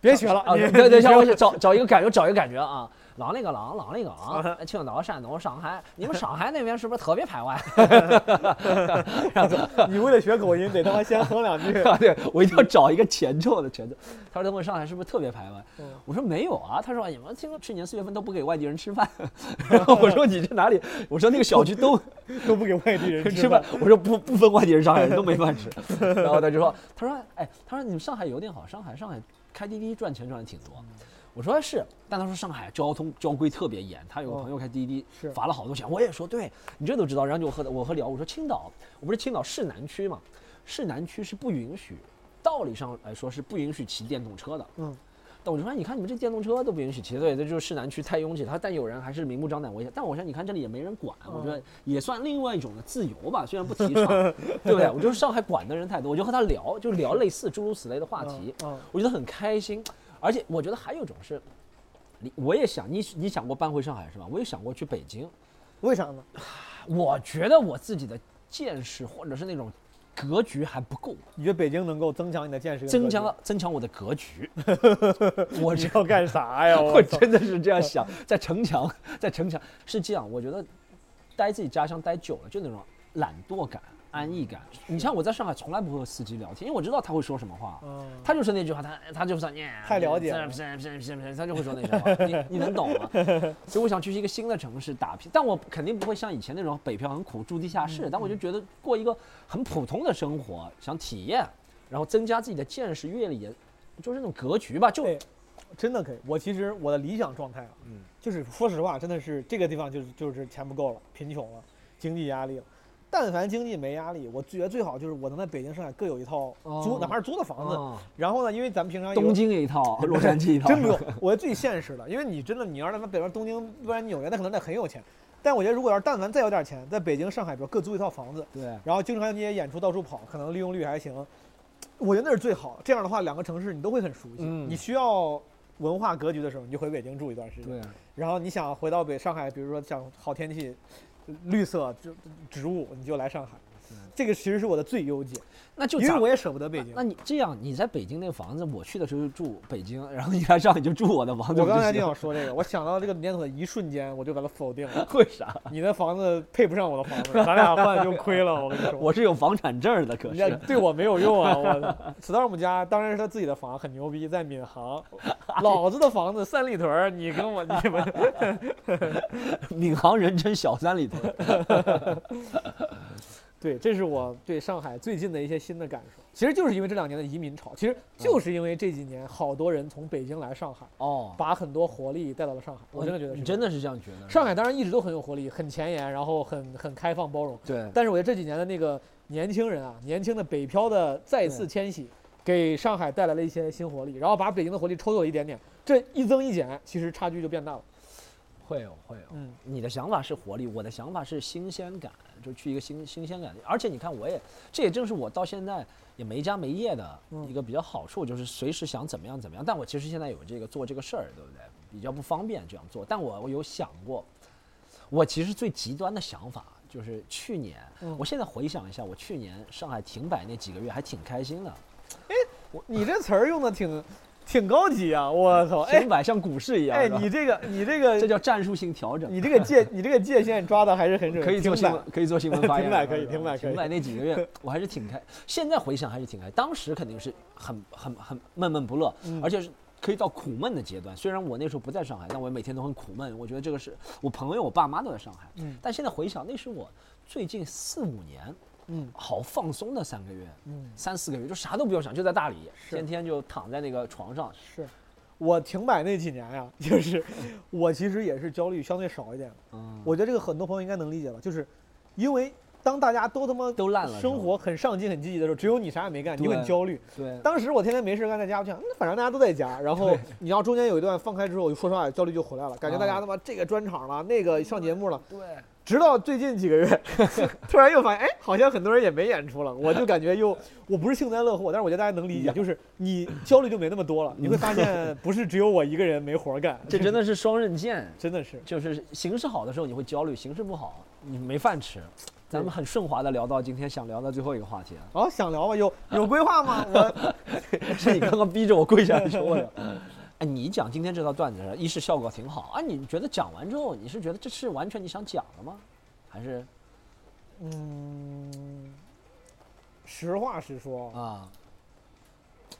[SPEAKER 1] 别学了
[SPEAKER 3] 啊，
[SPEAKER 1] 你
[SPEAKER 3] 对对对，
[SPEAKER 1] 你
[SPEAKER 3] 像我
[SPEAKER 1] 学
[SPEAKER 3] 找找一个感觉，找一个感觉啊。狼那个狼，狼 那个狼，哎青岛、山东、上海，你们上海那边是不是特别排外？
[SPEAKER 1] 你为了学口音，得他妈先哼两句。
[SPEAKER 3] 对，我一定要找一个前奏的前奏。他说他问上海是不是特别排外
[SPEAKER 1] 嗯？
[SPEAKER 3] 我说没有啊。他说你们听说去年四月份都不给外地人吃饭， 然后我说你这哪里？我说那个小区都
[SPEAKER 1] 都不给外地人
[SPEAKER 3] 吃饭
[SPEAKER 1] 饭。，
[SPEAKER 3] 我说不不分外地人、上海人都没饭吃。然后他就说，他说哎，他说你们上海有点好，上海上海开滴滴赚钱赚的挺多。我说是，但他说上海交通交规特别严，他有个
[SPEAKER 1] 哦
[SPEAKER 3] 朋友开滴滴，
[SPEAKER 1] 是
[SPEAKER 3] 罚了好多钱。我也说对，你这都知道。然后就和我和聊，我说青岛，我不是青岛市南区嘛，市南区是不允许，道理上来说是不允许骑电动车的。
[SPEAKER 1] 嗯，
[SPEAKER 3] 但我就说，哎你看你们这电动车都不允许骑，对，这就是市南区太拥挤。他说但有人还是明目张胆违宪。但我说，你看这里也没人管，
[SPEAKER 1] 嗯
[SPEAKER 3] 我觉得也算另外一种的自由吧，虽然不 提倡，对不对？我就是上海管的人太多，我就和他聊，就聊类似诸如此类的话题，
[SPEAKER 1] 嗯嗯
[SPEAKER 3] 我觉得很开心。而且我觉得还有一种是，你我也想你你想过搬回上海是吧？我也想过去北京，
[SPEAKER 1] 为啥呢？
[SPEAKER 3] 我觉得我自己的见识或者是那种格局还不够，
[SPEAKER 1] 你觉得北京能够增强你的见识？
[SPEAKER 3] 增强。增强我的格局。我
[SPEAKER 1] 你
[SPEAKER 3] 这
[SPEAKER 1] 要干啥 呀？
[SPEAKER 3] 我
[SPEAKER 1] 我操！
[SPEAKER 3] 真的是这样想，在城墙，在城墙是这样，我觉得待自己家乡待久了，就那种懒惰感、安逸感。你像我在上海从来不会和司机聊天，因为我知道他会说什么话。
[SPEAKER 1] 嗯，
[SPEAKER 3] 他就是那句话，他他就算耶，
[SPEAKER 1] 太了解了
[SPEAKER 3] 不啊是不是不是不是，他就会说那 句话，你你能懂吗？所以我想去一个新的城市打拼，但我肯定不会像以前那种北漂很苦住地下
[SPEAKER 1] 嗯
[SPEAKER 3] 室，但我就觉得过一个很普通的生活，想体验，然后增加自己的见识、阅历，就是那种格局吧，就
[SPEAKER 1] 哎真的可以。我其实我的理想状态啊，
[SPEAKER 4] 嗯
[SPEAKER 1] 就是说实话，真的是这个地方就是就是钱不够了，贫穷了，经济压力了。但凡经济没压力，我觉得最好就是我能在北京、上海各有一套租，
[SPEAKER 3] 哦
[SPEAKER 1] 哪怕是租的房子。
[SPEAKER 3] 嗯
[SPEAKER 1] 然后呢，因为咱们平常啊有
[SPEAKER 3] 东京啊也 一套，洛杉矶一套，
[SPEAKER 1] 真不用，我觉得最现实的，因为你真的你要是在北边东京，不然纽约，那可能得很有钱。但我觉得如果要是但凡再有点钱，在北京、上海，比如各租一套房子，
[SPEAKER 3] 对，
[SPEAKER 1] 然后经常你也演出到处跑，可能利用率还行。我觉得那是最好的。这样的话，两个城市你都会很熟悉。
[SPEAKER 3] 嗯
[SPEAKER 1] 你需要文化格局的时候，你就回北京住一段时间。
[SPEAKER 3] 对，
[SPEAKER 1] 然后你想回到北上海，比如说想好天气、绿色、植植物，你就来上海。这个其实是我的最优解，
[SPEAKER 3] 那就
[SPEAKER 1] 因
[SPEAKER 3] 咱
[SPEAKER 1] 为我也舍不得北京
[SPEAKER 3] 那。你这样，你在北京那个房子，我去的时候就住北京，然后你来上海就住我的房子。
[SPEAKER 1] 我刚才
[SPEAKER 3] 就
[SPEAKER 1] 就
[SPEAKER 3] 行
[SPEAKER 1] 想说这个，我想到这个念头的一瞬间，我就把它否定 了。
[SPEAKER 3] 为啥？
[SPEAKER 1] 你的房子配不上我的房 子，咱俩换就亏了。我跟你说，
[SPEAKER 3] 我是有房产证的，可
[SPEAKER 1] 人家
[SPEAKER 3] 是
[SPEAKER 1] 对我没有用啊！ 我 storm 家当然是他自己的房，很牛逼，在闵行。老子的房子三里屯儿，你跟我你们
[SPEAKER 3] 闵行人称小三里屯。
[SPEAKER 1] 对，这是我对上海最近的一些新的感受。其实就是因为这两年的移民潮，其
[SPEAKER 3] 嗯
[SPEAKER 1] 实就是因为这几年好多人从北京来上海，
[SPEAKER 3] 哦，
[SPEAKER 1] 把很多活力带到了上海。我真的觉得是
[SPEAKER 3] 你
[SPEAKER 1] 这样
[SPEAKER 3] 真的是这样觉得？
[SPEAKER 1] 上海当然一直都很有活力，很前沿，然后很很开放包容。
[SPEAKER 3] 对
[SPEAKER 1] 但是我觉得这几年的那个年轻人啊，年轻的北漂的再次
[SPEAKER 3] 对
[SPEAKER 1] 迁徙，给上海带来了一些新活力，然后把北京的活力抽走一点点，这一增一减，其实差距就变大了。
[SPEAKER 3] 会有会有。
[SPEAKER 1] 嗯，
[SPEAKER 3] 你的想法是活力，我的想法是新鲜感，就去一个新新鲜感。而且你看，我也这也正是我到现在也没家没业的
[SPEAKER 1] 嗯
[SPEAKER 3] 一个比较好处，就是随时想怎么样怎么样。但我其实现在有这个做这个事儿，对不对？比较不方便这样做，但我我有想过，我其实最极端的想法就是去年，
[SPEAKER 1] 嗯
[SPEAKER 3] 我现在回想一下，我去年上海停摆那几个月还挺开心的，
[SPEAKER 1] 你这词儿用的挺挺高级啊！我操，哎
[SPEAKER 3] 停摆像股市一样，
[SPEAKER 1] 哎，
[SPEAKER 3] 是吧
[SPEAKER 1] 你这个你这
[SPEAKER 3] 这
[SPEAKER 1] 个
[SPEAKER 3] 叫战术性调 整。
[SPEAKER 1] 你这个界你这个界限抓的还是很准，
[SPEAKER 3] 可以做
[SPEAKER 1] 挺
[SPEAKER 3] 新
[SPEAKER 1] 满
[SPEAKER 3] 闻，可以做新闻发言
[SPEAKER 1] 停
[SPEAKER 3] 了。
[SPEAKER 1] 摆可以停摆可以
[SPEAKER 3] 停摆那几个月，我还是挺开。现在回想还是挺开，当时肯定是很很很闷闷不乐，
[SPEAKER 1] 嗯
[SPEAKER 3] 而且是可以到苦闷的阶段。虽然我那时候不在上海，但我每天都很苦闷。我觉得这个是我朋友、我爸妈都在上海，
[SPEAKER 1] 嗯
[SPEAKER 3] 但现在回想，那是我最近四五年
[SPEAKER 1] 嗯
[SPEAKER 3] 好放松的三个月。
[SPEAKER 1] 嗯
[SPEAKER 3] 三四个月就啥都不用想，就在大理，天天就躺在那个床上。
[SPEAKER 1] 是。我停摆那几年呀、 就是我其实也是焦虑相对少一点的，
[SPEAKER 3] 嗯，
[SPEAKER 1] 我觉得这个很多朋友应该能理解吧，就是因为当大家都他妈
[SPEAKER 3] 都烂了是吧
[SPEAKER 1] 生活很上进、很积极的时候，只有你啥也没干，你就很
[SPEAKER 3] 对
[SPEAKER 1] 焦虑。
[SPEAKER 3] 对，
[SPEAKER 1] 当时我天天没事干，在家，我想，嗯反正大家都在家。然后你要中间有一段放开之后，说实话，焦虑就回来了，感觉大家
[SPEAKER 3] 啊
[SPEAKER 1] 他妈这个专场了，那个上节目了。
[SPEAKER 3] 对，
[SPEAKER 1] 直到最近几个月， 突然又发现，哎，好像很多人也没演出了，我就感觉又，我不是幸灾乐祸，但是我觉得大家能理解，就是你焦虑就没那么多了，你会发现不是只有我一个人没活儿干，
[SPEAKER 3] 嗯这真的是双刃剑。
[SPEAKER 1] 真的是。
[SPEAKER 3] 就是形势好的时候你会焦虑，形势不好你没饭吃。咱们很顺滑的聊到今天想聊的最后一个话题啊了，
[SPEAKER 1] 好、想聊吧，有有规划吗？我
[SPEAKER 3] 是你刚刚逼着我跪下来说的。哎，你讲今天这套段子，一是效果挺好啊，你觉得讲完之后，你是觉得这是完全你想讲的吗？还是
[SPEAKER 1] 嗯，实话实说，
[SPEAKER 3] 啊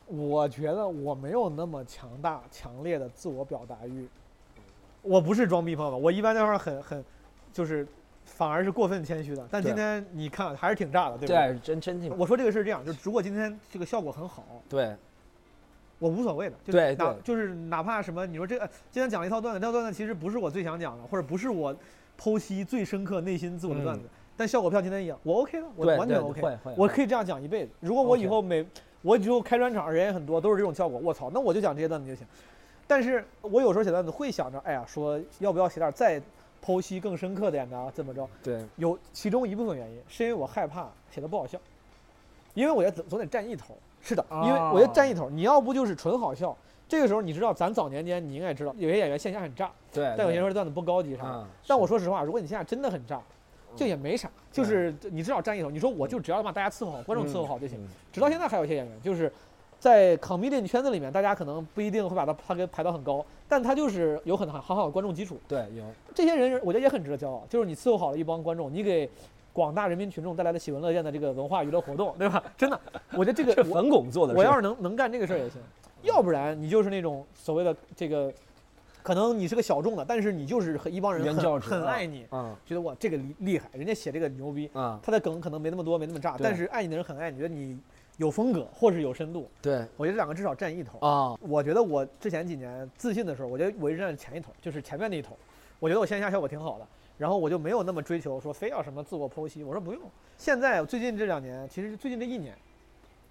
[SPEAKER 1] 我觉得我没有那么强大、强烈的自我表达欲。我不是装逼朋友们，我一般在那儿很很，就是反而是过分谦虚的。但今
[SPEAKER 3] 对
[SPEAKER 1] 天你看还是挺炸的，对不对？
[SPEAKER 3] 对，真真挺
[SPEAKER 1] 我说这个是这样，就如果今天这个效果很好，
[SPEAKER 3] 对
[SPEAKER 1] 我无所谓的，就
[SPEAKER 3] 对
[SPEAKER 1] 哪
[SPEAKER 3] 对
[SPEAKER 1] 就是哪怕什么，你说这个今天讲了一套段子，这套段子其实不是我最想讲的，或者不是我剖析最深刻内心自我的段子，但效果票今天一样，我 OK 的，我
[SPEAKER 3] 嗯对
[SPEAKER 1] 完全
[SPEAKER 3] 对
[SPEAKER 1] OK，
[SPEAKER 3] 会 会
[SPEAKER 1] 我可以这样讲一辈子。如果我以
[SPEAKER 3] OK
[SPEAKER 1] 后每我以后开专场，人也很多，都是这种效果，我操，那我就讲这些段子就行。但是我有时候写段子会想着，哎呀，说要不要写点再剖析更深刻点的啊，怎么着？
[SPEAKER 3] 对
[SPEAKER 1] 有其中一部分原因是因为我害怕写的不好笑，因为我觉得总总得占一头。是的，
[SPEAKER 3] 啊
[SPEAKER 1] 因为我觉得占一头，你要不就是纯好笑。这个时候你知道，咱早年间你应该也知道，有些演员线下很炸，
[SPEAKER 3] 哎对，
[SPEAKER 1] 但有些人说段子不高级啥的。
[SPEAKER 3] 啊，
[SPEAKER 1] 但我说实话，如果你线下真的很炸，就也没啥，
[SPEAKER 3] 嗯
[SPEAKER 1] 就是你至少占一头。你说我就只要把大家伺候好，观众伺候好就行。直到现在还有一些演员，就是在 comedian 圈子里面，大家可能不一定会把他他给排到很高，但他就是有很很好的观众基础。
[SPEAKER 3] 对有
[SPEAKER 1] 这些人我觉得也很值得骄傲，就是你伺候好了一帮观众，你给广大人民群众带来了喜闻乐见的这个文化娱乐活动，对吧？真的，我觉得这
[SPEAKER 3] 这
[SPEAKER 1] 个我
[SPEAKER 3] 冯巩做的，
[SPEAKER 1] 我要是能能干这个事儿也行，要不然你就是那种所谓的这个，可能你是个小众的，但是你就是很一帮人
[SPEAKER 3] 原
[SPEAKER 1] 很
[SPEAKER 3] 教旨
[SPEAKER 1] 很
[SPEAKER 3] 啊
[SPEAKER 1] 爱你，
[SPEAKER 3] 啊
[SPEAKER 1] 觉得哇这个厉厉害，人家写这个牛逼，
[SPEAKER 3] 啊
[SPEAKER 1] 他的梗可能没那么多，没那么炸，
[SPEAKER 3] 对
[SPEAKER 1] 但是爱你的人很爱你，觉得你有风格或是有深度，
[SPEAKER 3] 对
[SPEAKER 1] 我觉得两个至少占一头。
[SPEAKER 3] 啊
[SPEAKER 1] 我觉得我之前几年自信的时候，我觉得我一直站在前一头，就是前面那一头。我觉得我线下效果挺好的，然后我就没有那么追求说非要什么自我剖析。我说不用。现在最近这两年，其实最近这一年，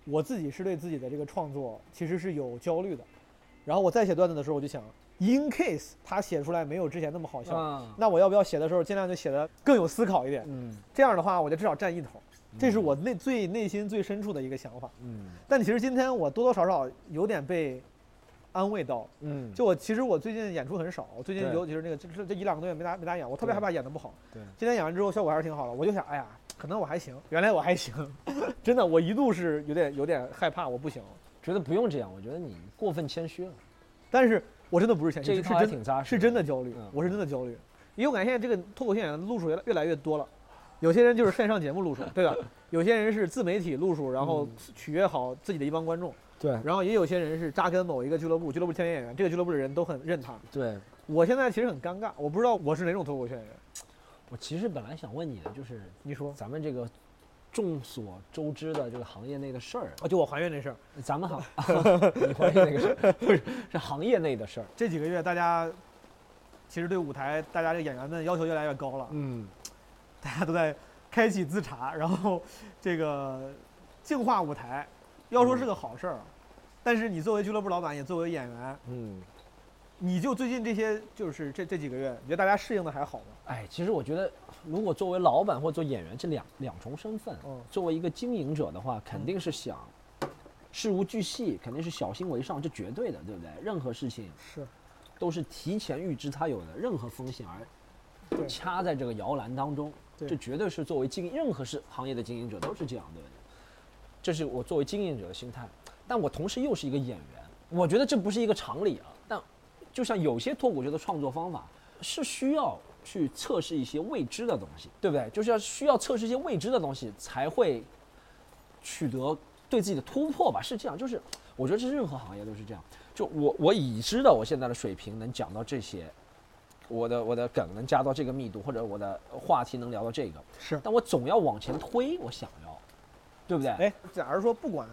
[SPEAKER 1] 我自己是对自己的这个创作其实是有焦虑的。然后我在写段子的时候，我就想，in case 他写出来没有之前那么好笑，
[SPEAKER 3] 啊
[SPEAKER 1] 那我要不要写的时候尽量就写的更有思考一点？
[SPEAKER 3] 嗯
[SPEAKER 1] 这样的话，我就至少占一头。这是我内最内心最深处的一个想法。
[SPEAKER 3] 嗯
[SPEAKER 1] 但其实今天我多多少少有点被安慰到，
[SPEAKER 3] 嗯
[SPEAKER 1] 就我其实我最近演出很少，我最近
[SPEAKER 3] 对
[SPEAKER 1] 尤其是那个这这这一两个多月没咋没咋演，我特别
[SPEAKER 3] 对
[SPEAKER 1] 害怕演的不好。
[SPEAKER 3] 对
[SPEAKER 1] 今天演完之后效果还是挺好的，我就想，哎呀，可能我还行，原来我还行，真的，我一度是有点有点害怕我不行，
[SPEAKER 3] 觉得不用这样，我觉得你过分谦虚了，
[SPEAKER 1] 但是我真的不是前
[SPEAKER 3] 这
[SPEAKER 1] 期
[SPEAKER 3] 一
[SPEAKER 1] 哎是
[SPEAKER 3] 套还
[SPEAKER 1] 真的
[SPEAKER 3] 挺扎实，
[SPEAKER 1] 是真的，焦虑
[SPEAKER 3] 嗯，
[SPEAKER 1] 我是真的焦虑，因为我感觉现在这个脱口秀演员的路数越来越来越多了，有些人就是线上节目路数，对吧？有些人是自媒体路数，然后取悦好自己的一帮观众，
[SPEAKER 3] 嗯对
[SPEAKER 1] 然后也有些人是扎根某一个俱乐部，俱乐部青年演员，这个俱乐部的人都很认他。
[SPEAKER 3] 对。
[SPEAKER 1] 我现在其实很尴尬，我不知道我是哪种脱口秀演员。
[SPEAKER 3] 我其实本来想问你的就是，
[SPEAKER 1] 你说，
[SPEAKER 3] 咱们这个众所周知的这个行业内的事儿，
[SPEAKER 1] 啊，就我还原这事儿，
[SPEAKER 3] 咱们行，你怀疑那个事儿，不是是行业内的事儿。啊
[SPEAKER 1] 这几个月大家其实对舞台，大家这个演员们要求越来越高了，
[SPEAKER 3] 嗯，
[SPEAKER 1] 大家都在开启自查，然后这个净化舞台，要说是个好事儿，但是你作为俱乐部老板，也作为演员，
[SPEAKER 3] 嗯，
[SPEAKER 1] 你就最近这些就是这这几个月，你觉得大家适应的还好吗？
[SPEAKER 3] 哎，其实我觉得，如果作为老板或做演员这两两重身份，
[SPEAKER 1] 嗯
[SPEAKER 3] 作为一个经营者的话，肯定是想事无巨细，肯定是小心为上，这绝对的，对不对？任何事情
[SPEAKER 1] 是，
[SPEAKER 3] 都是提前预知它有的任何风险而
[SPEAKER 1] 对
[SPEAKER 3] 掐在这个摇篮当中，
[SPEAKER 1] 对
[SPEAKER 3] 这绝对是作为经任何是行业的经营者都是这样，对不对？这是我作为经营者的心态，但我同时又是一个演员，我觉得这不是一个常理啊。但就像有些脱口秀的创作方法是需要去测试一些未知的东西，对不对？就是要需要测试一些未知的东西才会取得对自己的突破吧，是这样。就是我觉得这是任何行业都是这样。就我我已知的我现在的水平能讲到这些，我的我的梗能加到这个密度，或者我的话题能聊到这个，
[SPEAKER 1] 是
[SPEAKER 3] 但我总要往前推，我想要，对不对？
[SPEAKER 1] 哎，假如说不管，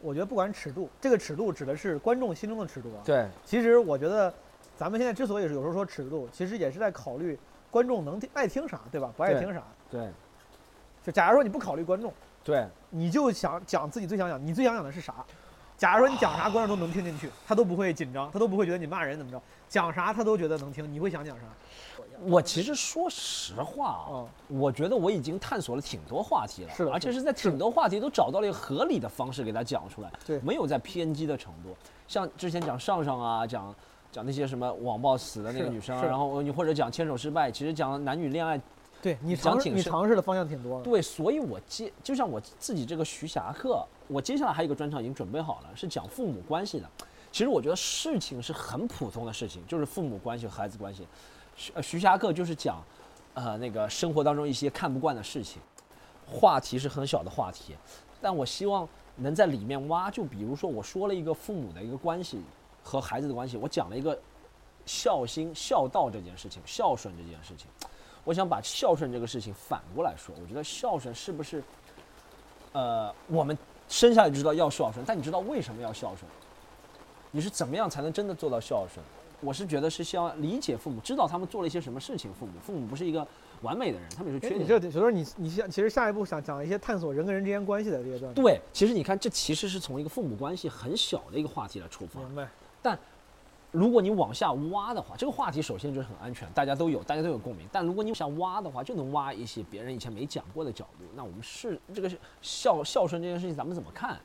[SPEAKER 1] 我觉得不管尺度，这个尺度指的是观众心中的尺度啊。
[SPEAKER 3] 对，
[SPEAKER 1] 其实我觉得，咱们现在之所以是有时候说尺度，其实也是在考虑观众能听爱听啥，对吧？不爱
[SPEAKER 3] 对
[SPEAKER 1] 听啥。
[SPEAKER 3] 对，
[SPEAKER 1] 就假如说你不考虑观众，
[SPEAKER 3] 对，
[SPEAKER 1] 你就想讲自己最想讲，你最想讲的是啥？假如说你讲啥，观众都能听进去，他都不会紧张，他都不会觉得你骂人怎么着，讲啥他都觉得能听，你会想讲啥？
[SPEAKER 3] 我其实说实话啊，
[SPEAKER 1] 哦
[SPEAKER 3] 我觉得我已经探索了挺多话题了，
[SPEAKER 1] 是的
[SPEAKER 3] 而且是在挺多话题都找到了一个合理的方式给它讲出来，
[SPEAKER 1] 对
[SPEAKER 3] 没有在偏激的程度。像之前讲上上啊，讲讲那些什么网暴死的那个
[SPEAKER 1] 是
[SPEAKER 3] 女生啊，
[SPEAKER 1] 是
[SPEAKER 3] 然后你或者讲牵手失败，其实讲男女恋爱，
[SPEAKER 1] 对你
[SPEAKER 3] 讲
[SPEAKER 1] 尝试
[SPEAKER 3] 挺
[SPEAKER 1] 你
[SPEAKER 3] 深
[SPEAKER 1] 尝试的方向挺多的。
[SPEAKER 3] 对，所以我接就像我自己这个徐霞客，我接下来还有一个专场已经准备好了，是讲父母关系的。其实我觉得事情是很普通的事情，就是父母关系和孩子关系。徐呃徐霞客就是讲，呃，那个生活当中一些看不惯的事情，话题是很小的话题，但我希望能在里面挖。就比如说，我说了一个父母的一个关系和孩子的关系，我讲了一个孝心、孝道这件事情，孝顺这件事情。我想把孝顺这个事情反过来说，我觉得孝顺是不是，呃，我们生下来就知道要孝顺，但你知道为什么要孝顺？你是怎么样才能真的做到孝顺？我是觉得是希望理解父母，知道他们做了一些什么事情。父母，父母不是一个完美的人，他们有
[SPEAKER 1] 哎
[SPEAKER 3] 缺点。
[SPEAKER 1] 你这有时候你你想，其实下一步想讲一些探索人跟人之间关系的这些段子。
[SPEAKER 3] 对，其实你看，这其实是从一个父母关系很小的一个话题来出发。
[SPEAKER 1] 明白。
[SPEAKER 3] 如果你往下挖的话，这个话题首先就是很安全，大家都有，大家都有共鸣。但如果你想挖的话，就能挖一些别人以前没讲过的角度。那我们是这个是孝孝顺这件事情，咱们怎么看？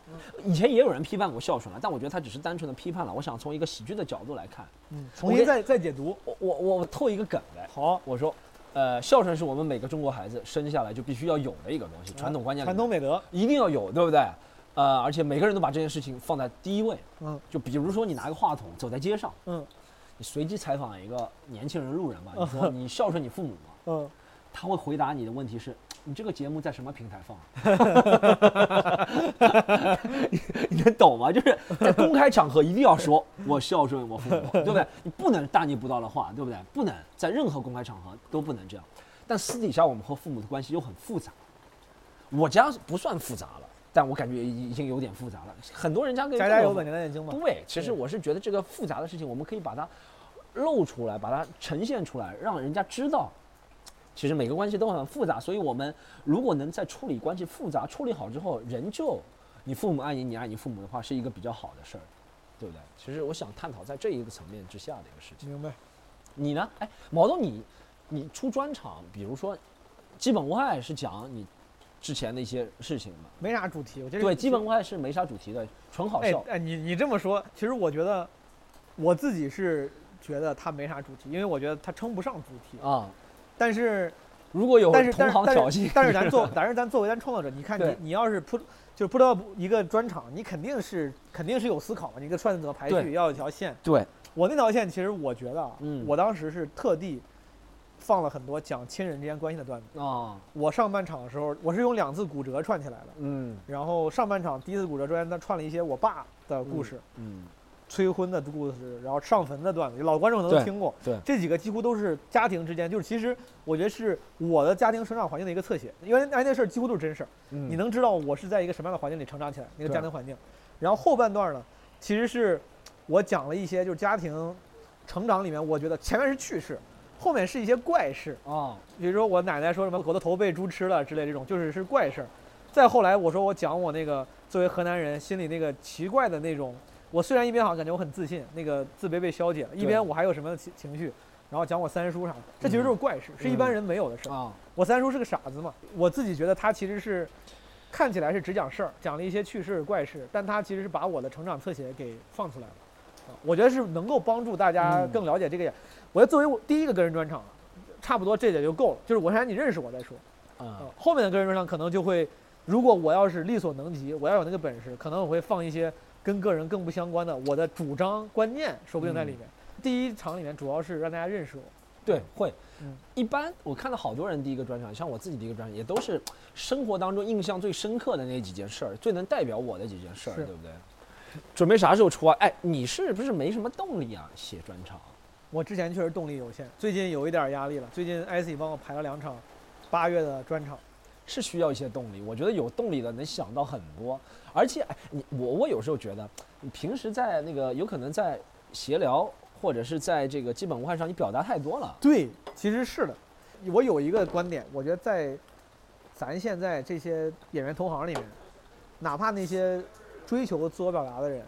[SPEAKER 3] 以前也有人批判过孝顺了，但我觉得他只是单纯的批判了。我想从一个喜剧的角度来看，
[SPEAKER 1] 嗯，重
[SPEAKER 3] 我
[SPEAKER 1] 新
[SPEAKER 3] 给
[SPEAKER 1] 再再解读。
[SPEAKER 3] 我我我我透一个梗来。
[SPEAKER 1] 好，
[SPEAKER 3] 我说，呃，孝顺是我们每个中国孩子生下来就必须要有的一个东西，传统观念里面。
[SPEAKER 1] 传统美德。
[SPEAKER 3] 一定要有，对不对？呃，而且每个人都把这件事情放在第一位。
[SPEAKER 1] 嗯，
[SPEAKER 3] 就比如说你拿个话筒走在街上，
[SPEAKER 1] 嗯
[SPEAKER 3] 你随机采访一个年轻人、路人吧，
[SPEAKER 1] 嗯
[SPEAKER 3] 你说你孝顺你父母吗？
[SPEAKER 1] 嗯，
[SPEAKER 3] 他会回答你的问题是：你这个节目在什么平台放、啊 你 你能懂吗？就是在公开场合一定要说我孝顺我父母，对不对？你不能大逆不道的话，对不对？不能在任何公开场合都不能这样。但私底下我们和父母的关系又很复杂，我家不算复杂了，但我感觉已已经有点复杂了。很多人家跟
[SPEAKER 1] 家家有本难念的经嘛。
[SPEAKER 3] 对，其实我是觉得这个复杂的事情，我们可以把它露出来，把它呈现出来，让人家知道，其实每个关系都很复杂。所以，我们如果能在处理关系复杂、处理好之后，仍旧你父母爱你，你爱你父母的话，是一个比较好的事儿，对不对？其实我想探讨在这一个层面之下的一个事情。
[SPEAKER 1] 明白。
[SPEAKER 3] 你呢？哎，毛东你，你出专场，比如说，基本无害是讲你之前的一些事情嘛？
[SPEAKER 1] 没啥主题，我觉得
[SPEAKER 3] 对，基本无害是没啥主题的，纯好
[SPEAKER 1] 哎
[SPEAKER 3] 笑。
[SPEAKER 1] 哎，你你这么说，其实我觉得我自己是觉得它没啥主题，因为我觉得它称不上主题。
[SPEAKER 3] 啊，
[SPEAKER 1] 但是
[SPEAKER 3] 如果有
[SPEAKER 1] 但是
[SPEAKER 3] 啊同
[SPEAKER 1] 但是
[SPEAKER 3] 行
[SPEAKER 1] 但是，
[SPEAKER 3] 挑衅
[SPEAKER 1] 但是咱作但是咱作为咱创作者，你看你
[SPEAKER 3] 对
[SPEAKER 1] 你要是铺就是铺到一个专场，你肯定是肯定是有思考嘛，你的串子排
[SPEAKER 3] 对
[SPEAKER 1] 序要有一条线。
[SPEAKER 3] 对，
[SPEAKER 1] 我那条线其实我觉得啊，
[SPEAKER 3] 嗯
[SPEAKER 1] 我当时是特地放了很多讲亲人之间关系的段子。
[SPEAKER 3] 啊，
[SPEAKER 1] 我上半场的时候，我是用两次骨折串起来的，
[SPEAKER 3] 嗯
[SPEAKER 1] 然后上半场第一次骨折中间，他串了一些我爸的故事、
[SPEAKER 3] 嗯，
[SPEAKER 1] 催婚的故事，然后上坟的段子，老观众可能
[SPEAKER 3] 对
[SPEAKER 1] 都听过。
[SPEAKER 3] 对
[SPEAKER 1] 这几个几乎都是家庭之间，就是其实我觉得是我的家庭成长环境的一个侧写，因为哎那事儿几乎都是真事儿，
[SPEAKER 3] 你
[SPEAKER 1] 你能知道我是在一个什么样的环境里成长起来，那个
[SPEAKER 3] 嗯对
[SPEAKER 1] 家庭环境。然后后半段呢，其实是我讲了一些就是家庭成长里面，我觉得前面是趣事，后面是一些怪事，
[SPEAKER 3] 啊，
[SPEAKER 1] 比如说我奶奶说什么我的头被猪吃了之类这种，就是是怪事儿。再后来我说我讲我那个作为河南人心里那个奇怪的那种，我虽然一边好像感觉我很自信，那个自卑被消解了，一边我还有什么情情绪，然后讲我三叔啥的，这其实就是怪事，是一般人没有的事儿。
[SPEAKER 3] 啊，
[SPEAKER 1] 我三叔是个傻子嘛，我自己觉得他其实是看起来是只讲事儿，讲了一些趣事怪事，但他其实是把我的成长侧写给放出来了。啊我觉得是能够帮助大家
[SPEAKER 3] 嗯
[SPEAKER 1] 更了解这个演。我觉得作为我第一个个人专场，啊差不多这点就够了。就是我先让你认识我再说。啊
[SPEAKER 3] 嗯，
[SPEAKER 1] 后面的个人专场可能就会，如果我要是力所能及，我要有那个本事，可能我会放一些跟个人更不相关的我的主张观念，说不定在里面。第一场里面主要是让大家认识我。
[SPEAKER 3] 对，会
[SPEAKER 1] 嗯。
[SPEAKER 3] 一般我看到好多人第一个专场，像我自己第一个专场，也都是生活当中印象最深刻的那几件事儿，最能代表我的几件事儿，
[SPEAKER 1] 是
[SPEAKER 3] 对不对？准备啥时候出啊？哎，你是不是没什么动力啊？写专场？
[SPEAKER 1] 我之前确实动力有限，最近有一点压力了。最近 IC 帮我排了两场八月的专场，
[SPEAKER 3] 是需要一些动力。我觉得有动力的能想到很多，而且哎，你我我有时候觉得，你平时在那个有可能在闲聊或者是在这个基本无害上，你表达太多了。
[SPEAKER 1] 对，其实是的。我有一个观点，我觉得在咱现在这些演员同行里面，哪怕那些追求自我表达的人，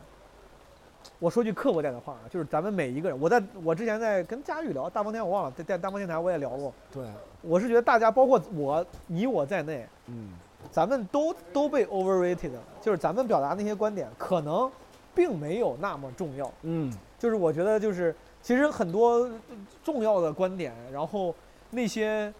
[SPEAKER 1] 我说句刻薄点的话啊，就是咱们每一个人，我在我之前在跟佳宇聊大风天，我忘了在在大风电台我也聊过，
[SPEAKER 3] 对，
[SPEAKER 1] 我是觉得大家包括我、你我在内，
[SPEAKER 3] 嗯，
[SPEAKER 1] 咱们都都被 overrated，了就是咱们表达那些观点可能并没有那么重要。
[SPEAKER 3] 嗯，
[SPEAKER 1] 就是我觉得就是其实很多重要的观点，然后那些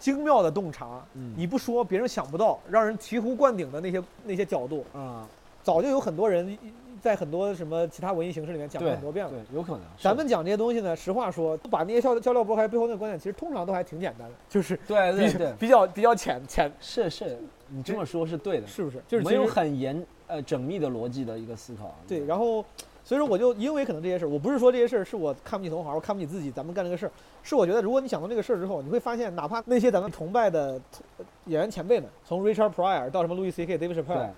[SPEAKER 1] 精妙的洞察，
[SPEAKER 3] 嗯
[SPEAKER 1] 你不说别人想不到，让人醍醐灌顶的那些那些角度，
[SPEAKER 3] 啊，
[SPEAKER 1] 早就有很多人在很多什么其他文艺形式里面讲过
[SPEAKER 3] 对，
[SPEAKER 1] 很多遍了。
[SPEAKER 3] 对，有可能。
[SPEAKER 1] 咱们讲这些东西呢，实话说，把那些笑笑料拨开背后那个观点，其实通常都还挺简单的，就是
[SPEAKER 3] 对
[SPEAKER 1] 比
[SPEAKER 3] 对对，
[SPEAKER 1] 比较比较浅浅，
[SPEAKER 3] 是是，你这么说是对的，
[SPEAKER 1] 是不是？就是
[SPEAKER 3] 没
[SPEAKER 1] 其
[SPEAKER 3] 有
[SPEAKER 1] 实
[SPEAKER 3] 很严呃缜密的逻辑的一个思考啊。
[SPEAKER 1] 对，然后所以说我就因为可能这些事儿，我不是说这些事儿是我看不起同行，我看不起自己，咱们干这个事儿，是我觉得如果你想到这个事儿之后，你会发现，哪怕那些咱们崇拜的呃演员前辈们，从 Richard Pryor 到什么 Louis C.K. David Chappelle，
[SPEAKER 3] 对，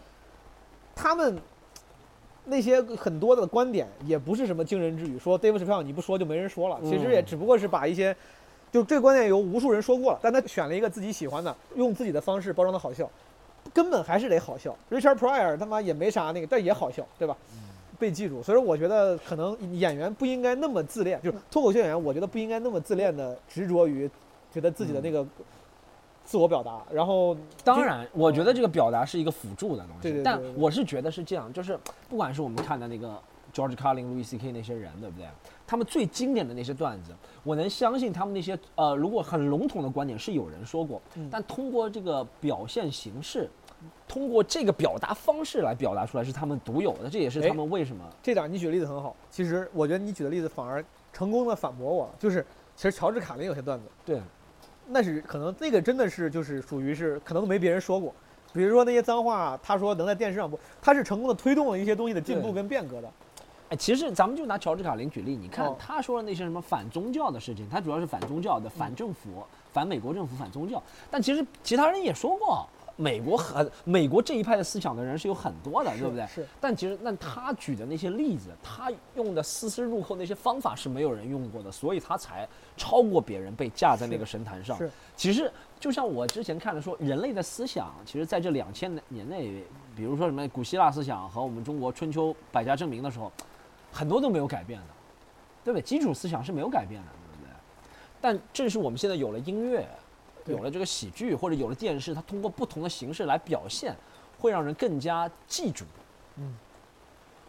[SPEAKER 1] 他们。那些很多的观点也不是什么惊人之语，说 David Chappelle 你不说就没人说了，其实也
[SPEAKER 3] 嗯
[SPEAKER 1] 只不过是把一些，就这个观点有无数人说过了，但他选了一个自己喜欢的，用自己的方式包装的好笑，根本还是得好笑。Richard Pryor 他妈也没啥那个，但也好笑，对吧？被记住，所以说我觉得可能演员不应该那么自恋，就是脱口秀演员，我觉得不应该那么自恋的执着于觉得自己的那个自我表达，然后
[SPEAKER 3] 当然，我觉得这个表达是一个辅助的东西，
[SPEAKER 1] 对对对
[SPEAKER 3] 但
[SPEAKER 1] 对对
[SPEAKER 3] 我是觉得是这样，就是不管是我们看的那个 George Carlin、Louis C.K. 那些人，对不对？他们最经典的那些段子，我能相信他们那些呃，如果很笼统的观点是有人说过，
[SPEAKER 1] 嗯
[SPEAKER 3] 但通过这个表现形式，通过这个表达方式来表达出来是他们独有的，这也是
[SPEAKER 1] 哎
[SPEAKER 3] 他们为什么
[SPEAKER 1] 这点你举的例子很好。其实我觉得你举的例子反而成功的反驳我了，就是其实乔治卡林有些段子，
[SPEAKER 3] 对
[SPEAKER 1] 那是可能那个真的是就是属于是可能都没别人说过，比如说那些脏话，他说能在电视上播，他是成功的推动了一些东西的进步
[SPEAKER 3] 对
[SPEAKER 1] 跟变革的。
[SPEAKER 3] 哎，其实咱们就拿乔治卡林举例，你看
[SPEAKER 1] 哦
[SPEAKER 3] 他说的那些什么反宗教的事情，他主要是反宗教的、反
[SPEAKER 1] 嗯
[SPEAKER 3] 政府、反美国政府、反宗教。但其实其他人也说过，美国很美国这一派的思想的人是有很多的，对不对？
[SPEAKER 1] 是
[SPEAKER 3] 但其实，那他举的那些例子，他用的丝丝入扣那些方法是没有人用过的，所以他才超过别人，被架在那
[SPEAKER 1] 是
[SPEAKER 3] 个神坛上。
[SPEAKER 1] 是
[SPEAKER 3] 其实就像我之前看的说，人类的思想，其实在这两千年内，比如说什么古希腊思想和我们中国春秋百家争鸣的时候，很多都没有改变的，对不对？基础思想是没有改变的，对不对？但正是我们现在有了音乐，
[SPEAKER 1] 对
[SPEAKER 3] 有了这个喜剧或者有了电视，它通过不同的形式来表现，会让人更加记住。
[SPEAKER 1] 嗯，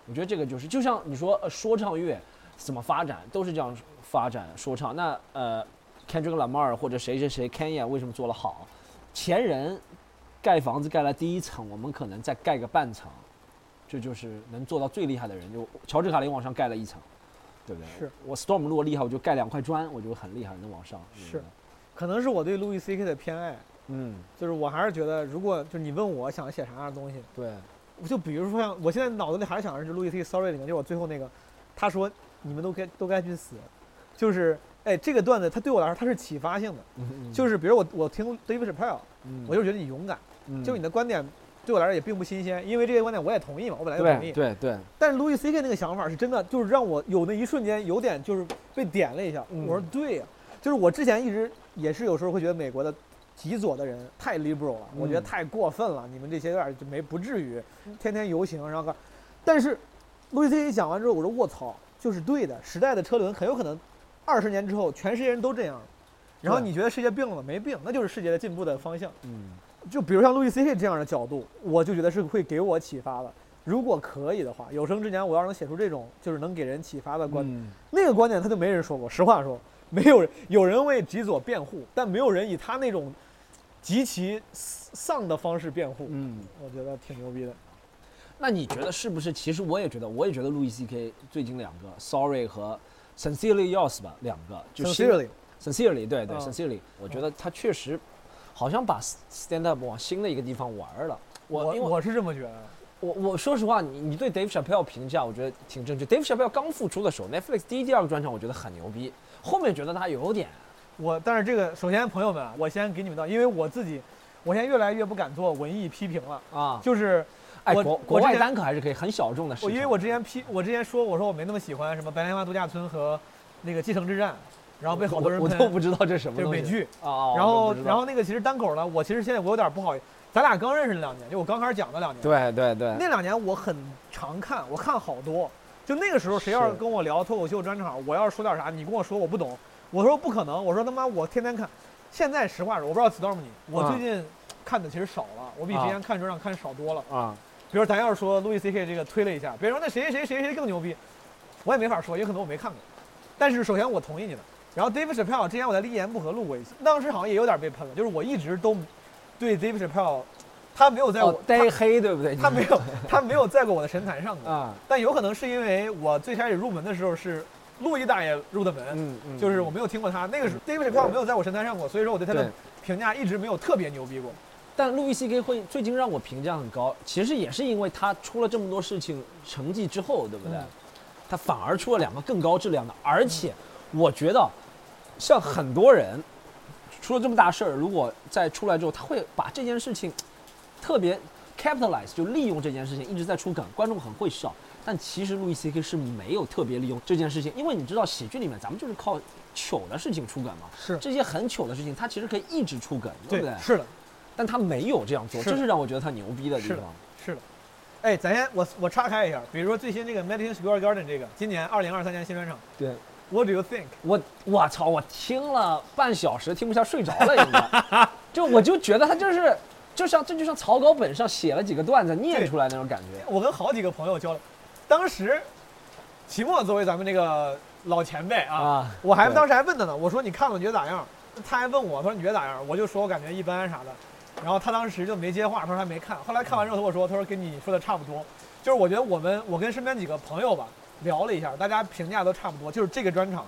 [SPEAKER 3] 我觉得这个就是，就像你说、呃、说唱乐怎么发展，都是这样发展说唱。那呃， Kendrick Lamar 或者谁谁谁 Kanye 为什么做得好，前人盖房子盖了第一层，我们可能再盖个半层，这就是能做到最厉害的人。就乔治卡林往上盖了一层，对不对？
[SPEAKER 1] 是
[SPEAKER 3] 我 Storm 如果厉害，我就盖两块砖，我就很厉害，能往上。
[SPEAKER 1] 是可能是我对路易 C K 的偏爱，
[SPEAKER 3] 嗯，
[SPEAKER 1] 就是我还是觉得，如果就是你问我想写啥样的东西，
[SPEAKER 3] 对，，
[SPEAKER 1] 我就比如说像我现在脑子里还是想的是路易 C Sorry 里面，就是我最后那个，他说你们都该都该去死，就是哎这个段子它对我来说它是启发性的，就是
[SPEAKER 3] 嗯
[SPEAKER 1] 是比如我我听 David Chappelle，我就觉得你勇敢，
[SPEAKER 3] 嗯
[SPEAKER 1] 就你的观点对我来说也并不新鲜，因为这些观点我也同意嘛，我本来就同
[SPEAKER 3] 对
[SPEAKER 1] 意。
[SPEAKER 3] 对对，
[SPEAKER 1] 但是路易 C K 那个想法是真的，就是让我有那一瞬间有点就是被点了一下，
[SPEAKER 3] 嗯
[SPEAKER 1] 我说对呀、就是我之前一直也是有时候会觉得美国的。极左的人太 liberal 了，我觉得
[SPEAKER 3] 嗯
[SPEAKER 1] 太过分了。你们这些有点就没不至于，天天游行，然后干，但是路易 C K 讲完之后，我说卧槽，就是对的，时代的车轮很有可能二十年之后全世界人都这样了，然后
[SPEAKER 3] 对
[SPEAKER 1] 你觉得世界病了没病，那就是世界的进步的方向。
[SPEAKER 3] 嗯
[SPEAKER 1] 就比如像路易 C K 这样的角度，我就觉得是会给我启发的。如果可以的话，有生之年我要能写出这种就是能给人启发的观点，
[SPEAKER 3] 嗯
[SPEAKER 1] 那个观点他就没人说过。实话说，没有人有人为极左辩护，但没有人以他那种极其丧的方式辩护，
[SPEAKER 3] 嗯。
[SPEAKER 1] 我觉得挺牛逼的。
[SPEAKER 3] 那你觉得是不是？其实我也觉得，我也觉得路易 C K 最近两个 Sorry 和 Sincerely Yours 吧，两个就
[SPEAKER 1] s
[SPEAKER 3] 是
[SPEAKER 1] i n c e r y
[SPEAKER 3] Sincerely 对对、
[SPEAKER 1] 嗯
[SPEAKER 3] Sincerely，我觉得他确实好像把 Stand Up 往新的一个地方玩儿了。我因为
[SPEAKER 1] 我是这么觉得。
[SPEAKER 3] 我我说实话，你你对 Dave Chappelle 评价，我觉得挺正确。Dave Chappelle 刚复出的时候，Netflix 第一、第二个专场我觉得很牛逼，后面觉得他有点
[SPEAKER 1] 我但是这个，首先朋友们啊，我先给你们道，因为我自己，我现在越来越不敢做文艺批评了，
[SPEAKER 3] 啊，
[SPEAKER 1] 就是
[SPEAKER 3] 哎，
[SPEAKER 1] 我
[SPEAKER 3] 国
[SPEAKER 1] 我
[SPEAKER 3] 国
[SPEAKER 1] 之
[SPEAKER 3] 外
[SPEAKER 1] 前
[SPEAKER 3] 单口还是可以很小众的事情。
[SPEAKER 1] 我因为我之前批，我之前说我说我没那么喜欢什么《白莲花度假村》和那个《继承之战》，然哦后被好多人
[SPEAKER 3] 我我
[SPEAKER 1] 喷
[SPEAKER 3] 都不知道这是什么
[SPEAKER 1] 就是
[SPEAKER 3] 东西
[SPEAKER 1] 美剧，
[SPEAKER 3] 啊，
[SPEAKER 1] 然
[SPEAKER 3] 我
[SPEAKER 1] 后
[SPEAKER 3] 都不知道
[SPEAKER 1] 然后那个其实单口呢，我其实现在我有点不好意思，咱俩刚认识那两年，就我刚开始讲的两年，
[SPEAKER 3] 对对对，
[SPEAKER 1] 那两年我很常看，我看好多，就那个时候谁要是
[SPEAKER 3] 是
[SPEAKER 1] 跟我聊脱口秀专场，我要是说点啥，你跟我说我不懂，我说不可能，我说他妈我天天看，现在实话说，我不知道 storm 你，我
[SPEAKER 3] 啊
[SPEAKER 1] 最近看的其实少了，我比之前看专场看少多了。
[SPEAKER 3] 啊。
[SPEAKER 1] 比如咱要是说路易 C K 这个推了一下，别人说那谁谁谁谁更牛逼，我也没法说，也可能我没看过。但是首先我同意你的。然后 David Chappelle 之前我在《一言不合》录过一次，当时好像也有点被喷了，就是我一直都对 David Chappelle，他没有在我、
[SPEAKER 3] 哦，呆黑对不对？
[SPEAKER 1] 他他没有他没有在过我的神坛上过，
[SPEAKER 3] 啊，
[SPEAKER 1] 但有可能是因为我最开始入门的时候是路易大爷入的门，
[SPEAKER 3] 嗯嗯，
[SPEAKER 1] 就是我没有听过他那个时候 David Chappelle 没有在我神坛上过，所以说我对他的
[SPEAKER 3] 对。
[SPEAKER 1] 评价一直没有特别牛逼过。
[SPEAKER 3] 但路易 C K 会最近让我评价很高，其实也是因为他出了这么多事情成绩之后，对不对？
[SPEAKER 1] 嗯
[SPEAKER 3] 他反而出了两个更高质量的，而且我觉得，像很多人出了这么大事儿，如果再出来之后，他会把这件事情特别 capitalize，就利用这件事情一直在出梗，观众很会笑。但其实路易 C K 是没有特别利用这件事情，因为你知道喜剧里面咱们就是靠糗的事情出梗嘛，
[SPEAKER 1] 是
[SPEAKER 3] 这些很糗的事情，他其实可以一直出梗，对不对？
[SPEAKER 1] 是的，
[SPEAKER 3] 但他没有这样做，
[SPEAKER 1] 是
[SPEAKER 3] 这是让我觉得他牛逼的地
[SPEAKER 1] 是的
[SPEAKER 3] 方。
[SPEAKER 1] 是的，哎，咱先我我岔开一下，比如说最新这个 Madison Square Garden 这个，今年二零二三年新专场
[SPEAKER 3] 对，
[SPEAKER 1] ，What do you think？
[SPEAKER 3] 我我操，我听了半小时，听不下，睡着了应该。 就我就觉得他就是，就像这就像草稿本上写了几个段子念出来那种感觉。
[SPEAKER 1] 我跟好几个朋友交流，当时齐墨作为咱们这个老前辈 啊，
[SPEAKER 3] 啊，
[SPEAKER 1] 我还
[SPEAKER 3] 对
[SPEAKER 1] 当时还问他呢，我说你看了你觉得咋样？他还问我，他说你觉得咋样？我就说我感觉一般啊啥的，然后他当时就没接话，他说他没看，后来看完之后他跟我说，他说跟你说的差不多，就是我觉得我们我跟身边几个朋友吧聊了一下，大家评价都差不多，就是这个专场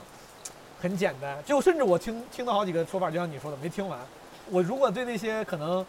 [SPEAKER 1] 很简单，就甚至我听听到好几个说法，就像你说的没听完，我如果对那些可能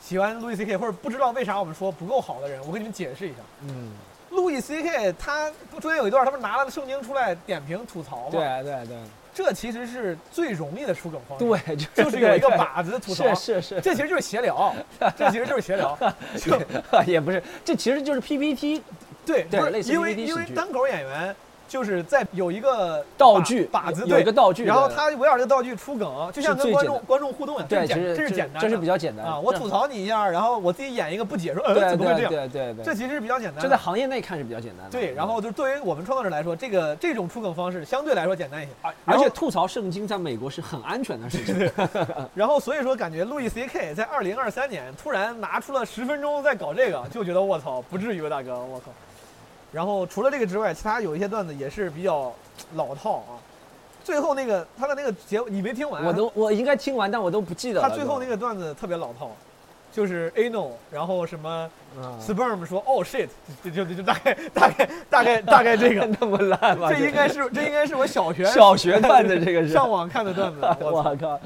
[SPEAKER 1] 喜欢路易 C K 或者不知道为啥我们说不够好的人，我给你们解释一下。
[SPEAKER 3] 嗯，
[SPEAKER 1] 路易 C K 他不中间有一段，他不是拿了圣经出来点评吐槽吗？
[SPEAKER 3] 对对对
[SPEAKER 1] 这其实是最容易的出梗方式，
[SPEAKER 3] 对，就
[SPEAKER 1] 就是有一个
[SPEAKER 3] 对
[SPEAKER 1] 靶子吐槽，
[SPEAKER 3] 是是 是，
[SPEAKER 1] 这其实就是闲聊，这其实就是闲 聊，就
[SPEAKER 3] 也不是，这其实就是 PPT
[SPEAKER 1] 对
[SPEAKER 3] 对
[SPEAKER 1] 不是
[SPEAKER 3] 类似于
[SPEAKER 1] 因为
[SPEAKER 3] DVD
[SPEAKER 1] 因为
[SPEAKER 3] 喜剧
[SPEAKER 1] 单口演员就是在有一个
[SPEAKER 3] 道
[SPEAKER 1] 靶
[SPEAKER 3] 具，
[SPEAKER 1] 靶子
[SPEAKER 3] 有一
[SPEAKER 1] 对
[SPEAKER 3] 个，道具，
[SPEAKER 1] 然后
[SPEAKER 3] 对
[SPEAKER 1] 他围绕这个道具出梗，就像
[SPEAKER 3] 是
[SPEAKER 1] 跟
[SPEAKER 3] 最
[SPEAKER 1] 观
[SPEAKER 3] 简
[SPEAKER 1] 众
[SPEAKER 3] 单
[SPEAKER 1] 观众互动一样，
[SPEAKER 3] 对，
[SPEAKER 1] 这
[SPEAKER 3] 其
[SPEAKER 1] 是
[SPEAKER 3] 实
[SPEAKER 1] 简这是简单的，
[SPEAKER 3] 这是比较简单
[SPEAKER 1] 啊，我
[SPEAKER 3] 这
[SPEAKER 1] 吐槽你一下，然后我自己演一个不解说，
[SPEAKER 3] 对
[SPEAKER 1] 呃，怎么会这
[SPEAKER 3] 对
[SPEAKER 1] 样？
[SPEAKER 3] 对对对，
[SPEAKER 1] 这其实是比较简单的，
[SPEAKER 3] 这在行业内看是比较简单的。
[SPEAKER 1] 对，然后就对于我们创作者来说，这个这种出梗方式相对来说简单一些。
[SPEAKER 3] 而
[SPEAKER 1] 然
[SPEAKER 3] 而
[SPEAKER 1] 后
[SPEAKER 3] 且吐槽圣经在美国是很安全的事情。
[SPEAKER 1] 然后所以说，感觉路易 C K 在二零二三年突然拿出了十分钟在搞这个，就觉得我操，不至于吧，大哥，我靠。然后除了这个之外，其他有一些段子也是比较老套啊。最后那个他的那个结尾，你没听完？啊
[SPEAKER 3] 我都我应该听完，但我都不记得了。
[SPEAKER 1] 他最后那个段子特别老套，就是 anal，然后什
[SPEAKER 3] 啊
[SPEAKER 1] 么 sperm 说 oh shit，就就就就大概大概大概大概这个
[SPEAKER 3] 。那么烂吗？
[SPEAKER 1] 这应该是这应该是我小学
[SPEAKER 3] 小学段子，这个是。
[SPEAKER 1] 上网看的段子。我操
[SPEAKER 3] 我靠！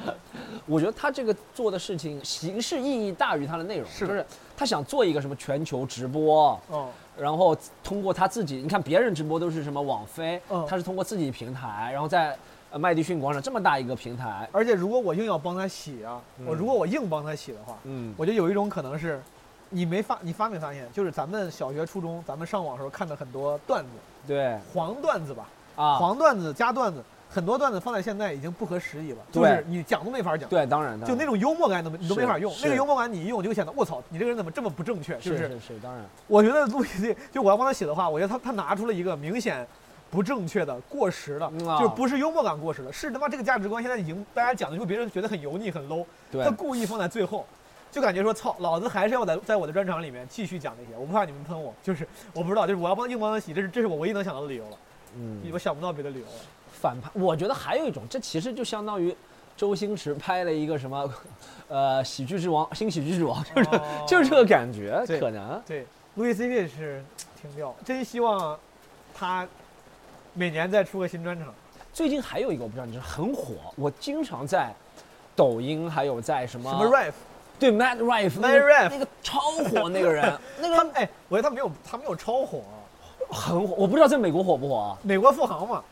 [SPEAKER 3] 我觉得他这个做的事情形式意义大于他的内容，
[SPEAKER 1] 是的
[SPEAKER 3] 就是他想做一个什么全球直播，
[SPEAKER 1] 哦，
[SPEAKER 3] 然后通过他自己，你看别人直播都是什么网飞，
[SPEAKER 1] 嗯
[SPEAKER 3] 他是通过自己平台，然后在呃麦迪逊广场这么大一个平台，
[SPEAKER 1] 而且如果我硬要帮他洗啊，我
[SPEAKER 3] 嗯
[SPEAKER 1] 如果我硬帮他洗的话，
[SPEAKER 3] 嗯，
[SPEAKER 1] 我觉得有一种可能是，你没发你发没发现，就是咱们小学、初中，咱们上网的时候看的很多段子，
[SPEAKER 3] 对
[SPEAKER 1] 黄段子吧，
[SPEAKER 3] 啊，
[SPEAKER 1] 黄段子加段子，很多段子放在现在已经不合时宜了，就
[SPEAKER 3] 对
[SPEAKER 1] 是你讲都没法讲。
[SPEAKER 3] 对，当然的，
[SPEAKER 1] 就那种幽默感都没你都
[SPEAKER 3] 是
[SPEAKER 1] 没法用，
[SPEAKER 3] 是
[SPEAKER 1] 那个幽默感你一用就显得我操，你这个人怎么这么不正确？就是是
[SPEAKER 3] 是是，当然，
[SPEAKER 1] 我觉得陆毅这就我要帮他写的话，我觉得他他拿出了一个明显不正确的、过时的，
[SPEAKER 3] 嗯啊
[SPEAKER 1] 就是不是幽默感过时的，是他妈这个价值观现在已经大家讲的，就别人觉得很油腻、很 low，
[SPEAKER 3] 嗯对
[SPEAKER 1] 他，故意放在最后，就感觉说操，老子还是要在在我的专场里面继续讲这些，我不怕你们喷我，就是我不知道，就是我要帮硬帮他洗，这是这是我唯一能想到的理由了，
[SPEAKER 3] 嗯
[SPEAKER 1] 我想不到别的理由了。
[SPEAKER 3] 反派，我觉得还有一种，这其实就相当于周星驰拍了一个什么， 呃，喜剧之王，新喜剧之王，就是、
[SPEAKER 1] 哦
[SPEAKER 3] 就是这个感觉，
[SPEAKER 1] 对
[SPEAKER 3] 可能
[SPEAKER 1] 对，路易 C.K. 是挺妙，真希望他每年再出个新专场。
[SPEAKER 3] 最近还有一个我不知道，你知道很火，我经常在抖音还有在什么
[SPEAKER 1] 什么 rap，
[SPEAKER 3] 对 Matt Rife 那个
[SPEAKER 1] Matt Rife
[SPEAKER 3] 那个超火那个人
[SPEAKER 1] 那个他们哎，我觉得他没有他没有超火啊、，
[SPEAKER 3] 很火，我不知道在美国火不火啊
[SPEAKER 1] 美国富豪嘛，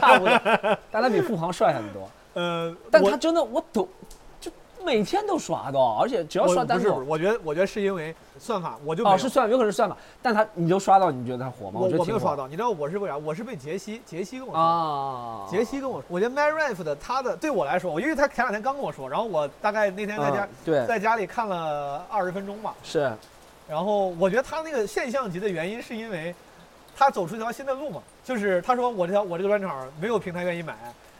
[SPEAKER 3] 差不多，但他比富航帅很多，
[SPEAKER 1] 呃，
[SPEAKER 3] 但
[SPEAKER 1] 我
[SPEAKER 3] 他真的我抖就每天都刷到，而且只要
[SPEAKER 1] 我
[SPEAKER 3] 刷单
[SPEAKER 1] 不是不是，
[SPEAKER 3] 口。
[SPEAKER 1] 我觉得我觉得是因为算法，我就没有、
[SPEAKER 3] 哦，是算，有可能是算法，但他你就刷到，你觉得他火吗？
[SPEAKER 1] 我
[SPEAKER 3] 觉得
[SPEAKER 1] 我没
[SPEAKER 3] 挺
[SPEAKER 1] 有
[SPEAKER 3] 火
[SPEAKER 1] 刷到，你知道我是为啥？我是被杰西杰西跟我说，
[SPEAKER 3] 啊，
[SPEAKER 1] 杰西跟我说，我觉得 m a r r i f 的他的对我来说，我因为他前两天刚跟我说，然后我大概那天在家、
[SPEAKER 3] 嗯对
[SPEAKER 1] 在家里看了二十分钟吧，
[SPEAKER 3] 是
[SPEAKER 1] 然后我觉得他那个现象级的原因是因为他走出一条新的路嘛，就是他说我这条我这个专场没有平台愿意买，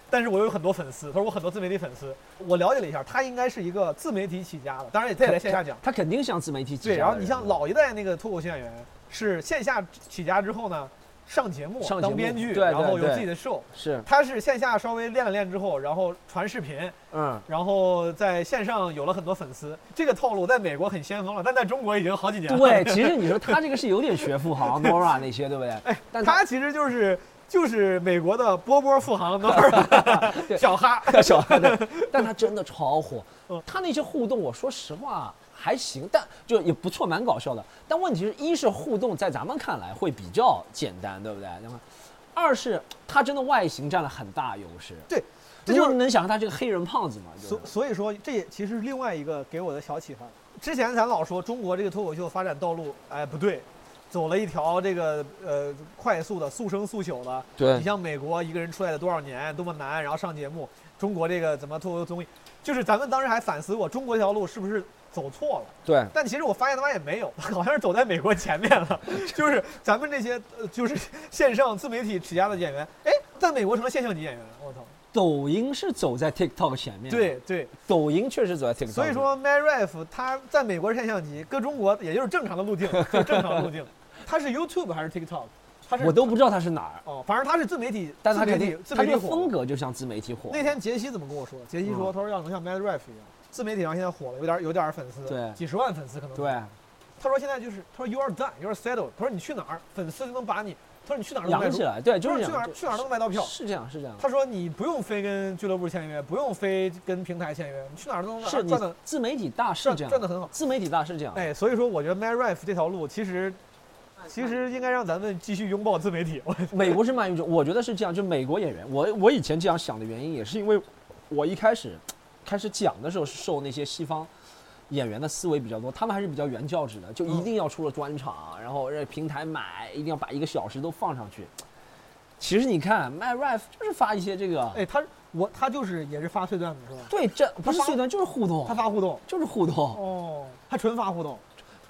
[SPEAKER 1] 但是我有很多粉丝，他说我很多自媒体粉丝，我了解了一下，他应该是一个自媒体起家的，当然也他也在线下讲，
[SPEAKER 3] 他肯定像自媒体起家
[SPEAKER 1] 对，
[SPEAKER 3] 的人
[SPEAKER 1] 然后你像老一代那个脱口秀演员是线下起家之后呢，上节目
[SPEAKER 3] 上节目
[SPEAKER 1] 当编剧，
[SPEAKER 3] 对
[SPEAKER 1] 然后
[SPEAKER 3] 对对
[SPEAKER 1] 有自己的 show，
[SPEAKER 3] 是
[SPEAKER 1] 他是线下稍微练了练之后，然后传视频，
[SPEAKER 3] 嗯
[SPEAKER 1] 然后在线上有了很多粉丝，这个套路在美国很先锋了，但在中国已经好几年了。
[SPEAKER 3] 对，其实你说他这个是有点学 富豪 Nora 那些，对不对？但
[SPEAKER 1] 哎他其实就是就是美国的波波富航那儿小哈，
[SPEAKER 3] 他 小孩的，但他真的超火
[SPEAKER 1] 嗯。
[SPEAKER 3] 他那些互动，我说实话还行，但就也不错，蛮搞笑的。但问题是，一是互动在咱们看来会比较简单，对不对？那么，二是他真的外形占了很大优势。
[SPEAKER 1] 对，这
[SPEAKER 3] 这
[SPEAKER 1] 就
[SPEAKER 3] 就是是能想象他这个黑人胖子嘛？就是
[SPEAKER 1] 所所以说这也其实另外一个给我的小启发。之前咱老说中国这个脱口秀发展道路，哎不对，走了一条这个呃快速的速生速朽的。
[SPEAKER 3] 对
[SPEAKER 1] 你像美国一个人出来了多少年，多么难，然后上节目，中国这个怎么脱口秀综艺，就是咱们当时还反思过中国这条路是不是走错了。
[SPEAKER 3] 对
[SPEAKER 1] 但其实我发现他妈也没有， 好像是走在美国前面了。就是咱们这些呃就是线上自媒体起家的演员，哎，在美国成了现象级演员。我操！
[SPEAKER 3] 抖音是走在 TikTok 前面，
[SPEAKER 1] 对，对，
[SPEAKER 3] 抖音确实走在 TikTok，
[SPEAKER 1] 所以说 m a r i f 他在美国是现象级，搁中国也就是正常的路 径，就是正常的路径。他是 YouTube 还是 TikTok？他是
[SPEAKER 3] 我都不知道他是哪儿，
[SPEAKER 1] 哦，反正他是自媒体，
[SPEAKER 3] 但他
[SPEAKER 1] 自媒
[SPEAKER 3] 肯
[SPEAKER 1] 体
[SPEAKER 3] 定
[SPEAKER 1] 自
[SPEAKER 3] 他
[SPEAKER 1] 媒
[SPEAKER 3] 这
[SPEAKER 1] 体
[SPEAKER 3] 个
[SPEAKER 1] 火
[SPEAKER 3] 风格就像自媒体火。
[SPEAKER 1] 那天杰西怎么跟我说？杰西说，
[SPEAKER 3] 嗯
[SPEAKER 1] 他说要能像 Mad Rap 一样，自媒体上现在火了，有点有点粉丝，
[SPEAKER 3] 对
[SPEAKER 1] 几十万粉丝可能。，
[SPEAKER 3] 对，
[SPEAKER 1] 他说现在就是，他说 You are done, you are settled，他说你去哪儿，粉丝就能把你，他说你去哪儿能卖
[SPEAKER 3] 养
[SPEAKER 1] 出
[SPEAKER 3] 起，来，对，
[SPEAKER 1] 他
[SPEAKER 3] 就
[SPEAKER 1] 说
[SPEAKER 3] 是
[SPEAKER 1] 去
[SPEAKER 3] 这
[SPEAKER 1] 哪
[SPEAKER 3] 样
[SPEAKER 1] 儿，去哪儿都能买到票。
[SPEAKER 3] 是这样，是这样。
[SPEAKER 1] 他说你不用非跟俱乐部签约，不用非跟平台签约，你去哪儿都能
[SPEAKER 3] 是
[SPEAKER 1] 赚
[SPEAKER 3] 你
[SPEAKER 1] 赚的
[SPEAKER 3] 自媒体大是
[SPEAKER 1] 赚
[SPEAKER 3] 这样，
[SPEAKER 1] 赚的很好。
[SPEAKER 3] 自媒体大是这样。
[SPEAKER 1] 哎，所以说我觉得 Mad Rap 这条路其实其实应该让咱们继续拥抱自媒体。我
[SPEAKER 3] 美国是鳗鱼种，我觉得是这样，就美国演员，我我以前这样想的原因也是因为我一开始开始讲的时候是受那些西方。演员的思维比较多，他们还是比较原教旨的，就一定要出了专场，然后让平台买，一定要把一个小时都放上去。
[SPEAKER 1] 嗯
[SPEAKER 3] 其实你看，My Rife 就是发一些这个，
[SPEAKER 1] 哎，他我他就是也是发碎段子是吧？
[SPEAKER 3] 对，这不是
[SPEAKER 1] 发
[SPEAKER 3] 碎段就是互动
[SPEAKER 1] 他，发互动。
[SPEAKER 3] 就是互动，
[SPEAKER 1] 哦，他纯发互动。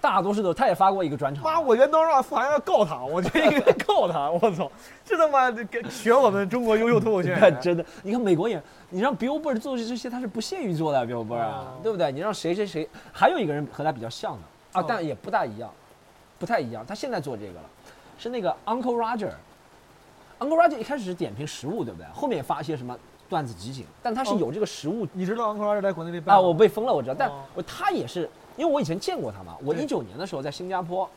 [SPEAKER 3] 大多数都他也发过一个专场。
[SPEAKER 1] 妈，我原当让富航要告他，我觉得应该告他。我操，这他妈的跟学我们中国优秀脱口秀 演员。
[SPEAKER 3] 真的，你看美国也，你让 Billboard 做这些，他是不屑于做的 Billboard，、啊
[SPEAKER 1] 哦
[SPEAKER 3] 对不对？你让谁谁谁，还有一个人和他比较像的啊，
[SPEAKER 1] 哦
[SPEAKER 3] 但也不大一样，不太一样。他现在做这个了，是那个 Uncle Roger。 Uncle Roger 一开始是点评食物，对不对？后面也发一些什么段子集锦，但他是
[SPEAKER 1] 哦
[SPEAKER 3] 有这个食物
[SPEAKER 1] 你知道 Uncle Roger 在国内被办
[SPEAKER 3] 啊，
[SPEAKER 1] 吗
[SPEAKER 3] 我被封了，我知道，但
[SPEAKER 1] 哦
[SPEAKER 3] 我他也是，因为我以前见过他嘛，我
[SPEAKER 1] 对
[SPEAKER 3] 一九年的时候在新加坡，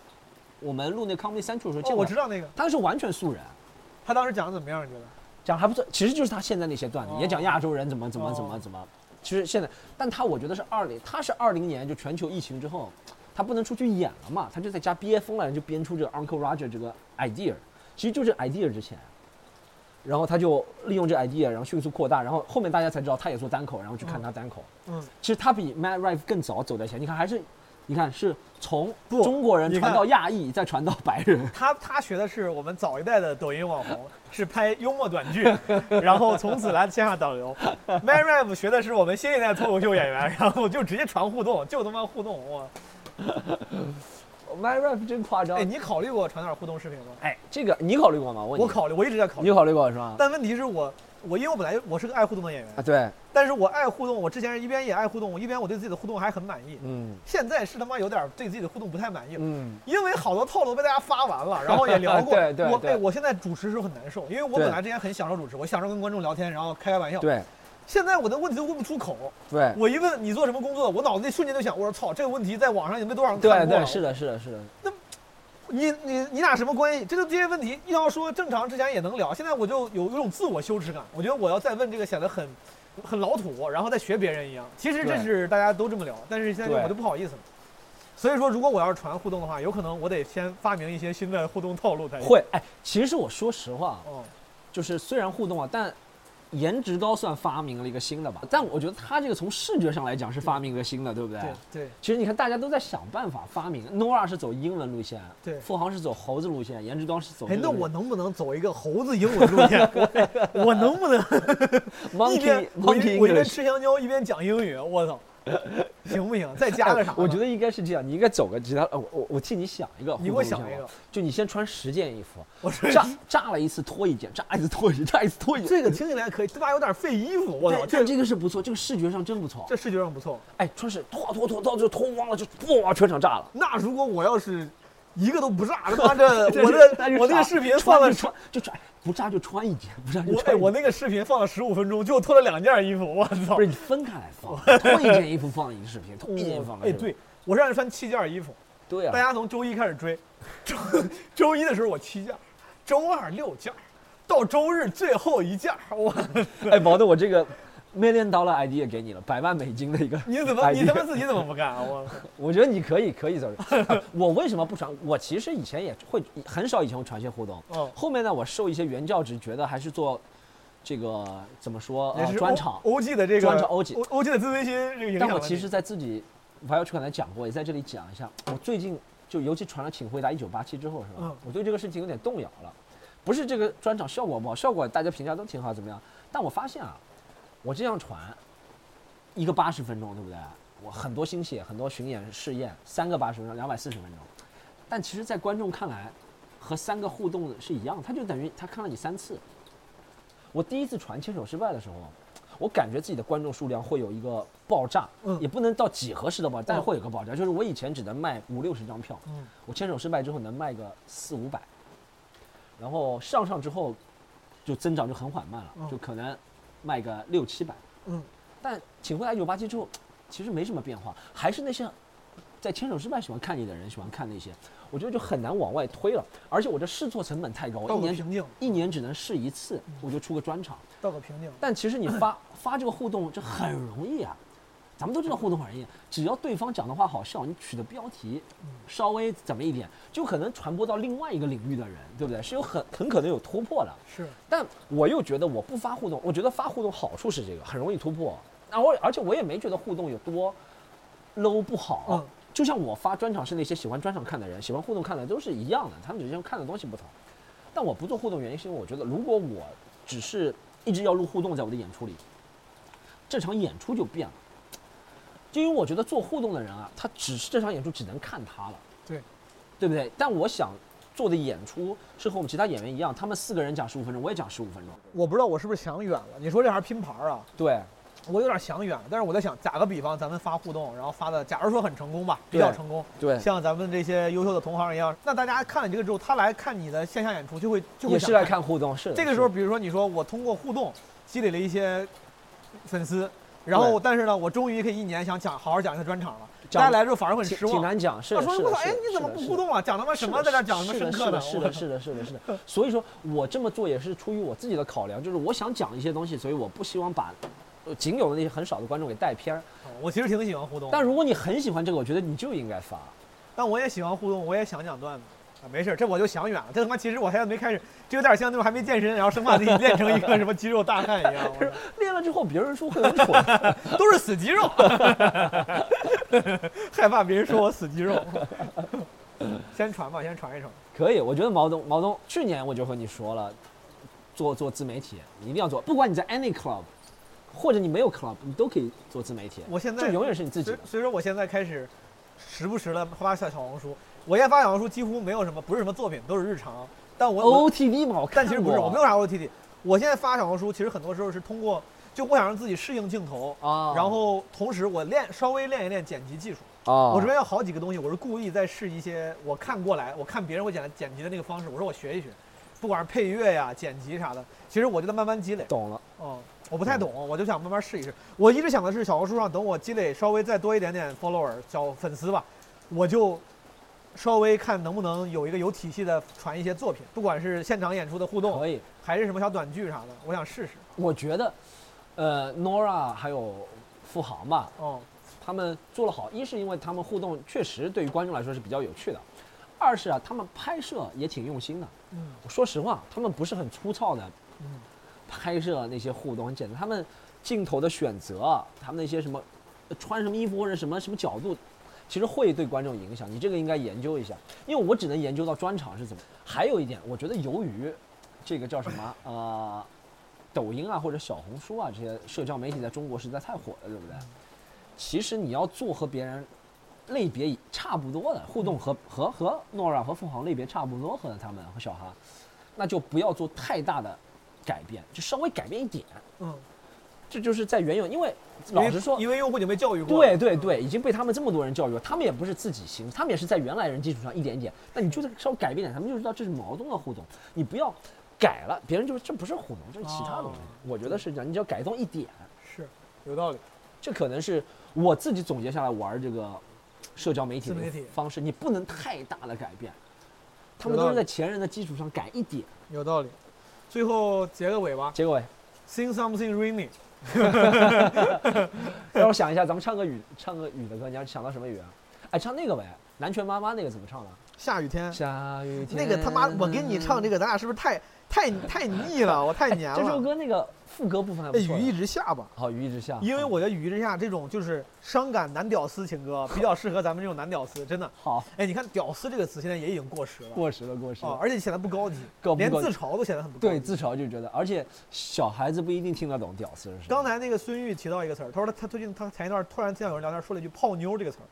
[SPEAKER 3] 我们录那 Comedy Central 的时候见
[SPEAKER 1] 哦，
[SPEAKER 3] 过
[SPEAKER 1] 我
[SPEAKER 3] 他，
[SPEAKER 1] 知道那个，
[SPEAKER 3] 他是完全素人，
[SPEAKER 1] 他当时讲的怎么样？你觉得？
[SPEAKER 3] 讲还不错，其实就是他现在那些段子，
[SPEAKER 1] 哦
[SPEAKER 3] 也讲亚洲人怎么怎么怎
[SPEAKER 1] 哦
[SPEAKER 3] 么怎么。其实现在，但他我觉得是二零，他是二零年就全球疫情之后，他不能出去演了嘛，他就在家憋疯了，就编出这个 Uncle Roger 这个 idea，其实就是 idea 之前，然后他就利用这 idea，然后迅速扩大，然后后面大家才知道他也做单口，然后去看他单口。
[SPEAKER 1] 嗯，
[SPEAKER 3] 其实他比 Matt Rife 更早走在前，你看还是，你看是从
[SPEAKER 1] 不
[SPEAKER 3] 中国人
[SPEAKER 1] 你
[SPEAKER 3] 传
[SPEAKER 1] 看
[SPEAKER 3] 到亚裔，再传到白人。
[SPEAKER 1] 他他学的是我们早一代的抖音网红，是拍幽默短剧， 然后从此来线下导流。m y r a p 学的是我们新一代脱口秀演员，然后就直接传互动，就他妈互动我。
[SPEAKER 3] Matt Rife 真夸张
[SPEAKER 1] 哎，，你考虑过传点互动视频吗？
[SPEAKER 3] 哎，这个你考虑过吗？我问你
[SPEAKER 1] 我，考虑，我一直在考
[SPEAKER 3] 你
[SPEAKER 1] 虑。
[SPEAKER 3] 考虑过是吧？
[SPEAKER 1] 但问题是我我因为我本来我是个爱互动的演员
[SPEAKER 3] 啊，，对，
[SPEAKER 1] 但是我爱互动，我之前是一边也爱互动，我一边我对自己的互动还很满意。
[SPEAKER 3] 嗯
[SPEAKER 1] 现在是他妈有点对自己的互动不太满意了。
[SPEAKER 3] 嗯，
[SPEAKER 1] 因为好多套路被大家发完了，然后也聊过。
[SPEAKER 3] 对对
[SPEAKER 1] 我
[SPEAKER 3] 对
[SPEAKER 1] 哎，我现在主持的时候很难受，因为我
[SPEAKER 3] 对
[SPEAKER 1] 本来之前很享受主持，我享受跟观众聊天，然后开开玩笑。
[SPEAKER 3] 对
[SPEAKER 1] 现在我的问题都问不出口，
[SPEAKER 3] 对
[SPEAKER 1] 我一问你做什么工作，我脑子里瞬间就想，我说操，这个问题在网上也没多少人看
[SPEAKER 3] 对
[SPEAKER 1] 过
[SPEAKER 3] 对，
[SPEAKER 1] 了。
[SPEAKER 3] 是的，是的，是的，
[SPEAKER 1] 你你你俩什么关系？这都这些问题要说正常之前也能聊，现在我就有有种自我羞耻感，我觉得我要再问这个显得很很老土，然后再学别人一样。其实这
[SPEAKER 3] 对
[SPEAKER 1] 是大家都这么聊，但是现在
[SPEAKER 3] 对
[SPEAKER 1] 我就不好意思了。所以说，如果我要是传互动的话，有可能我得先发明一些新的互动套路才行。
[SPEAKER 3] 会。哎，其实我说实话，啊
[SPEAKER 1] 哦，
[SPEAKER 3] 就是虽然互动啊，但颜值高算发明了一个新的吧。但我觉得他这个从视觉上来讲是发明了一个新的，对不对？
[SPEAKER 1] 对对
[SPEAKER 3] 其实你看，大家都在想办法发明。Nora 是走英文路线，
[SPEAKER 1] 对
[SPEAKER 3] 付航是走猴子路线，颜值高是走这
[SPEAKER 1] 哎，
[SPEAKER 3] 个
[SPEAKER 1] 那
[SPEAKER 3] 路
[SPEAKER 1] 我
[SPEAKER 3] 线。
[SPEAKER 1] 能不能走一个猴子英文路线？ 我我能不能一边
[SPEAKER 3] Monkey
[SPEAKER 1] 我一
[SPEAKER 3] Monkey
[SPEAKER 1] 我一边
[SPEAKER 3] English。
[SPEAKER 1] 吃香蕉一边讲英语？我 操，行不行？再加个啥呢？
[SPEAKER 3] 我觉得应该是这样，你应该走个其他，呃，我我我替你想一个，
[SPEAKER 1] 你给我想一个，
[SPEAKER 3] 就你先穿十件衣服，
[SPEAKER 1] 我说
[SPEAKER 3] 炸炸了一次脱一件，炸一次脱一件，炸一次脱一件，
[SPEAKER 1] 这个听起来可以，他妈有点费衣服，我操，
[SPEAKER 3] 但但
[SPEAKER 1] 这
[SPEAKER 3] 这个是不错，这个视觉上真不错。
[SPEAKER 1] 这视觉上不错。
[SPEAKER 3] 哎，穿是脱脱脱到就脱光了，就哇全场炸了。
[SPEAKER 1] 那如果我要是一个都不炸，他 妈的，呃我
[SPEAKER 3] 那就
[SPEAKER 1] 的我那
[SPEAKER 3] 炸
[SPEAKER 1] 个视频
[SPEAKER 3] 穿
[SPEAKER 1] 放了
[SPEAKER 3] 就。穿就穿，哎不炸就穿一件，不炸就
[SPEAKER 1] 我
[SPEAKER 3] 穿
[SPEAKER 1] 哎，
[SPEAKER 3] 一件。
[SPEAKER 1] 我那个视频放了十五分钟，就脱了两件衣服，我操
[SPEAKER 3] 不！是你分开来 放，脱一件衣服放一个视频，脱一件衣服放
[SPEAKER 1] 哎，
[SPEAKER 3] 一个视频。
[SPEAKER 1] 对，哎我让人穿七件衣服，
[SPEAKER 3] 对
[SPEAKER 1] 大
[SPEAKER 3] 啊，
[SPEAKER 1] 家从周一开始追，周周一的时候我七件，周二六件，到周日最后一件，我
[SPEAKER 3] 哎，毛豆，我这个 million dollar idea 给你了，百万美金的一个。
[SPEAKER 1] 你怎么你他妈
[SPEAKER 3] idea
[SPEAKER 1] 自己怎么不干啊？我
[SPEAKER 3] 我觉得你可以，可以走。哎 我为什么不传？我其实以前也会，很少以前会传些互动。
[SPEAKER 1] 哦
[SPEAKER 3] 后面呢，我受一些原教旨，觉得还是做这个怎么说、
[SPEAKER 1] 也
[SPEAKER 3] 呃、
[SPEAKER 1] 是
[SPEAKER 3] 专场。
[SPEAKER 1] OG 的这个
[SPEAKER 3] 专场 OG
[SPEAKER 1] OG 的自尊心这个影响
[SPEAKER 3] 但
[SPEAKER 1] 了
[SPEAKER 3] 我
[SPEAKER 1] 你。
[SPEAKER 3] 其实，在自己玩摇去可能讲过，也在这里讲一下。我最近就尤其传了《请回答一九八七》之后，是吧？
[SPEAKER 1] 嗯
[SPEAKER 3] 我对这个事情有点动摇了。不是这个专场效果不好，效果大家评价都挺好，怎么样？但我发现啊，我这样传，一个八十分钟，对不对？我很多心血，很多巡演试验，三个八十分钟，两百四十分钟。但其实，在观众看来，和三个互动是一样的，他就等于他看了你三次。我第一次传牵手失败的时候，我感觉自己的观众数量会有一个爆炸，
[SPEAKER 1] 嗯
[SPEAKER 3] 也不能到几何式的爆炸，但
[SPEAKER 1] 嗯
[SPEAKER 3] 是会有个爆炸。就是我以前只能卖五六十张票，
[SPEAKER 1] 嗯
[SPEAKER 3] 我牵手失败之后能卖个四五百，然后上上之后就增长就很缓慢了，
[SPEAKER 1] 嗯
[SPEAKER 3] 就可能卖个六七百。
[SPEAKER 1] 嗯，
[SPEAKER 3] 但请回答一九八七之后，其实没什么变化，还是那些在牵手失败喜欢看你的人喜欢看那些，我觉得就很难往外推了。而且我这试错成本太高，我
[SPEAKER 1] 到
[SPEAKER 3] 一
[SPEAKER 1] 个
[SPEAKER 3] 年
[SPEAKER 1] 瓶颈，嗯
[SPEAKER 3] 一年只能试一次，我就出个专场。
[SPEAKER 1] 到个瓶颈。
[SPEAKER 3] 但其实你发 发这个互动，这很容易啊。咱们都知道互动很容易，只要对方讲的话好笑，你取的标题稍微怎么一点，就可能传播到另外一个领域的人，对不对？是有很很可能有突破的。
[SPEAKER 1] 是，
[SPEAKER 3] 但我又觉得我不发互动，我觉得发互动好处是这个，很容易突破。然后而且我也没觉得互动有多 low 不好。
[SPEAKER 1] 嗯
[SPEAKER 3] 就像我发专场是那些喜欢专场看的人，喜欢互动看的都是一样的，他们只是看的东西不同。但我不做互动原因是因为我觉得，如果我只是一直要录互动在我的演出里，这场演出就变了。就因为我觉得做互动的人啊，他只是这场演出只能看他了，
[SPEAKER 1] 对，
[SPEAKER 3] 对不对？但我想做的演出是和我们其他演员一样，他们四个人讲十五分钟，我也讲十五分钟。
[SPEAKER 1] 我不知道我是不是想远了。你说这还是拼盘儿啊？
[SPEAKER 3] 对，
[SPEAKER 1] 我有点想远了，但是我在想，打个比方，咱们发互动，然后发的，假如说很成功吧，比较
[SPEAKER 3] 对
[SPEAKER 1] 成功，
[SPEAKER 3] 对，
[SPEAKER 1] 像咱们这些优秀的同行一样，那大家看了这个之后，他来看你的线下演出，就会就会
[SPEAKER 3] 也
[SPEAKER 1] 想
[SPEAKER 3] 是来看互动，是的
[SPEAKER 1] 这个
[SPEAKER 3] 是
[SPEAKER 1] 时候，
[SPEAKER 3] 的
[SPEAKER 1] 比如说你说我通过互动积累了一些粉丝，然后但是呢，我终于可以一年想讲好好讲一下专场了，
[SPEAKER 3] 讲
[SPEAKER 1] 大家来之后反而会很
[SPEAKER 3] 挺
[SPEAKER 1] 失
[SPEAKER 3] 挺
[SPEAKER 1] 望。
[SPEAKER 3] 难讲，是
[SPEAKER 1] 他
[SPEAKER 3] 的
[SPEAKER 1] 说
[SPEAKER 3] 是
[SPEAKER 1] 我
[SPEAKER 3] 的
[SPEAKER 1] 操，哎
[SPEAKER 3] 是的，
[SPEAKER 1] 你
[SPEAKER 3] 是
[SPEAKER 1] 怎么
[SPEAKER 3] 的
[SPEAKER 1] 不
[SPEAKER 3] 是
[SPEAKER 1] 互
[SPEAKER 3] 的
[SPEAKER 1] 动啊？讲他妈
[SPEAKER 3] 是
[SPEAKER 1] 什
[SPEAKER 3] 的
[SPEAKER 1] 么在这讲什么
[SPEAKER 3] 是
[SPEAKER 1] 深
[SPEAKER 3] 的
[SPEAKER 1] 刻
[SPEAKER 3] 是的，是的，是的，是的，是的。所以说我这么做也是出于我自己的考量，就是我想讲一些东西，所以我不希望把呃仅有的那些很少的观众给带偏儿。
[SPEAKER 1] 我我其实挺喜欢互动，
[SPEAKER 3] 但如果你很喜欢这个，我觉得你就应该发。
[SPEAKER 1] 但我也喜欢互动，我也想讲段子。啊，没事儿，这我就想远了。这他妈其实我现在没开始，这有点像那种还没健身，然后生怕自己练成一个什么肌肉大汉一样，我
[SPEAKER 3] 练了之后，别人说会很蠢。
[SPEAKER 1] 操 都是死肌肉， 害怕别人说我死肌肉。先传吧，先传一传。
[SPEAKER 3] 可以，我觉得毛东，毛东，去年我就和你说了，做做自媒体，你一定要做，不管你在 any club，或者你没有 club，你都可以做自媒体。
[SPEAKER 1] 我现在
[SPEAKER 3] 这永远是你自己
[SPEAKER 1] 所以
[SPEAKER 3] 的。
[SPEAKER 1] 所以说我现在开始时不时的发小小红书，我现在发小红书几乎没有什么，不是什么作品，都是日常。但我、我
[SPEAKER 3] OTV 嘛，我看
[SPEAKER 1] 但其实不是，
[SPEAKER 3] 过
[SPEAKER 1] 我没有啥 OTT。我现在发小红书，其实很多时候是通过，就我想让自己适应镜头，
[SPEAKER 3] 啊。
[SPEAKER 1] 然后同时我练稍微练一练剪辑技术。
[SPEAKER 3] 啊，
[SPEAKER 1] 我这边有好几个东西，我是故意在试一些我看过来，我看别人会剪剪辑的那个方式，我说我学一学，不管是配乐呀、剪辑啥的，其实我就在慢慢积累。
[SPEAKER 3] 懂了。
[SPEAKER 1] 嗯，我不太懂，我就想慢慢试一试。我一直想的是，小红书上等我积累稍微再多一点点 follower 小粉丝吧，我就稍微看能不能有一个有体系的传一些作品，不管是现场演出的互动，
[SPEAKER 3] 可以。
[SPEAKER 1] 还是什么小短剧啥的，我想试试。
[SPEAKER 3] 我觉得，呃，Nora 还有付航吧，
[SPEAKER 1] 哦、
[SPEAKER 3] 他们做得好，一是因为他们互动确实对于观众来说是比较有趣的，二是啊，他们拍摄也挺用心的。
[SPEAKER 1] 嗯，
[SPEAKER 3] 我说实话，他们不是很粗糙的
[SPEAKER 1] 嗯，
[SPEAKER 3] 拍摄那些互动很简单，他们镜头的选择，他们那些什么呃穿什么衣服或者什么什么角度，其实会对观众影响。你这个应该研究一下，因为我只能研究到专场是怎么。还有一点，我觉得由于这个叫什么呃，抖音啊或者小红书啊这些社交媒体在中国实在太火了，对不对？其实你要做和别人类别差不多的互动和和和诺尔和凤凰类别差不多和他们和小哈，那就不要做太大的改变，就稍微改变一点。
[SPEAKER 1] 嗯，
[SPEAKER 3] 这就是在原有，因为
[SPEAKER 1] 因为
[SPEAKER 3] 老实说，
[SPEAKER 1] 因为用户已经被教育过了。
[SPEAKER 3] 对对
[SPEAKER 1] 嗯，
[SPEAKER 3] 对，已经被他们这么多人教育了，他们也不是自己行，他们也是在原来人基础上一点一点。那你就是稍微改变点，他们就知道这是矛盾的互动，你不要改了，别人就这不是互动，这是其他东西。
[SPEAKER 1] 哦
[SPEAKER 3] 我觉得是这样，你只要改动一点，
[SPEAKER 1] 是有道理。
[SPEAKER 3] 这可能是我自己总结下来玩这个社交媒体
[SPEAKER 1] 自媒
[SPEAKER 3] 的
[SPEAKER 1] 体
[SPEAKER 3] 方式，你不能太大的改变，他们
[SPEAKER 1] 有道
[SPEAKER 3] 都是
[SPEAKER 1] 理
[SPEAKER 3] 在前人的基础上改一点。
[SPEAKER 1] 有道理。最后结个尾吧
[SPEAKER 3] 结果，
[SPEAKER 1] ，Sing something rainy。
[SPEAKER 3] 让我想一下，咱们唱个雨，唱个雨的歌，你要想到什么雨啊？哎，唱那个呗，南拳妈妈那个怎么唱的？
[SPEAKER 1] 下雨天，
[SPEAKER 3] 下雨天。
[SPEAKER 1] 那个他妈，我给你唱这
[SPEAKER 3] 个，
[SPEAKER 1] 个，咱俩是不是太太太腻了？我太黏了。
[SPEAKER 3] 哎这首歌那啊个副歌部分还
[SPEAKER 1] 哎
[SPEAKER 3] 不错
[SPEAKER 1] 雨
[SPEAKER 3] 的。
[SPEAKER 1] 一直下吧。
[SPEAKER 3] 好，雨一直下。
[SPEAKER 1] 因为我觉得《雨之下》这种就是伤感男屌丝情歌，比较适合咱们这种男屌丝，真的。
[SPEAKER 3] 好
[SPEAKER 1] 哎，你看“屌丝”这个词现在也已经过时了，
[SPEAKER 3] 过时了，过时
[SPEAKER 1] 啊，
[SPEAKER 3] 了。
[SPEAKER 1] 而且显得不高级，
[SPEAKER 3] 够不
[SPEAKER 1] 连
[SPEAKER 3] 够
[SPEAKER 1] 自？嘲都显得很不高级。
[SPEAKER 3] 对，自嘲就觉得，而且小孩子不一定听得懂“屌丝”是什么。
[SPEAKER 1] 刚才那个孙玉提到一个词儿，他说他他最近他前一段突然听到有人聊天说了一句“泡妞”这个词儿，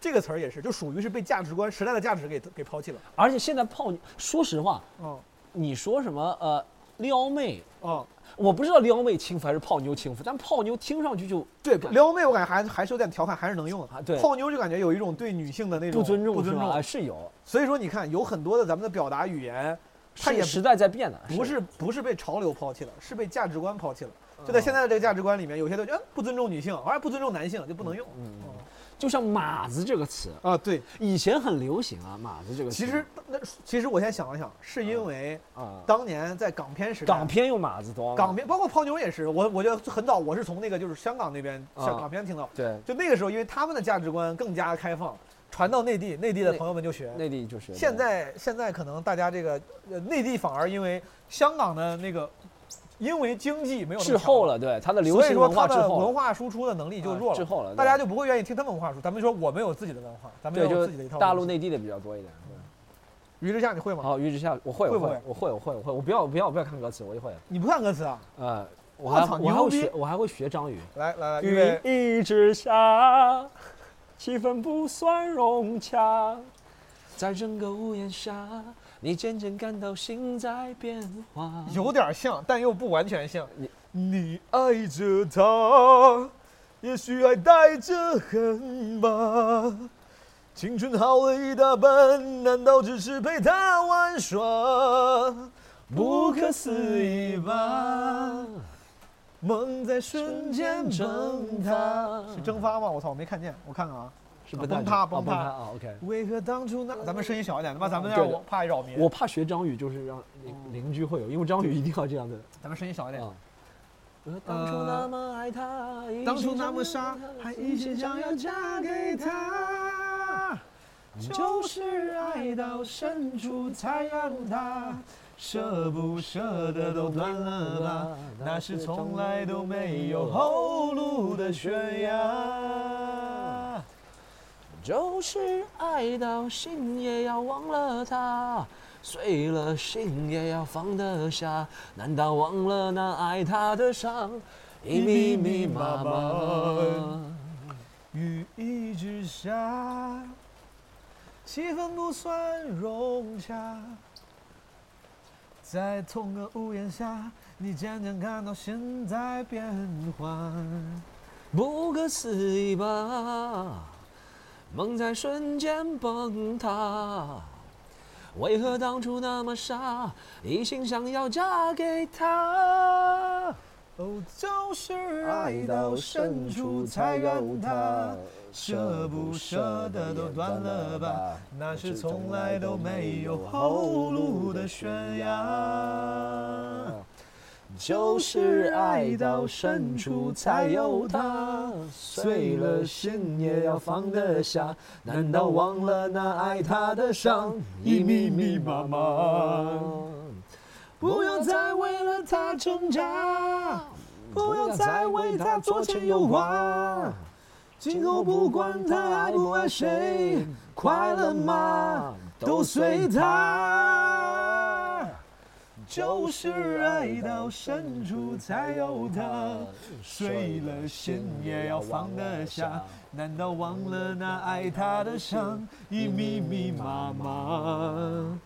[SPEAKER 1] 这个词儿也是就属于是被价值观时代的价值给给抛弃了。
[SPEAKER 3] 而且现在泡妞，说实话，
[SPEAKER 1] 嗯
[SPEAKER 3] 你说什么呃撩妹，
[SPEAKER 1] 嗯，
[SPEAKER 3] 我不知道撩妹轻浮还是泡妞轻浮，但泡妞听上去就
[SPEAKER 1] 对，撩妹我感觉还还是有点调侃，还是能用的。
[SPEAKER 3] 啊对
[SPEAKER 1] 泡�jó就感觉有一种对女性的那种
[SPEAKER 3] 不尊重，
[SPEAKER 1] 不尊
[SPEAKER 3] 是吧啊
[SPEAKER 1] 重。
[SPEAKER 3] 是有，
[SPEAKER 1] 所以说你看，有很多的咱们的表达语言，它
[SPEAKER 3] 是
[SPEAKER 1] 也
[SPEAKER 3] 时代在变的，
[SPEAKER 1] 不是不是被潮流抛弃了，是被价值观抛弃了。就在
[SPEAKER 3] 嗯
[SPEAKER 1] 现在的这个价值观里面，有些都觉得嗯不尊重女性，而不尊重男性就不能用。
[SPEAKER 3] 嗯，就像“马子”这个词，
[SPEAKER 1] 啊，对，
[SPEAKER 3] 以前很流行啊，“马子”这个词。
[SPEAKER 1] 其实那其实我现在想了想，是因为
[SPEAKER 3] 啊，
[SPEAKER 1] 当年在港片时代，
[SPEAKER 3] 港片用“马子”多嘛，
[SPEAKER 1] 港片包括泡妞也是，我我觉得很早我是从那个就是香港那边
[SPEAKER 3] 啊
[SPEAKER 1] 像港片听到，
[SPEAKER 3] 对
[SPEAKER 1] 就那个时候因为他们的价值观更加开放，传到内地，内地的
[SPEAKER 3] 内
[SPEAKER 1] 朋友们就学。
[SPEAKER 3] 内地就是
[SPEAKER 1] 现在现在可能大家这个呃内地反而因为香港的那个，因为经济没有那么
[SPEAKER 3] 滞后
[SPEAKER 1] 强
[SPEAKER 3] 了，对它的流
[SPEAKER 1] 所以
[SPEAKER 3] 行
[SPEAKER 1] 说
[SPEAKER 3] 文
[SPEAKER 1] 他
[SPEAKER 3] 化滞
[SPEAKER 1] 的
[SPEAKER 3] 后
[SPEAKER 1] 文
[SPEAKER 3] 了，
[SPEAKER 1] 化输出的能力就
[SPEAKER 3] 啊
[SPEAKER 1] 弱
[SPEAKER 3] 滞
[SPEAKER 1] 了，
[SPEAKER 3] 后了，
[SPEAKER 1] 大家
[SPEAKER 3] 对
[SPEAKER 1] 就不会愿意听他们文化书。咱们说我们有自己的文化，咱们
[SPEAKER 3] 对
[SPEAKER 1] 有
[SPEAKER 3] 就
[SPEAKER 1] 自己的一套。
[SPEAKER 3] 大陆，内地的比较多一点。对
[SPEAKER 1] 于之下你会吗？
[SPEAKER 3] 好，于之下，我会，
[SPEAKER 1] 会
[SPEAKER 3] 我
[SPEAKER 1] 不
[SPEAKER 3] 会
[SPEAKER 1] 会，
[SPEAKER 3] 我会，我会，我会，我不要，我不要，我不要看歌词，我一会。
[SPEAKER 1] 你不看歌词啊？
[SPEAKER 3] 呃，我
[SPEAKER 1] 我
[SPEAKER 3] 还
[SPEAKER 1] 操
[SPEAKER 3] 我还
[SPEAKER 1] 牛
[SPEAKER 3] 会
[SPEAKER 1] 逼
[SPEAKER 3] 学，我还会学张宇。
[SPEAKER 1] 来来来，预备
[SPEAKER 3] 雨一直下，气氛不算融洽，在整个屋檐下，你渐渐感到心在变化。
[SPEAKER 1] 有点像，但又不完全像
[SPEAKER 3] 嗯你。
[SPEAKER 1] 你爱着他，也许还带着恨吧。青春耗了一大半，难道只是陪他玩耍？不可思议吧，梦在瞬间蒸发。是蒸发吗？我操，我没看见，我看看啊。
[SPEAKER 3] 是
[SPEAKER 1] 啊
[SPEAKER 3] 不
[SPEAKER 1] 崩
[SPEAKER 3] 大
[SPEAKER 1] 塌
[SPEAKER 3] 哦
[SPEAKER 1] 崩
[SPEAKER 3] 崩
[SPEAKER 1] 塌
[SPEAKER 3] 塌啊！OK，
[SPEAKER 1] 为何当初那……咱们声音小一点，他妈咱们这
[SPEAKER 3] 嗯对
[SPEAKER 1] 样
[SPEAKER 3] 的
[SPEAKER 1] 我怕扰民。
[SPEAKER 3] 我怕学张宇，就是让邻邻居会有，因为张宇一定要这样的
[SPEAKER 1] 咱们声音小一点。
[SPEAKER 3] 啊。
[SPEAKER 1] 呃
[SPEAKER 3] 我当初那么爱他，一
[SPEAKER 1] 当初
[SPEAKER 3] 心
[SPEAKER 1] 那
[SPEAKER 3] 想
[SPEAKER 1] 么
[SPEAKER 3] 要
[SPEAKER 1] 傻
[SPEAKER 3] 他，
[SPEAKER 1] 还一心想要嫁给他，就是爱到深处才让他舍不舍得都断了吧，那是从来都没有后路的悬崖。
[SPEAKER 3] 就是爱到心也要忘了他，碎了心也要放得下。难道忘了那爱他的伤，已密密麻麻？
[SPEAKER 1] 雨一直下，气氛不算融洽。在同个屋檐下，你渐渐看到现在变化。
[SPEAKER 3] 不可思议吧，梦在瞬间崩塌。为何当初那么傻，一心想要嫁给他？
[SPEAKER 1] 哦，就是爱到深处才怨他，舍不舍得都断了吧，那是从来都没有后路的悬崖。
[SPEAKER 3] 就是爱到深处才有他，碎了心也要放得下。难道忘了那爱他的伤已密密麻麻？不要再为了他挣扎，不要再为他左牵右挂。今后不管他爱不爱谁，快乐吗？都随他。
[SPEAKER 1] 就是爱到深处才有他，碎了心也要放得下。难道忘了那爱他的伤已密密麻麻？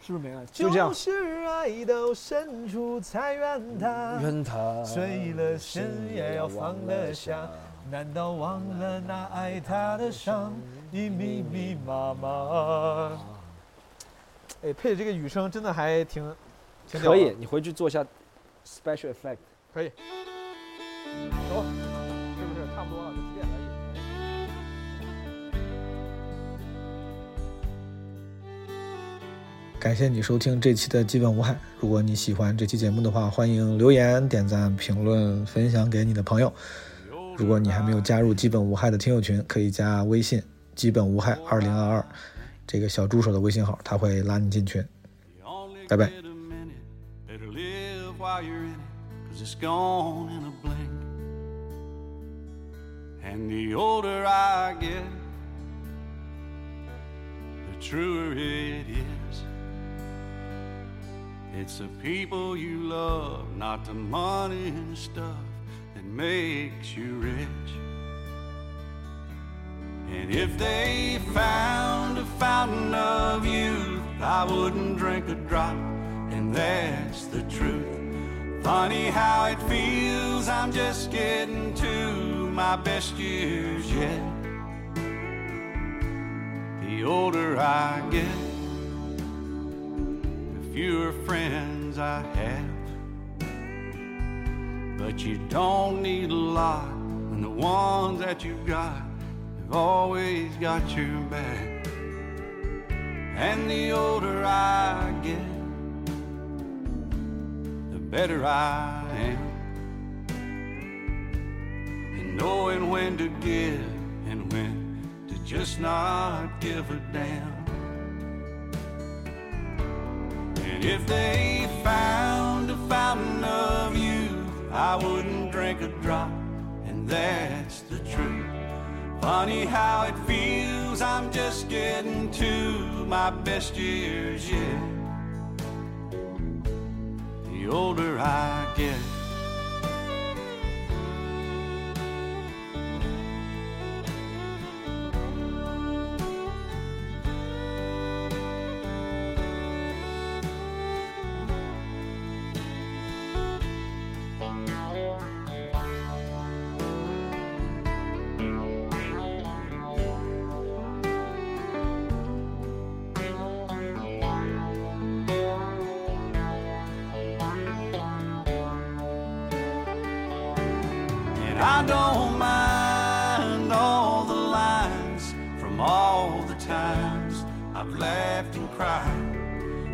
[SPEAKER 1] 是不是没了？
[SPEAKER 3] 就这样
[SPEAKER 1] 是爱到深处才怨他，
[SPEAKER 3] 怨他
[SPEAKER 1] 碎了心也要放得下。难道忘了那爱他的伤已密密麻麻？哎，配的这个雨声真的还挺，挺屌
[SPEAKER 3] 可
[SPEAKER 1] 的
[SPEAKER 3] 以，你回去做一下 special effect。
[SPEAKER 1] 可以。走，是不是差不多了？就几点了？
[SPEAKER 4] 感谢你收听这期的《基本无害》。如果你喜欢这期节目的话，欢迎留言、点赞、评论、分享给你的朋友。如果你还没有加入《基本无害》的听友群，可以加微信“基本无害二零二二”这个小助手的微信号，他会拉你进群。
[SPEAKER 2] You only
[SPEAKER 4] Bye-bye.
[SPEAKER 2] get a minute. Better live while you're in it, cause it's gone in a blink. And the older I get, the truer it is. It's the people you love, not the money and stuff that makes you rich. And if they found a fountain of youth, I wouldn't drink a drop, and that's the truth. Funny how it feels, I'm just getting to my best years yet. The older I get, the fewer friends I have. But you don't need a lot when the ones that you've got have always got your back. And the older I get, the better I am. And knowing when to give and when to just not give a damn. And if they found a fountain of youth, I wouldn't drink a drop, and that's the truth. Funny how it feels, I'm just getting to my best years yet. The older I get. And I don't mind all the lines from all the times I've laughed and cried.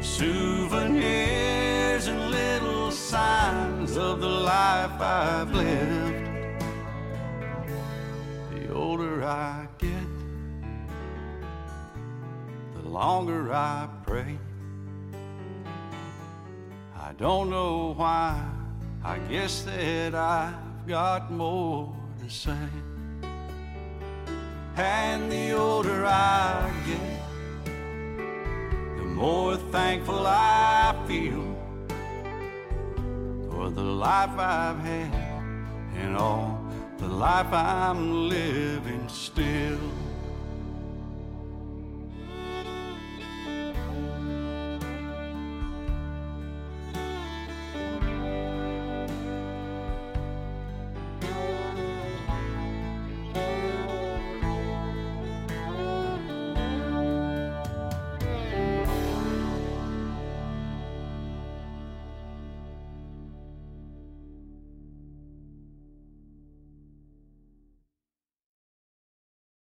[SPEAKER 2] Souvenirs and little signs of the life I've lived. The older I get, the longer I pray. I don't know why. I guess that I've got more to say. And the older I get, the more thankful I feel for the life I've had and all the life I'm living still.